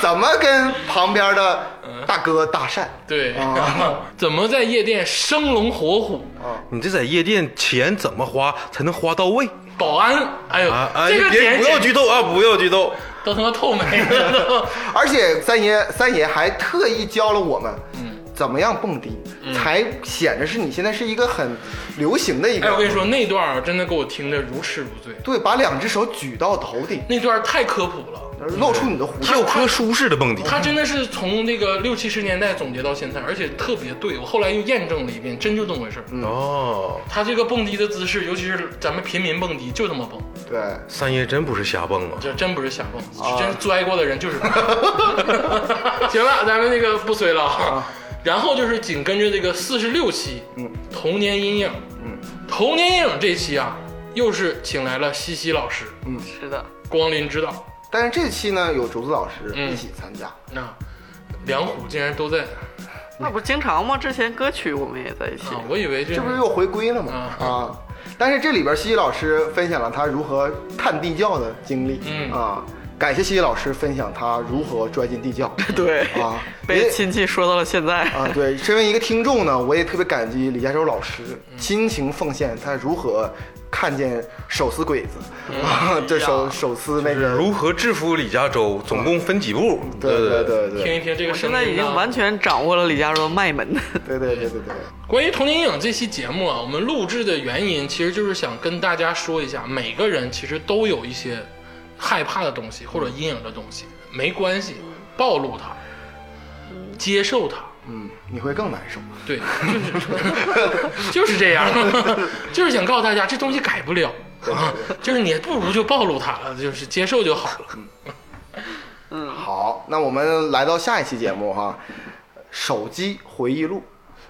怎么跟旁边的大哥搭讪？对，啊 怎么在夜店生龙活虎？你这在夜店钱怎么花才能花到位保安，哎呦，啊啊！这个别点不要剧透啊！不要剧透，都他妈透没了都。而且三爷三爷还特意教了我们，嗯怎么样蹦迪，才显着是你现在是一个很流行的 一哎，我跟个。你说，那段儿真的给我听得如痴如醉，对，把两只手举到头顶，那段儿太科普了。露出你的胡子。跳科舒适的蹦迪，他真的是从那个六七十年代总结到现在，而且特别对。我后来又验证了一遍，真就这么回事儿。哦，他这个蹦迪的姿势，尤其是咱们平民蹦迪，就他妈蹦，对，三爷真不是瞎蹦啊！这真不是瞎蹦，是真摔过的人就是蹦。行了，咱们那个不随了啊。然后就是紧跟着这个四十六期，嗯，童年阴影，嗯，童年阴影这期啊，又是请来了西西老师是的，光临指导。但是这期呢有竹子老师嗯一起参加，那两虎竟然都在那不经常吗？之前歌曲我们也在一起，啊！我以为这这不是又回归了吗？啊啊！但是这里边西西老师分享了他如何探地窖的经历，嗯啊，感谢西西老师分享他如何拽进地窖 对，啊，被也亲戚说到了现在，啊，对，身为一个听众呢，我也特别感激李嘉洲老师嗯亲情奉献，他如何看见手撕鬼子，嗯啊，这手手撕那个，如何制服李嘉洲？总共分几步？对对对，对对听对一听这个我现声在已音经啊完全掌握了李佳柔的卖门。对对对对对，关于童年阴影这期节目啊，我们录制的原因其实就是想跟大家说一下，每个人其实都有一些害怕的东西或者阴影的东西，没关系，暴露它，接受它，嗯，你会更难受，对，就是 就是这样，就是想告诉大家，这东西改不了，啊，就是你不如就暴露它了，就是接受就好了。好，那我们来到下一期节目哈，手机回忆录。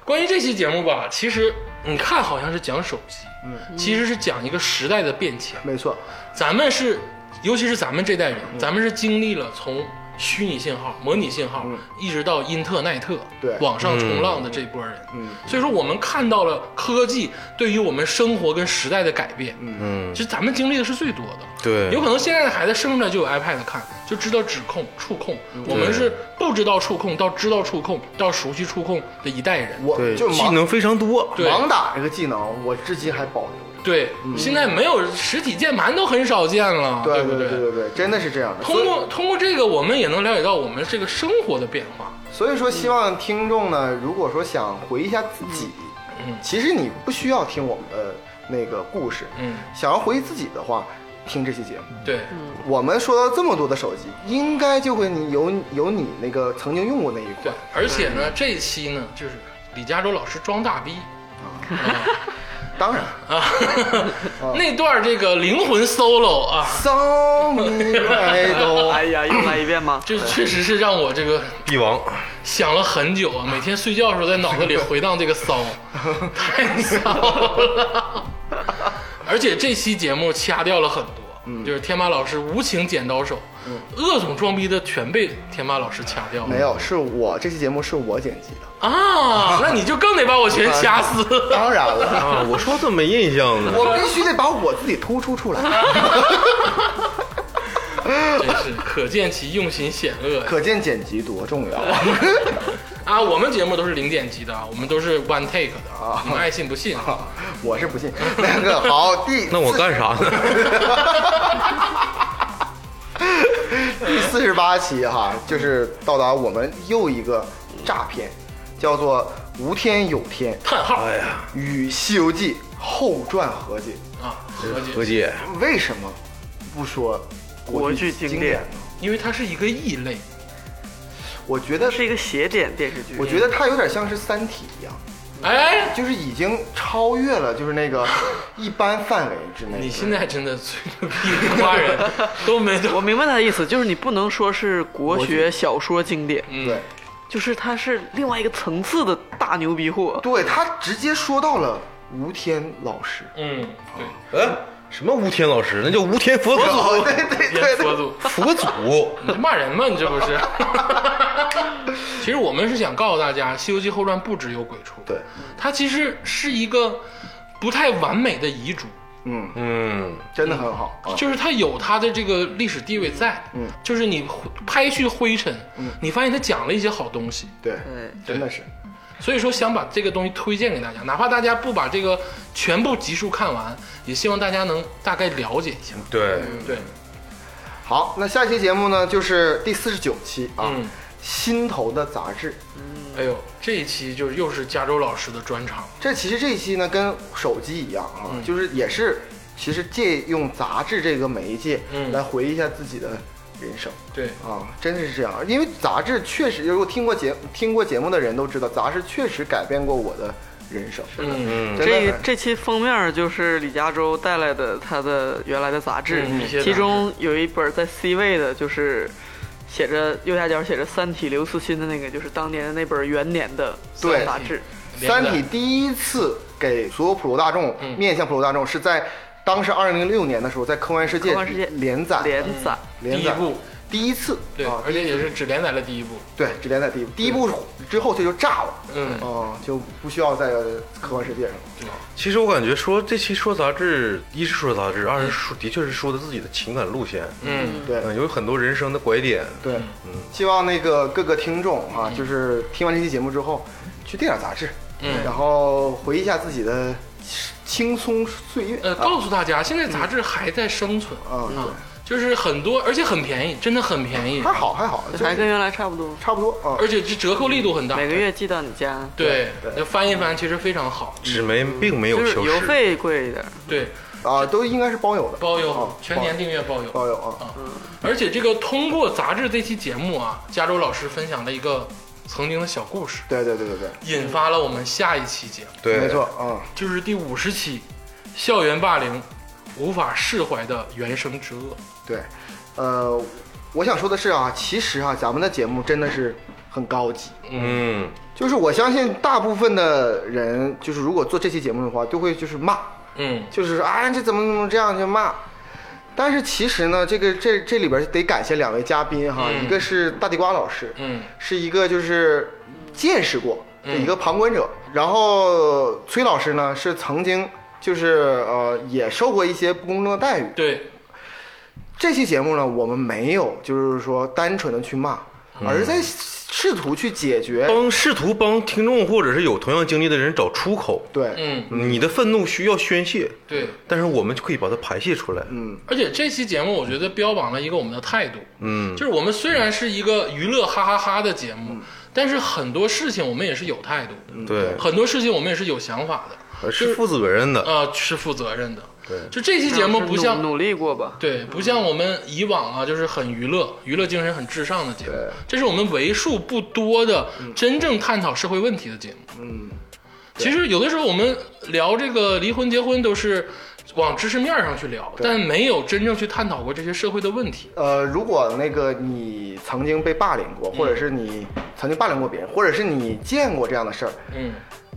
关于这期节目吧，其实你看好像是讲手机，嗯，其实是讲一个时代的变迁。没错，咱们是，尤其是咱们这代人，嗯咱们是经历了从虚拟信号、模拟信号，一直到因特奈特，嗯对嗯网上冲浪的这波人，所以说我们看到了科技对于我们生活跟时代的改变，嗯其，实咱们经历的是最多的。对，有可能现在的孩子生出来就有 iPad 看，就知道指控、触控。嗯我们是不知道触控到知道触控到熟悉触控的一代人。我对，就技盲能非常多。对啊盲打这个技能，我至今还保留着。对，现在没有实体键盘都很少见了，嗯对不对对对，真的是这样的。所通以过通过这个，我们也能了解到我们这个生活的变化。所以说，希望听众呢，如果说想回忆一下自己，嗯其实你不需要听我们的那个故事，嗯，想要回忆自己的话，听这期节目。对，我们说到这么多的手机，应该就会你有有你那个曾经用过那一对款，，而且呢，这一期呢，就是李嘉洲老师装大逼。当 然 啊，哦那段这个灵魂 solo 啊， ，So me I do。哎呀，又来一遍吗？这确实是让我这个帝王，想了很久 啊，每天睡觉的时候在脑子里回荡这个骚，太骚了。 而且这期节目掐掉了很多，嗯就是天马老师无情剪刀手，恶总装逼的全被天马老师掐掉了。没有，是我这期节目是我剪辑的，啊，那你就更得把我全掐死。当然了。 啊！我说怎么没印象呢？我必须得把我自己突出出来。 真是可见其用心险恶呀。可见剪辑多重要。 啊，我们节目都是零剪辑的，我们都是 one take 的啊，你们爱信不信。我是不信。那个好，第那我干啥呢？第四十八期哈，就是到达我们又一个诈骗，叫做无天有天叹号哎呀，与《西游记》后传合集。啊，合计，何姐，为什么不说国剧剧经经典典呢？因为它是一个异类，我觉得是，一个邪典电视剧。我觉得它有点像是《三体》一样，哎，就是已经超越了就是 那个一般范围之内。你现在真的吹牛逼夸人， 都没我都明白他的意思，就是你不能说是国嗯学学小说经典，对就是它是另外一个层次的大牛逼货。对，他直接说到了吴天老师。嗯，对，呃，什么吴天老师？那叫吴天佛祖，对对对别对佛，祖，佛祖。你这骂人吗？你这不 是？其实我们是想告诉大家，《西游记后传》不只有鬼畜，对，它其实是一个不太完美的遗嘱，嗯，嗯，真的很好啊。就是它有它的这个历史地位在，嗯，就是你拍去灰尘，嗯你发现它讲了一些好东西，对，对，真的是。所以说想把这个东西推荐给大家，哪怕大家不把这个全部集数看完，也希望大家能大概了解一下，对，嗯对，好，那下期节目呢，就是第四十九期啊，嗯心头的杂志。哎呦，这一期就是又是加州老师的专场，这其实这一期呢，跟手机一样啊，嗯就是也是，其实借用杂志这个媒介，嗯来回忆一下自己的人生对，啊，真的是这样。因为杂志确实，如果听过节听过节目的人都知道，杂志确实改变过我的人生。嗯，嗯，真的这很这期封面就是李嘉洲带来的他的原来的杂志，嗯一些杂志其中有一本在 C 位的，就是写着右下角写着《三体》刘慈欣的那个，就是当年的那本元年的对杂志。 《三体》第一次给所有普罗大众、嗯面向普罗大众，是在当时二零零六年的时候，在科幻世界科幻世界连载连载，第连一载部，第一次对，啊，而且也是只连载了第一部，对，只连载第一部，第一部之后它就炸了，嗯啊，就不需要在科幻世界上了。其实我感觉说这期说杂志，一是说杂志，二是说的确是说的自己的情感路线，嗯，对嗯，有很多人生的拐点。对，希望那个各个听众啊，就是听完这期节目之后，去订点杂志，嗯然后回忆一下自己的轻松岁月。呃，告诉大家，现在杂志还在生存嗯啊，对啊，就是很多，而且很便宜，真的很便宜还，好还好，就还是跟原来差不多，差不多啊。而且这折扣力度很大，每个月寄到你家，对对，那翻一翻其实非常好，纸媒并没有就是消邮失，费贵一点。对，啊，都应该是包邮的，包啊邮，全年订嗯阅包邮，包邮啊。而且这个通过杂志这期节目啊，加州老师分享了一个曾经的小故事，对对对对对，引发了我们下一期节目，对，没错，啊，就是第五十期，校园霸凌无法释怀的原生之恶。对，呃，我想说的是啊，其实啊，咱们的节目真的是很高级，嗯，就是我相信大部分的人，就是如果做这期节目的话，都会就是骂，嗯，就是说啊，这怎么怎么这样就骂。但是其实呢，这个这这里边得感谢两位嘉宾哈，嗯一个是大地瓜老师，嗯，是一个就是见识过的一个旁观者，然后崔老师呢是曾经就是呃也受过一些不公正的待遇。对，这期节目呢，我们没有就是说单纯的去骂，嗯而在试图去解决。帮试图帮听众或者是有同样经历的人找出口。对，嗯，你的愤怒需要宣泄，对。但是我们就可以把它排泄出来。嗯，而且这期节目，我觉得标榜了一个我们的态度，嗯，就是我们虽然是一个娱乐哈哈哈的节目，但是很多事情我们也是有态度的，对，很多事情我们也是有想法的，呃是负责任的。啊，是负责任的。对就这期节目不像努努力过吧？对，不像我们以往啊，就是很娱乐、娱乐精神很至上的节目，这是我们为数不多的真正探讨社会问题的节目。嗯，其实有的时候我们聊这个离婚、结婚都是往知识面上去聊，但没有真正去探讨过这些社会的问题。呃，如果那个你曾经被霸凌过，或者嗯是你曾经霸凌过别人，或者是你见过这样的事儿，嗯，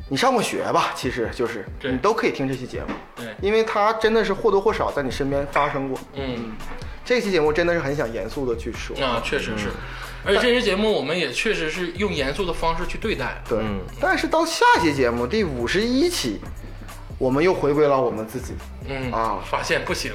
你上过学吧？其实就是对你都可以听这期节目，嗯对，因为它真的是或多或少在你身边发生过。嗯，这期节目真的是很想严肃的去说，啊，确实是。而且这期节目我们也确实是用严肃的方式去对待了。对。但是到下期节目第五十一期，我们又回归了我们自己。啊嗯啊发现不行，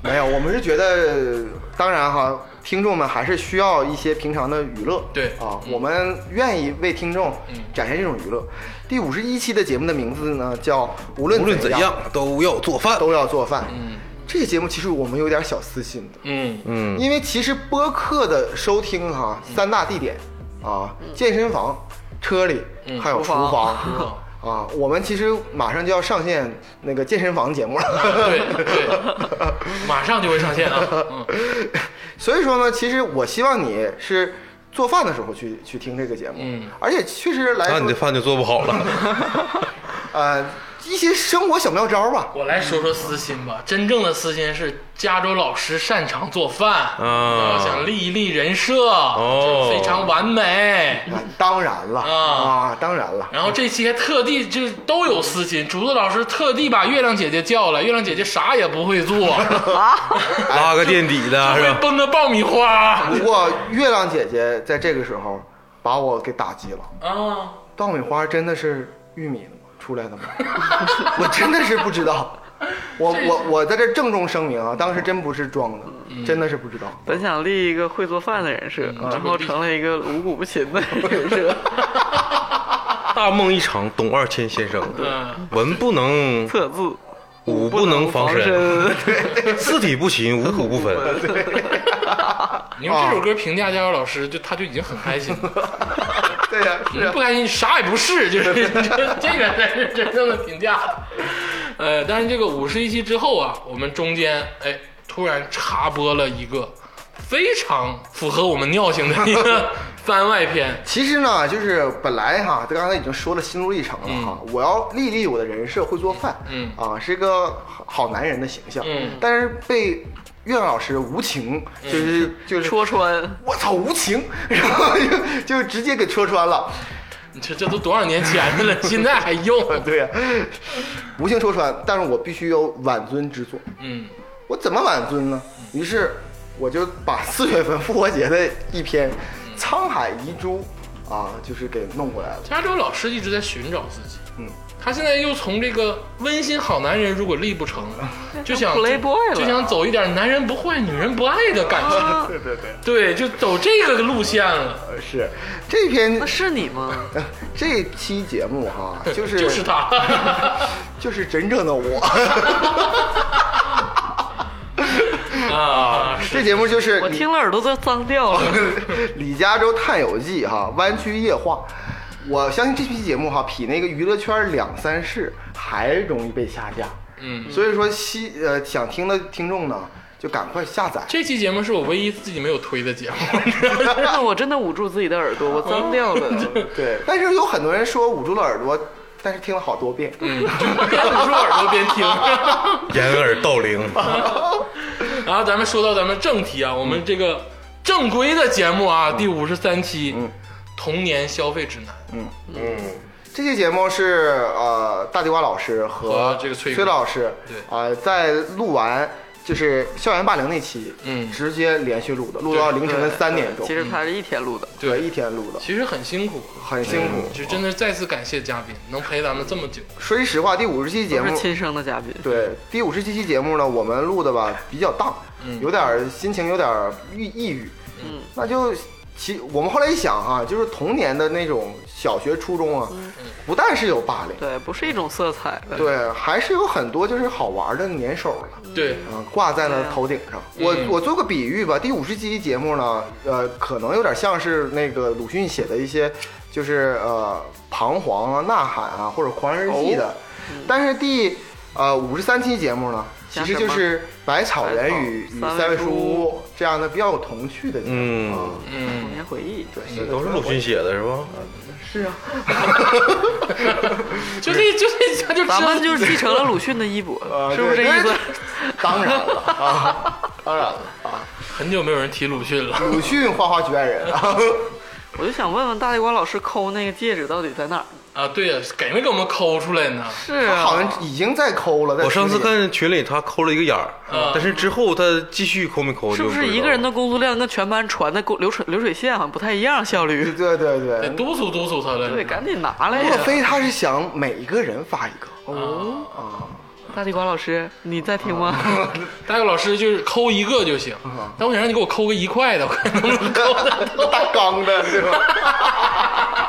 没有，我们是觉得，当然哈，听众们还是需要一些平常的娱乐。对啊，我们愿意为听众展现这种娱乐。第五十一期的节目的名字呢叫《无论无论怎怎样都要做饭。都要做饭》。嗯，这个节目其实我们有点小私心的，嗯，嗯，因为其实播客的收听哈、三大地点啊，健身房、车里还有厨嗯厨房房。啊，我们其实马上就要上线那个健身房节目了。 对对，马上就会上 线啊。嗯，所以说呢，其实我希望你是做饭的时候去去听这个节目，嗯而且确实来那说，啊你的饭就做不好了。呃一些生活小妙招吧。我来说说私心吧。真正的私心是加州老师擅长做饭，啊我想立一立人设，哦非常完美。啊，当然了啊啊，当然了，然后这期还特地就都有私心，竹子老师特地把月亮姐姐叫来，月亮姐姐啥也不 会做，拉个垫 底的是会吧？崩个爆米 花不过月亮姐姐在这个时候把我给打击了。啊。爆米花真的是玉米的吗？出来 的吗？我真的是不知道。我我我在这郑重声明啊，当时真不是装的，嗯真的是不知道。本想立一个会做饭的人设，然后成了一个五谷不勤的 人设，大梦一场，董二千先生，嗯，文不能测字，武不能防身，身。四体不勤，五谷不分。你用啊这首歌评价加油老师，就他就已经很开心了。 对 呀、是你啊不开心，啥也不是，就是 这这个才是真正的评价。呃，但是这个五十一期之后啊，我们中间哎突然插播了一个非常符合我们尿性的一个 番外篇。其实呢，就是本来哈，他刚才已经说了心路历程了哈，我要立立我的人设会做饭，嗯啊，是个好好男人的形象，嗯但是被岳阳老师无情，就是、就是戳穿， 我操无情， 然后就就直接给戳穿了， 你这这都多少年前的了，现在还用？对呀、无情戳穿，但是我必须有挽尊之作，嗯，我怎么挽尊呢？于是我就把四月份复活节的一篇《沧海遗珠》啊，就是给弄过来了。加州老师一直在寻找自己。嗯，他现在又从这个温馨好男人，如果立不成， 就想 Playboy 了就想走一点男人不坏、女人不爱的感觉。啊 对对对，对，就走这个路线了。是这篇那是你吗？这期节目哈、 就是就是 他就是真正的我。 啊！这节目就是我李听了耳朵都脏掉了。李嘉洲探友记哈、湾区夜话。我相信这期节目哈、比那个娱乐圈两三世还容易被下架。嗯，所以说希呃想听的听众呢，就赶快下载。这期节目是我唯一自己没有推的节目。 但我真的捂住自己的耳朵，我脏掉哦了。对，但是有很多人说捂住了耳朵，但是听了好多遍。嗯，就边捂住耳朵边听。掩耳盗铃，然后咱们说到咱们正题啊，我们这个正规的节目啊，嗯第五十三期《童年消费指南》。这期节目是呃大地瓜老师和和这个崔哥崔老师，对啊、在录完就是校园霸凌那期，嗯直接连续录的，录到凌晨的三点钟其，实他是一天录的，对，一天录的，其实很辛苦，很辛苦。就真的再次感谢嘉宾能陪咱们这么久。说句实话，第五十期节都目是，亲生的嘉宾。对，第五十七期节目呢，我们录的吧比较荡，有点儿心情有点儿抑抑郁，嗯，那就其我们后来一想哈、就是童年的那种小学、初中啊，嗯不但是有霸凌。对，不是一种色彩的。对，还是有很多就是好玩的粘手了，对，嗯，挂在了头顶上。我嗯我做个比喻吧，第五十期节目呢，呃，可能有点像是那个鲁迅写的一些，就是呃彷徨啊、呐喊啊或者狂人日记的，但是第呃五十三期节目呢，其讲实什就么是《百草园与与百草三三味味书书屋》这样的比较有童趣的节目嗯啊。童嗯，年回忆。对，是 的都是鲁迅写的是吧？是啊，就这就这他就知咱道们就是继承了鲁迅的衣钵呃，是不是这意思对？当然了啊，当然了啊，很久没有人提鲁迅了。鲁迅花花绝爱人啊。 我就想问问大地瓜老师抠那个戒指到底在哪儿？啊，对呀、给没给我们抠出来呢？是他好啊，像已经在抠了。在我上次群里看群里他抠了一个眼儿，啊但是之后他继续抠没抠是就不知道是一个人的工作量跟全班传的工流水流水线好像不太一样，效率？对对得对，督促督促他了。对，赶紧拿来莫呀！非他是想每一个人发一个？哦，大地瓜老师，你在听吗？啊大佑老师就是抠一个就行，但我想让你给我抠个一块的，我看能不能抠 得到。大缸的，对吧？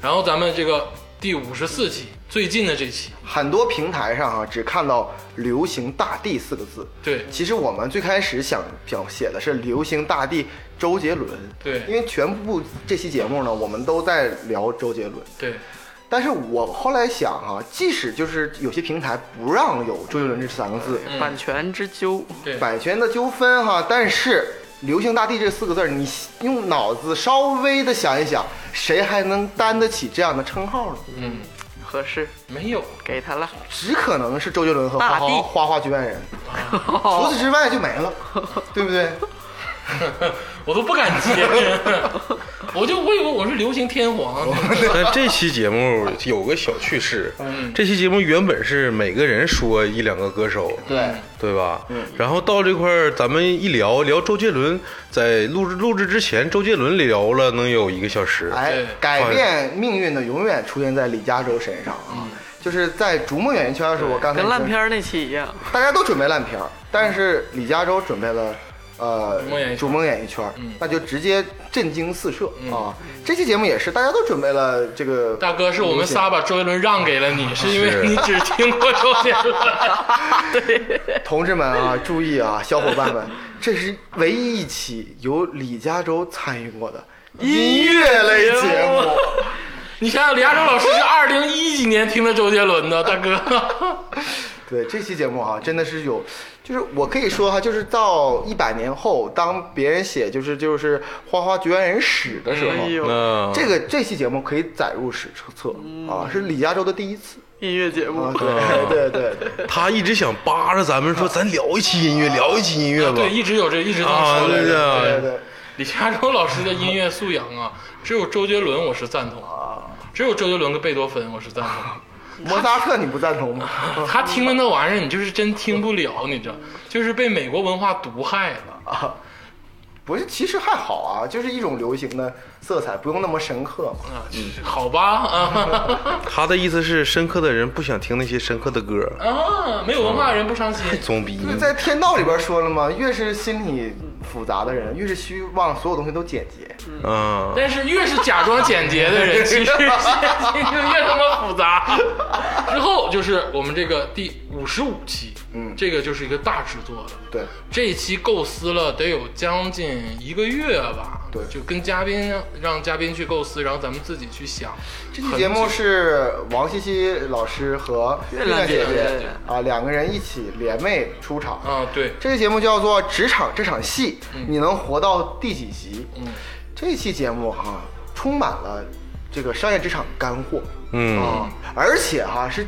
然后咱们这个第五十四期最近的这期， 很多平台上啊，只看到“流行大地”四个字。对其实我们最开始想想写的是“流行大地”周杰伦。对因为全部这期节目呢，我们都在聊周杰伦。对，但是我后来想哈、啊，即使就是有些平台不让有周杰伦这三个字，嗯版权之纠，对，版权的纠纷哈、但是“流行大地”这四个字儿，你用脑子稍微的想一想，谁还能担得起这样的称号呢？嗯，合适，没有，给他了。只可能是周杰伦和花大地哦花花花局外 人，除此之外就没了，对不对？我都不敢接， 我就我以为我是流行天皇，但这期节目有个小趣事，嗯这期节目原本是每个人说一两个歌手，对对吧？嗯然后到这块儿，咱们一聊聊周杰伦，在录制录制之前，周杰伦聊了能有一个小时。哎对，改变命运的永远出现在李佳州身上啊！就是在逐梦演艺圈的时候，我刚嗯才跟烂已经片儿那期一样，大家都准备烂片儿，但是李佳州准备了。呃逐梦演艺圈，嗯逐梦演艺圈，那就直接震惊四射啊！这期节目也是，大家都准备了这个。大哥是我们仨把周杰伦让给了你，是因为是你只听过周杰伦，同志们啊，注意啊，小伙伴们，这是唯一一期由李佳州参与过的音乐类节目。你想想李亚洲老师 是二零一几年听了周杰伦的，大哥，对这期节目哈、真的是有，就是我可以说哈、就是到一百年后，当别人写就是就是《花花绝缘人史》的时候，哎呦，嗯，这个这期节目可以载入史册、啊，是李佳州的第一次音乐节目啊，，对对对对，他一直想扒着咱们说，咱聊一期音乐，聊一期音乐吧。对，一直有这，一直这么啊，说对的。对的，对，李佳州老师的音乐素养啊，只有周杰伦我是赞同，啊只有周杰伦跟贝多芬我是赞同。摩扎特你不赞同吗？他听了那玩意儿，你就是真听不了，你知道，就是被美国文化毒害啊了。不是，其实还好啊，就是一种流行的色彩，不用那么深刻嘛。啊，好吧啊 他的意思是，深刻的人不想听那些深刻的歌，啊，没有文化的人不伤心。装逼。就是在天道里边说了嘛，越是心理复杂的人，越是希望所有东西都简洁。嗯， 但是越是假装简洁的人，其实心情越他妈复杂。之后就是我们这个第五十五期，嗯这个就是一个大制作了。对，这一期构思了得有将近一个月吧，对就跟嘉宾让让嘉宾去构思，然后咱们自己去想。这期节目是王西西老师和月亮姐姐姐啊两个人一起联袂出场。啊，对，这期节目叫做《职场这场戏》，你能活到第几集？嗯，这期节目哈、充满了这个商业职场干货，嗯啊，而且哈、是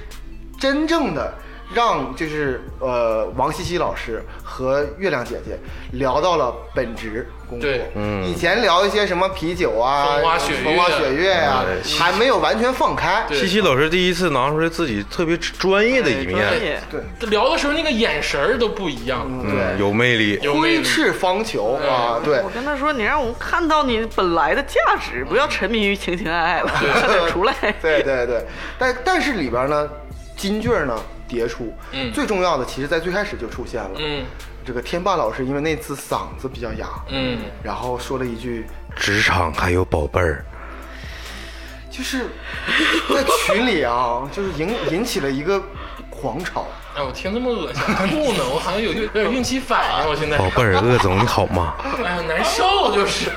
真正的让就是呃王西西老师和月亮姐姐聊到了本职工作对，嗯以前聊一些什么啤酒啊、风花雪月风花雪月啊哎，还没有完全放开，对西西老师第一次拿出来自己特别专业的一哎专面，业对聊的时候那个眼神儿都不一样，嗯嗯，对，有魅力。有魅挥力。斥方遒嗯啊，对我，跟他说，你让我看到你本来的价值，不要沉迷于情情爱爱了，快点出来。 对对对，但但是里边呢，金句儿呢迭出，嗯最重要的其实在最开始就出现了。嗯这个天霸老师因为那次嗓子比较哑，嗯，然后说了一句，职场还有宝贝儿，就是在群里啊，就是引引起了一个狂潮。哎，我听这么恶心， 不能，我好像有有点孕期反应，我现在，宝贝儿，鄂总你好吗？哎呀，难受就是。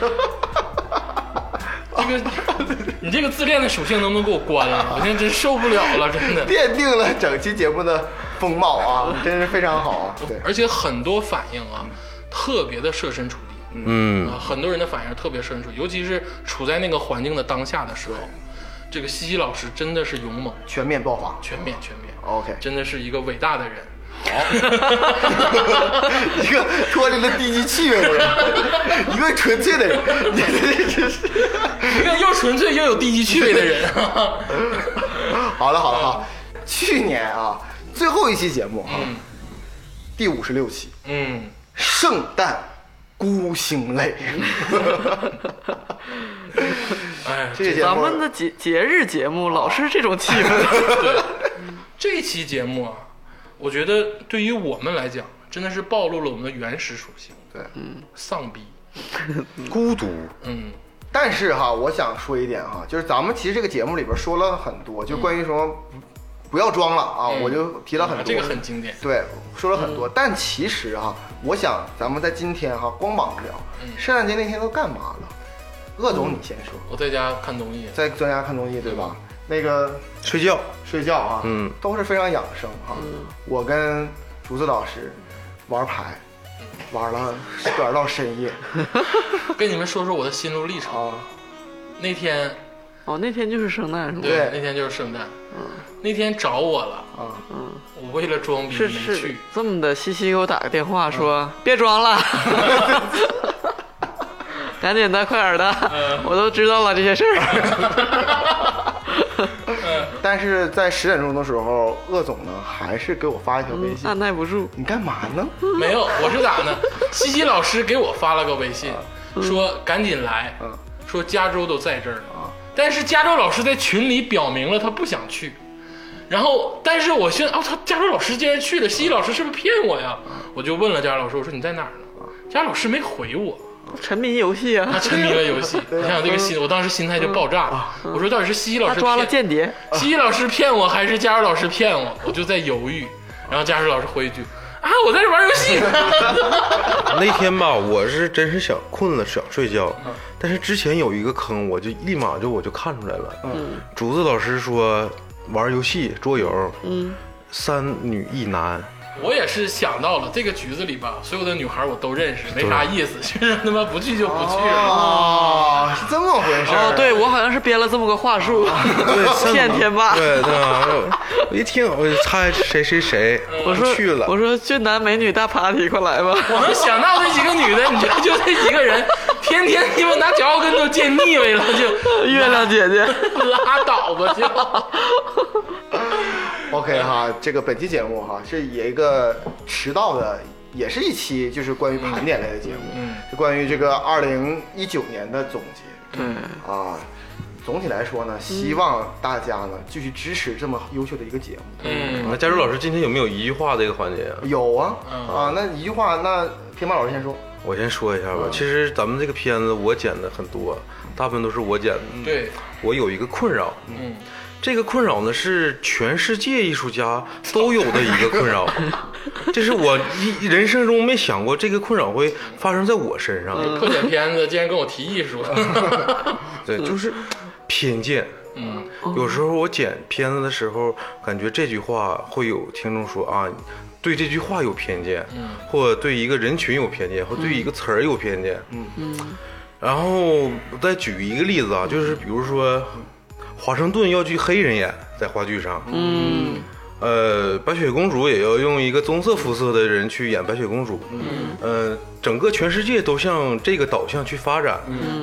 这个，你这个自恋的属性能不能给我关了？我现在真受不了了，真的。奠定了整期节目的风貌啊，真是非常好啊！对，而且很多反应啊，特别的设身处地。嗯，嗯，啊，很多人的反应特别深处，尤其是处在那个环境的当下的时候，这个西西老师真的是勇猛、全面爆发。全面、全面， OK， 真的是一个伟大的人。一个脱离了低级趣味的人， 一个纯粹的人， 你这真是。一个又纯粹又有低级趣味的人，啊好了好了哈，嗯去年啊最后一期节目哈，第五十六期嗯， 《圣诞孤 星泪》，哎，这个节咱目们的节节日节目老是这种气氛，这期节目啊，我觉得对于我们来讲，真的是暴露了我们的原始属性，对，丧逼。孤独，嗯但是哈，我想说一点哈，就是咱们其实这个节目里边说了很多，就关于什么不要装了啊，嗯我就提了很啊多，这个很嗯经典。对，说了很多。但其实哈，我想咱们在今天哈，光膀子聊，嗯圣诞节那天都干嘛了？鄂总，你先说，我在家看综艺，在专家看综艺对吧？那个睡觉，睡觉啊，嗯，都是非常养生哈。嗯我跟竹子老师玩牌，玩了玩到深夜跟你们说说我的心路历程。啊，那天，哦，那天就是圣诞是吗？对，对嗯那天就是圣诞。那天找我了，啊，我为了装逼是没是去。这么的，西西给我打个电话说、别装了，赶紧的，快点儿的，我都知道了这些事儿。但是在十点钟的时候，鄂总呢还是给我发一条微信，按嗯耐不住，你干嘛呢？没有，我是咋呢？西西老师给我发了个微信，说赶紧来，啊嗯说加州都在这儿呢啊。但是加州老师在群里表明了他不想去，然后但是我现在哦，他加州老师竟然去了，西西老师是不是骗我呀？我就问了加州老师，我说你在哪儿呢？加州老师没回我，沉迷游戏他啊，沉迷了游戏。你想想这个心，我当时心态就爆炸了。我说到底是西西老嗯他师抓了骗间谍，西西老师骗我还是加州老师骗我？我就在犹豫。然后加州老师回一句啊，我在这玩游戏 呢。那天吧，我是真是想困了，想睡觉。但是之前有一个坑，我就立马就我就看出来了。嗯，竹子老师说玩游戏桌游，嗯，三女一男，我也是想到了这个局子里吧，所有的女孩我都认识，没啥意思， 就让他妈不去就不去了。哦，是这么回事儿哦，对我好像是编了这么个话术， 对，三骗天霸。对，对啊，我一听我就猜谁谁谁，我说去了，我说俊男美女大 party，快来吧！ 我能想到这几个女的，你觉得就这几个人，天天你们拿脚后跟都见腻歪了，就 月亮姐姐，拉倒吧就。 OK 哈，这个本期节目哈是一个迟到的，也是一期就是关于盘点类的节目，嗯，是关于这个二零一九年的总结对，啊。总体来说呢，希望大家呢继续支持这么优秀的一个节目。嗯，那加州老师今天有没有一句话这个环节啊？有啊嗯啊，那一句话，那天霸老师先说，我先说一下吧。其实咱们这个片子我剪的很多，大部分都是我剪的。对，我有一个困扰，嗯，这个困扰呢是全世界艺术家都有的一个困 扰，这是我一人生中没想过这个困扰会发生在我身上。特写片子竟然跟我提艺术，对，就是偏见。嗯，有时候我剪片子的时候，感觉这句话会有听众说啊，对这句话有偏见，嗯或者对一个人群有偏见，或对一个词儿有偏见，嗯然后我再举一个例子啊，就是比如说，华盛顿要去黑人演在话剧上，嗯，呃，白雪公主也要用一个棕色肤色的人去演白雪公主，嗯，呃，整个全世界都向这个导向去发展，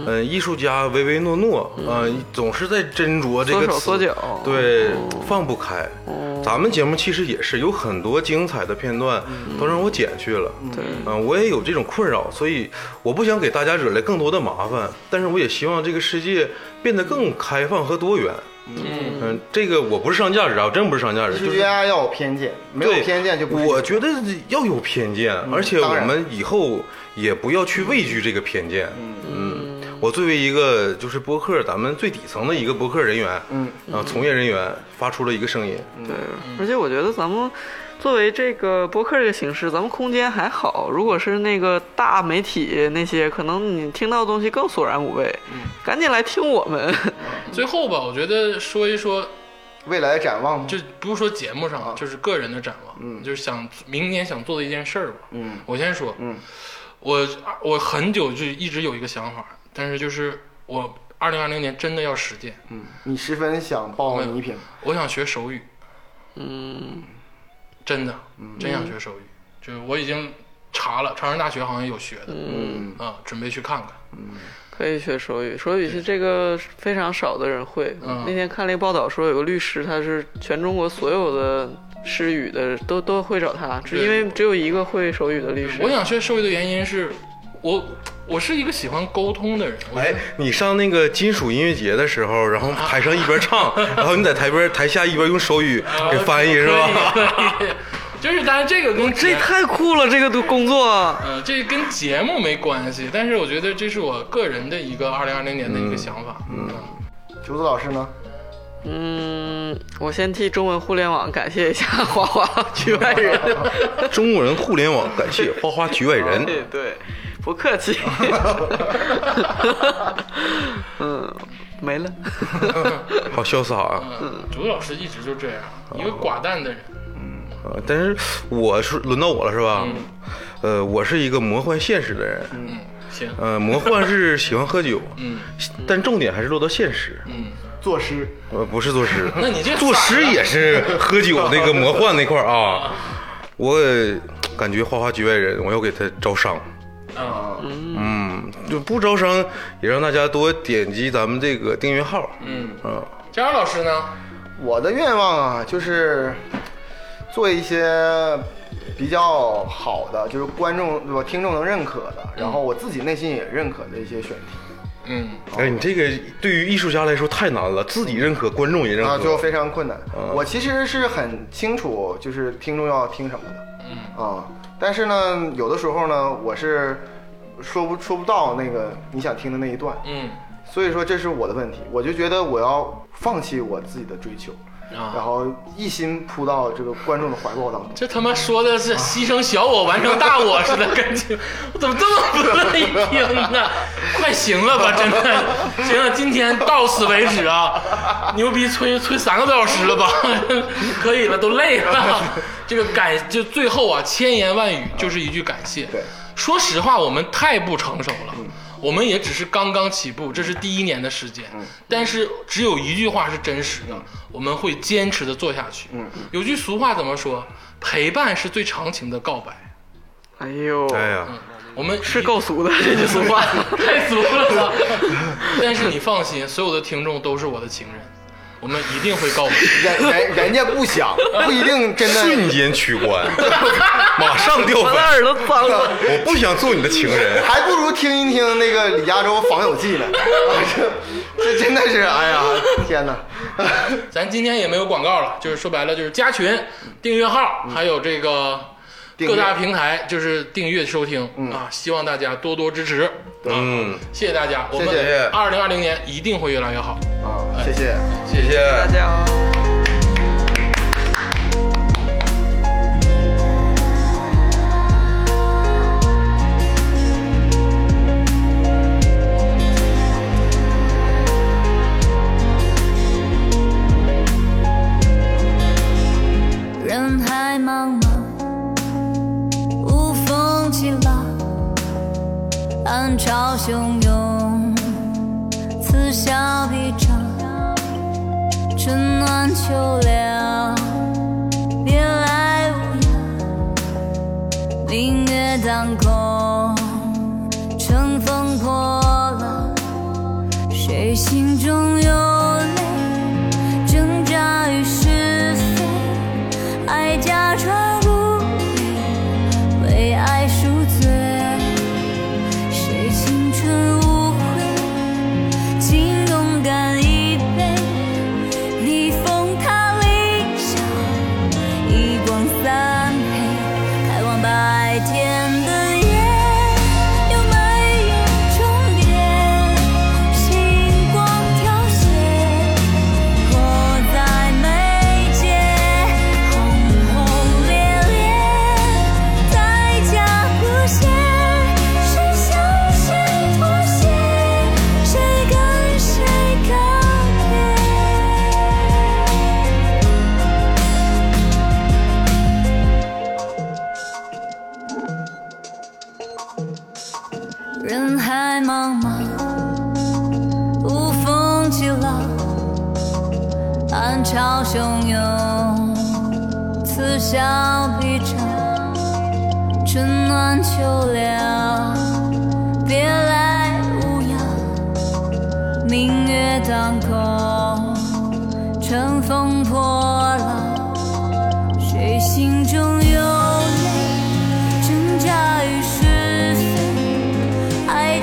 嗯，艺术家唯唯诺诺，呃，总是在斟酌这个嗯缩手词缩脚哦对，放不开。咱们节目其实也是有很多精彩的片段都让我剪去了，嗯对，嗯，我也有这种困扰，所以我不想给大家惹来更多的麻烦，但是我也希望这个世界变得更开放和多元。嗯这个我不是上价值啊，我真不是上价值，艺就术是家要有偏见，没对有偏见就不是我觉得要有偏见，而且当我然们以后也不要去畏惧这个偏见。嗯，我作为一个就是播客咱们最底层的一个播客人员，嗯啊，从业人员发出了一个声音，对，而且我觉得咱们作为这个播客这个形式，咱们空间还好。如果是那个大媒体那些，可能你听到的东西更索然无味。赶紧来听我们，最后吧，我觉得说一说未来的展望吗？就不是说节目上，就是个人的展望，嗯，就是想明年想做的一件事儿吧。嗯，我先说，嗯，我我很久就一直有一个想法，但是就是我二零二零年真的要实践，嗯，你十分想报没有倪萍，我想学手语，嗯，真的，真想学手语，就是我已经查了，长沙大学好像有学的，嗯啊，准备去看看， 可以学手语。手语是这个非常少的人会。嗯那天看了一个报道说，有个律师，他是全中国所有的失语的都都会找他，只对因为只有一个会手语的律师。我想学手语的原因是，我我是一个喜欢沟通的人，我哎， 你上那个金属音乐节的时候，然后台上一边唱，然后你在台边台下一边用手语给翻译是吧？可以可以就是当然这个跟这节太酷了，这个都工作。呃，这跟节目没关系，但是我觉得这是我个人的一个二零二零年的一个想法。嗯，竹子老师呢？嗯，我先替中文互联网感谢一下 花花局外人。 中国人互联网，感谢花花局外人。 对对，不客气。嗯，没了。好潇洒啊！竹子老师一直就这样，一个寡淡的人。啊但是我是轮到我了是吧？呃，我是一个魔幻现实的人。嗯，行，呃，魔幻是喜欢喝酒，嗯但重点还是落到现实。嗯，作诗，呃，不是作诗， 那你这作反诗了也是喝酒那个魔幻那块儿啊。 我感觉花花局外人，我要给他招商。啊，嗯，就不招商，也让大家多点击咱们这个订阅号。嗯，嗯，佳儿老师呢？我的愿望啊，就是做一些比较好的，就是观众我听众能认可的，然后我自己内心也认可的一些选题嗯，哎，你这个对于艺术家来说太难了，自己认可，观众也认啊，可。就非常困难。我其实是很清楚，就是听众要听什么的，嗯啊，但是呢，有的时候呢，我是说不说不到那个你想听的那一段，嗯，所以说这是我的问题，我就觉得我要放弃我自己的追求，然啊，后一心扑到这个观众的怀抱当中。这他妈说的是牺牲小我完成大我似的，感觉我怎么这么不乐意听呢？快行了吧，真的，行了，今天到此为止啊！牛逼吹吹三个多小时了吧？可以了，都累了。这个感就最后啊，千言万语就是一句感谢。对说实话，我们太不成熟了，我们也只是刚刚起步，这是第一年的时间。但是只有一句话是真实的，我们会坚持的做下去。有句俗话怎么说？陪伴是最长情的告白。哎呦，哎呀，我们是够俗的这句俗话。太俗了吧？但是你放心，所有的听众都是我的情人，我们一定会告白。人人人家不想，不一定真瞬的。间取关，马上掉我的粉。耳朵脏了。我不想做你的情人。还不如听一听那个李嘉洲《访友记》呢， 这这真的是，哎呀，天哪！ 咱今天也没有广告了，就是说白了就是加群、订阅号，还有这个嗯订阅嗯各大平台就是订阅收听啊，希望大家多多支持。嗯，谢谢大家，我们谢谢二零二零年一定会越来越好。啊，谢谢。谢谢谢谢大。家哦。人海茫茫，无风起浪，暗潮汹涌，此消彼长。春暖秋凉，别来无恙。明月当空，乘风破浪，谁心中有泪，挣扎于是非。爱假装无力，为爱赎罪。谁青春无悔，请勇敢一杯。你风他理想，一光三黑，开往白天的夜，有白云重叠，星光凋谢。活在眉间，轰轰烈烈，代价不限，谁向谁妥协，谁跟谁告别。人海茫茫，无风起浪。暗潮汹涌，此消彼长。春暖秋凉，别来无恙。明月当空，乘风破浪。谁心中有泪，挣扎于是非。爱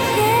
的夜。